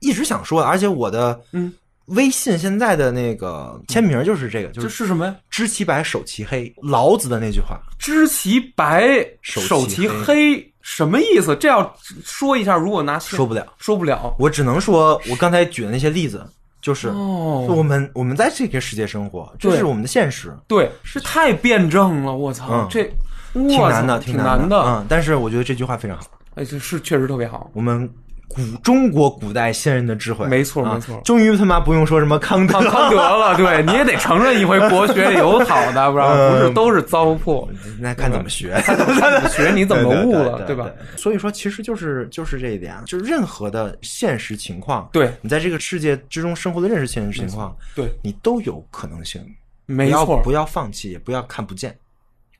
B: 一直想说的，而且我的
C: 嗯，
B: 微信现在的那个签名就是这个，就
C: 这
B: 是
C: 是什么呀？
B: 知其白，手其黑，老子的那句话。
C: 知其白，
B: 手
C: 手
B: 其
C: 其
B: 黑
C: 黑，什么意思？这要说一下，如果拿线
B: 说不了
C: 说不了，
B: 我只能说，我刚才举的那些例子，就是、
C: 哦
B: 我们我们在这个世界生活，这
C: 对
B: 是我们的现实，
C: 对，是太辩证了，我操，
B: 嗯
C: 这
B: 挺
C: 挺
B: 难的，
C: 挺
B: 难
C: 难
B: 嗯，但是我觉得这句话非常好，
C: 哎，这是确实特别好，
B: 我们。古中国古代先人的智慧，
C: 没错
B: 啊
C: 没错
B: 终于他妈不用说什么康德
C: 康 *laughs* 康德了，对，你也得承认一回，国学有好的，不然
B: 嗯
C: 不是都是糟粕。
B: 那看怎么
C: *laughs*
B: 学，
C: 你学你怎么悟了，
B: 对
C: 吧？？
B: 所以说，其实就是就是这一点啊，就是任何的现实情况，
C: 对
B: 你在这个世界之中生活的任何现实情况，
C: 对，
B: 你都有可能性。不
C: 没
B: 要
C: 错，
B: 不要放弃，也不要看不见，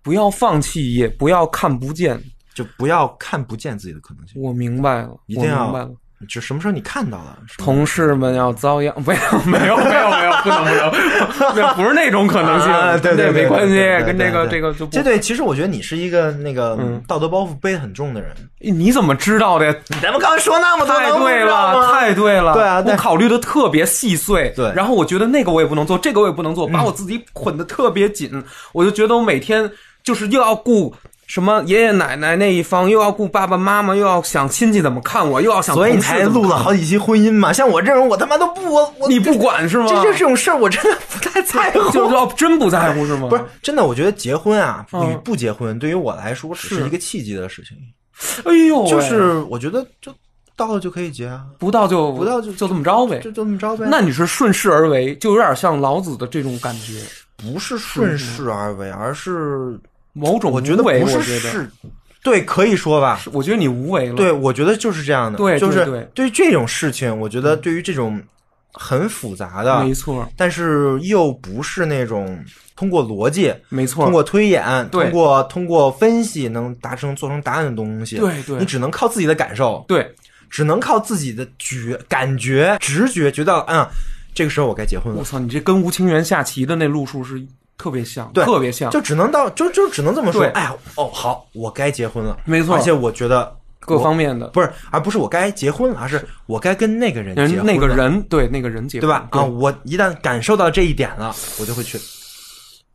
C: 不要放弃，也不要看不见。
B: 就不要看不见自己的可能性。
C: 我明白了，
B: 一
C: 我
B: 定
C: 明白了
B: 要。，就什么时候你看到了，什么
C: 同事们要遭殃，没有没有没有没有，不能不能，那不是那种可能性，
B: 啊对对
C: 那
B: 对
C: 没关系
B: 对对，
C: 跟
B: 对
C: 这个
B: 对
C: 这个就不
B: 这对，其实我觉得你是一个那个
C: 嗯
B: 道德包袱背得很重的人。
C: 你怎么知道的？
B: 咱们刚才说那么多，
C: 太对
B: 能不知道
C: 了，
B: 吗
C: 太对了，
B: 对啊
C: 我
B: 但
C: 考虑的特别细碎，
B: 对嗯
C: 然后我觉得那个我也不能做，这个我也不能做，把我自己捆得特别紧，我就觉得我每天就是又要顾。什么爷爷奶奶那一方，又要顾爸爸妈妈，又要想亲戚怎么看我，又要想
B: 所以你
C: 同事
B: 才
C: 怎么
B: 录了
C: 看
B: 好几期婚姻嘛。像我这种，我他妈都不，我我
C: 我，你不管是吗？
B: 这 *laughs* 这种事儿，我真的不太在乎。
C: 就是哦，真不在乎是吗？
B: *laughs* 不是真的，我觉得结婚啊
C: 嗯
B: 与不结婚，对于我来说只是
C: 是
B: 一个契机的事情。
C: 哎呦喂，
B: 就是我觉得就到了就可以结啊，
C: 不到就
B: 不到就
C: 就这么着呗
B: 就。就这么啊着呗。
C: 那你是顺势而为，就有点像老子的这种感觉，
B: 不是顺势而为，而是
C: 某种
B: 我觉得
C: 嗯无为
B: 不是
C: 我觉得
B: 是，对，可以说吧。
C: 我觉得你无为了。
B: 对，我觉得就是这样的。
C: 对
B: 就
C: 对
B: 是
C: 对嗯
B: 对于这种事情，我觉得对于这种很复杂的，
C: 没错，
B: 但是又不是那种通过逻辑、
C: 没错，
B: 通过推演、
C: 对
B: 通过通过分析能达成做成答案的东西，
C: 对对
B: 你只能靠自己的感受，
C: 对
B: 只能靠自己的觉、感觉、直觉，觉到嗯，这个时候我该结婚
C: 我
B: 了，
C: 操，你这跟吴清源下棋的那路数是特别像，
B: 对，
C: 特别像，
B: 就只能到就就只能这么说，
C: 对
B: 哎呀，哦，好，我该结婚了，
C: 没错
B: 而且我觉得
C: 各
B: 我
C: 方面的。
B: 不是，而不是我该结婚了，而是我该跟那个人结婚了
C: 人嗯那个。人对那个人结
B: 对
C: 婚
B: 吧？啊，我一旦感受到这一点了，我就会去。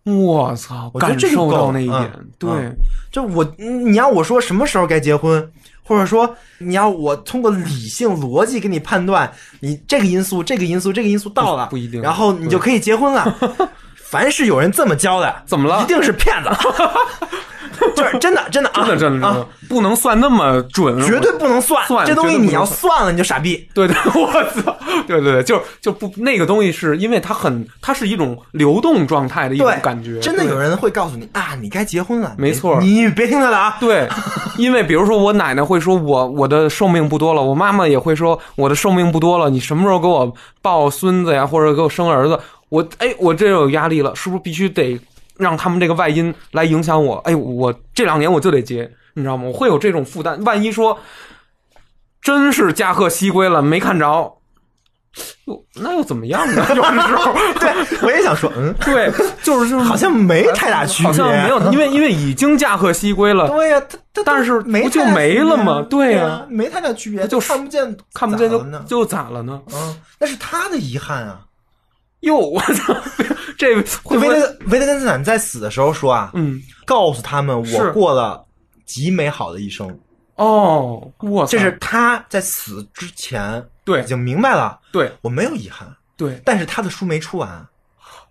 C: 我操，
B: 我觉得
C: 感
B: 这个
C: 受
B: 够
C: 到
B: 了
C: 那
B: 嗯
C: 一点，对，
B: 嗯就我，嗯你要我说什么时候该结婚，或者说你要我通过理性逻辑给你判断，你这个因素、这个因素、这个因素到了，
C: 不不一定
B: 然后你就可以结婚了。凡是有人这么教的，
C: 怎么了
B: 一定是骗子， *laughs* 就是真的，真的啊，
C: 真的真的真
B: 啊
C: 的不能算那么准，
B: 绝对不能算，
C: 嗯算
B: 这东
C: 绝
B: 西
C: 对不能
B: 你要算了你就傻逼。
C: 对 *laughs* 对，我操，对对对，就就不那个东西是因为它很，它是一种流动状态的一种
B: 对，
C: 感觉，
B: 真的
C: 对
B: 有。人会告诉你啊，你该结婚了，
C: 没错
B: 你你别听他的 *laughs*
C: *laughs*
B: 啊，
C: 对，因为比如说我奶奶会说我我的寿命不多了，我妈妈也会说我的寿命不多了，你什么时候给我抱孙子呀，或者给我生儿子？我哎，我这有压力了，是不是必须得让他们这个外因来影响我？哎，我这两年我就得结，你知道吗？我会有这种负担，万一说真是驾鹤西归了，没看着。哟，那又怎么样呢？ *laughs* 有的时候，
B: 对，我也想说，嗯，
C: 对，就是就是，
B: 好像没太大区别，啊
C: 好像没有，因为因为已经驾鹤西
B: *laughs*
C: 归了，
B: 对呀、他他
C: 但是
B: 没
C: 不
B: 太大
C: 就没
B: 区别
C: 了
B: 啊
C: 吗对
B: 对
C: 呀
B: 没太大区别，
C: 就
B: 看不见，
C: 看不见
B: 咋了
C: 就
B: 呢
C: 就咋了呢？
B: 嗯，那是他的遗憾啊。
C: 哟，我操！这
B: 就
C: 会不
B: 维
C: 会
B: 特维特根斯坦在死的时候说啊，
C: 嗯
B: 告诉他们我
C: 是嗯
B: 过了极美好的一生，
C: 哦，哇塞，
B: 这是他在死之前
C: 对
B: 已经明白了，
C: 对
B: 我没有遗憾。
C: 对
B: 但是他的书没出完，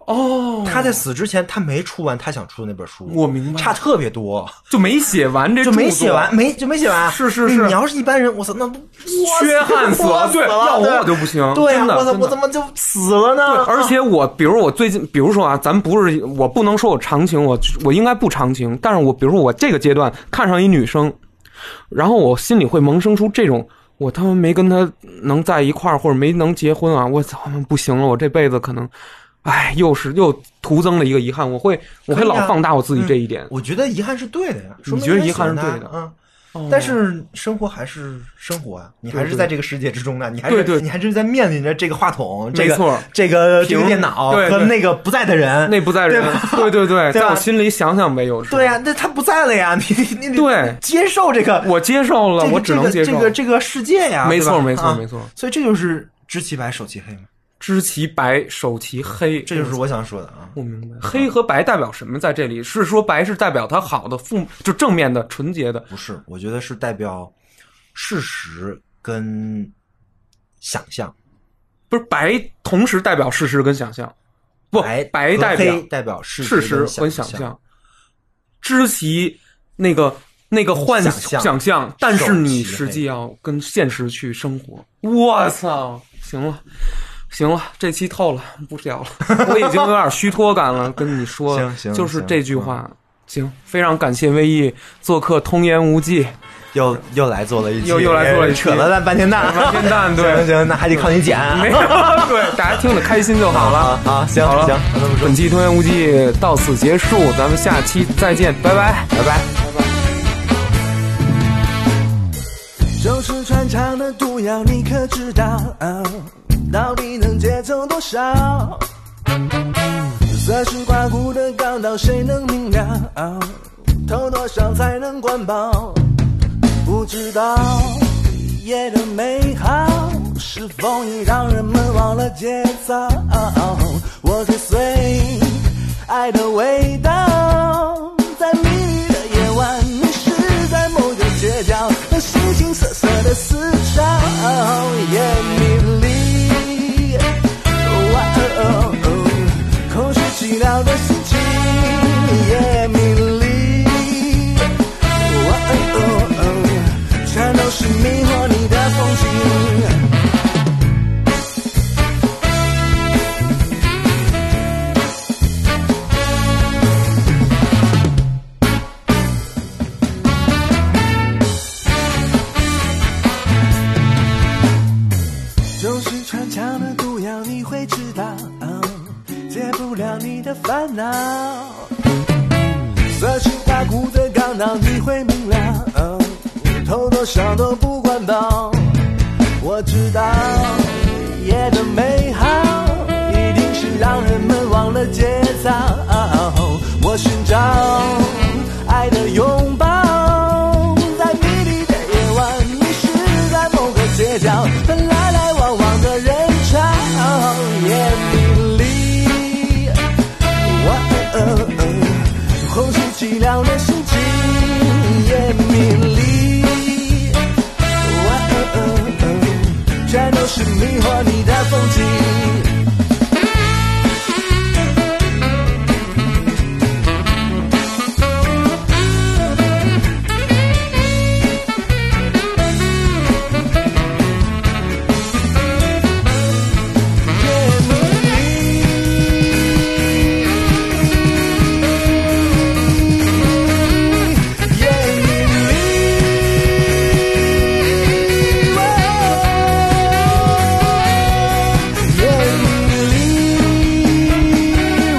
C: 哦，
B: 他在死之前他没出完他想出的那本书，
C: 我明白
B: 差特别多，
C: 就没写完这
B: 就没写完，
C: 著作。
B: 没就没写完。
C: 是是是
B: 你要是一般人，我操，那不
C: 缺憾
B: 死
C: 死了，对，要
B: 对，
C: 我就不行，
B: 对啊，
C: 真的
B: 我操，
C: 真的
B: 我怎么就死了呢？啊
C: 对，而且我，比如我最近，比如说啊，咱不是我不能说我长情，我我应该不长情，但是我比如说我这个阶段看上一女生，然后我心里会萌生出这种，我他妈没跟她能在一块儿，或者没能结婚啊，我操，不行了，我这辈子可能，哎，又是又徒增了一个遗憾，我会我会
B: 可以
C: 老
B: 啊
C: 放大我自己这一点，
B: 我觉得遗憾是对的呀，说明
C: 你觉得
B: 他
C: 遗憾是
B: 喜欢
C: 对的
B: 他嗯。
C: 哦
B: 但是生活还是生活啊，你还是
C: 对对
B: 在这个世界之中的，你还是
C: 对对
B: 你还是在面临着这个话筒，这个
C: 错
B: 这个这
C: 屏
B: 个电脑
C: 对
B: 和
C: 对
B: 那个不在的
C: *laughs*
B: 人，
C: 那不在人
B: 对，
C: 对对对，
B: 对吧
C: 在我心里想想没有，是吧
B: 对呀，啊那他不在了呀，你你你
C: 对
B: 接受这个，
C: 我接受了，
B: 这个
C: 我只能接受，
B: 这个这个这个世界呀，
C: 没错
B: 对吧
C: 没错
B: 啊
C: 没错
B: 所以这就是知其白，手其黑嘛，
C: 知其白，手其黑，
B: 这就是我想说的啊。
C: 我明白，黑和白代表什么？在这里是说白是代表它好的、负就正面的、纯洁的。
B: 不是，我觉得是代表事实跟想象，
C: 不是白，同时代表事实跟想象。不，
B: 白
C: 白代表
B: 和黑代表事
C: 事实
B: 跟
C: 和
B: 想
C: 想。知其那个那个幻
B: 想象
C: 象，但是你
B: 手其
C: 实际要跟现实去生活。我操！行了，行了，这期透了，不聊了，我已经有点虚脱感了。跟你说，
B: 行行
C: 就是
B: 行
C: 这句
B: 嗯
C: 话。行，非常感谢魏毅做客《通言无忌》。
B: 又又来做了一期，
C: 又又来做了一期
B: 扯了半半天蛋，
C: 半天
B: *laughs*
C: 蛋对
B: 行行，那还得靠你剪啊。 *laughs*
C: 没有，对，大家听着开心就好了。
B: 好好行
C: 好了
B: 行，那这么说
C: 本，期《通言无忌》到此结束，咱们下期再见，拜拜。
B: 拜拜。
A: 就是穿肠的毒药，你可知道？到底能接走多少？算是刮骨的钢刀，谁能明了？偷多少才能管饱？不知道夜的美好是否也让人们忘了节操？啊哦我追随爱的味道，在迷离的夜晚，迷失在某个街角，那形形色色的思潮，夜迷离。哇哦哦哦，空虚寂寥的心情，夜迷离。哇哦哦哦，全都是迷惑你的风景。总是穿墙的毒药，你会知道，解不了你的烦恼。色情大鼓的钢刀，你会明了，呃偷多少都不管饱。我知道夜的美好，一定是让人们忘了节操。我寻找爱的拥抱，在迷离的夜晚，迷失在某个街角，那来来往往的人潮，夜迷离。哇哦哦哦，空虚寂寥的心情，夜迷离。哇哦哦哦，全都是迷惑你的风景。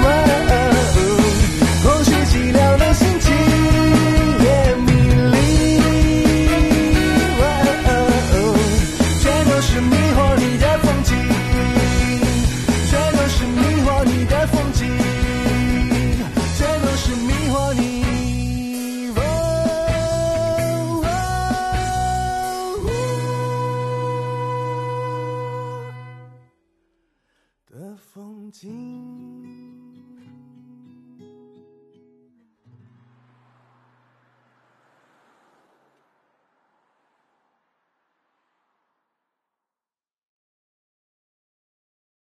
A: 呃空虚寂寥的心情，夜迷离，全都是迷惑你的。哦哦哦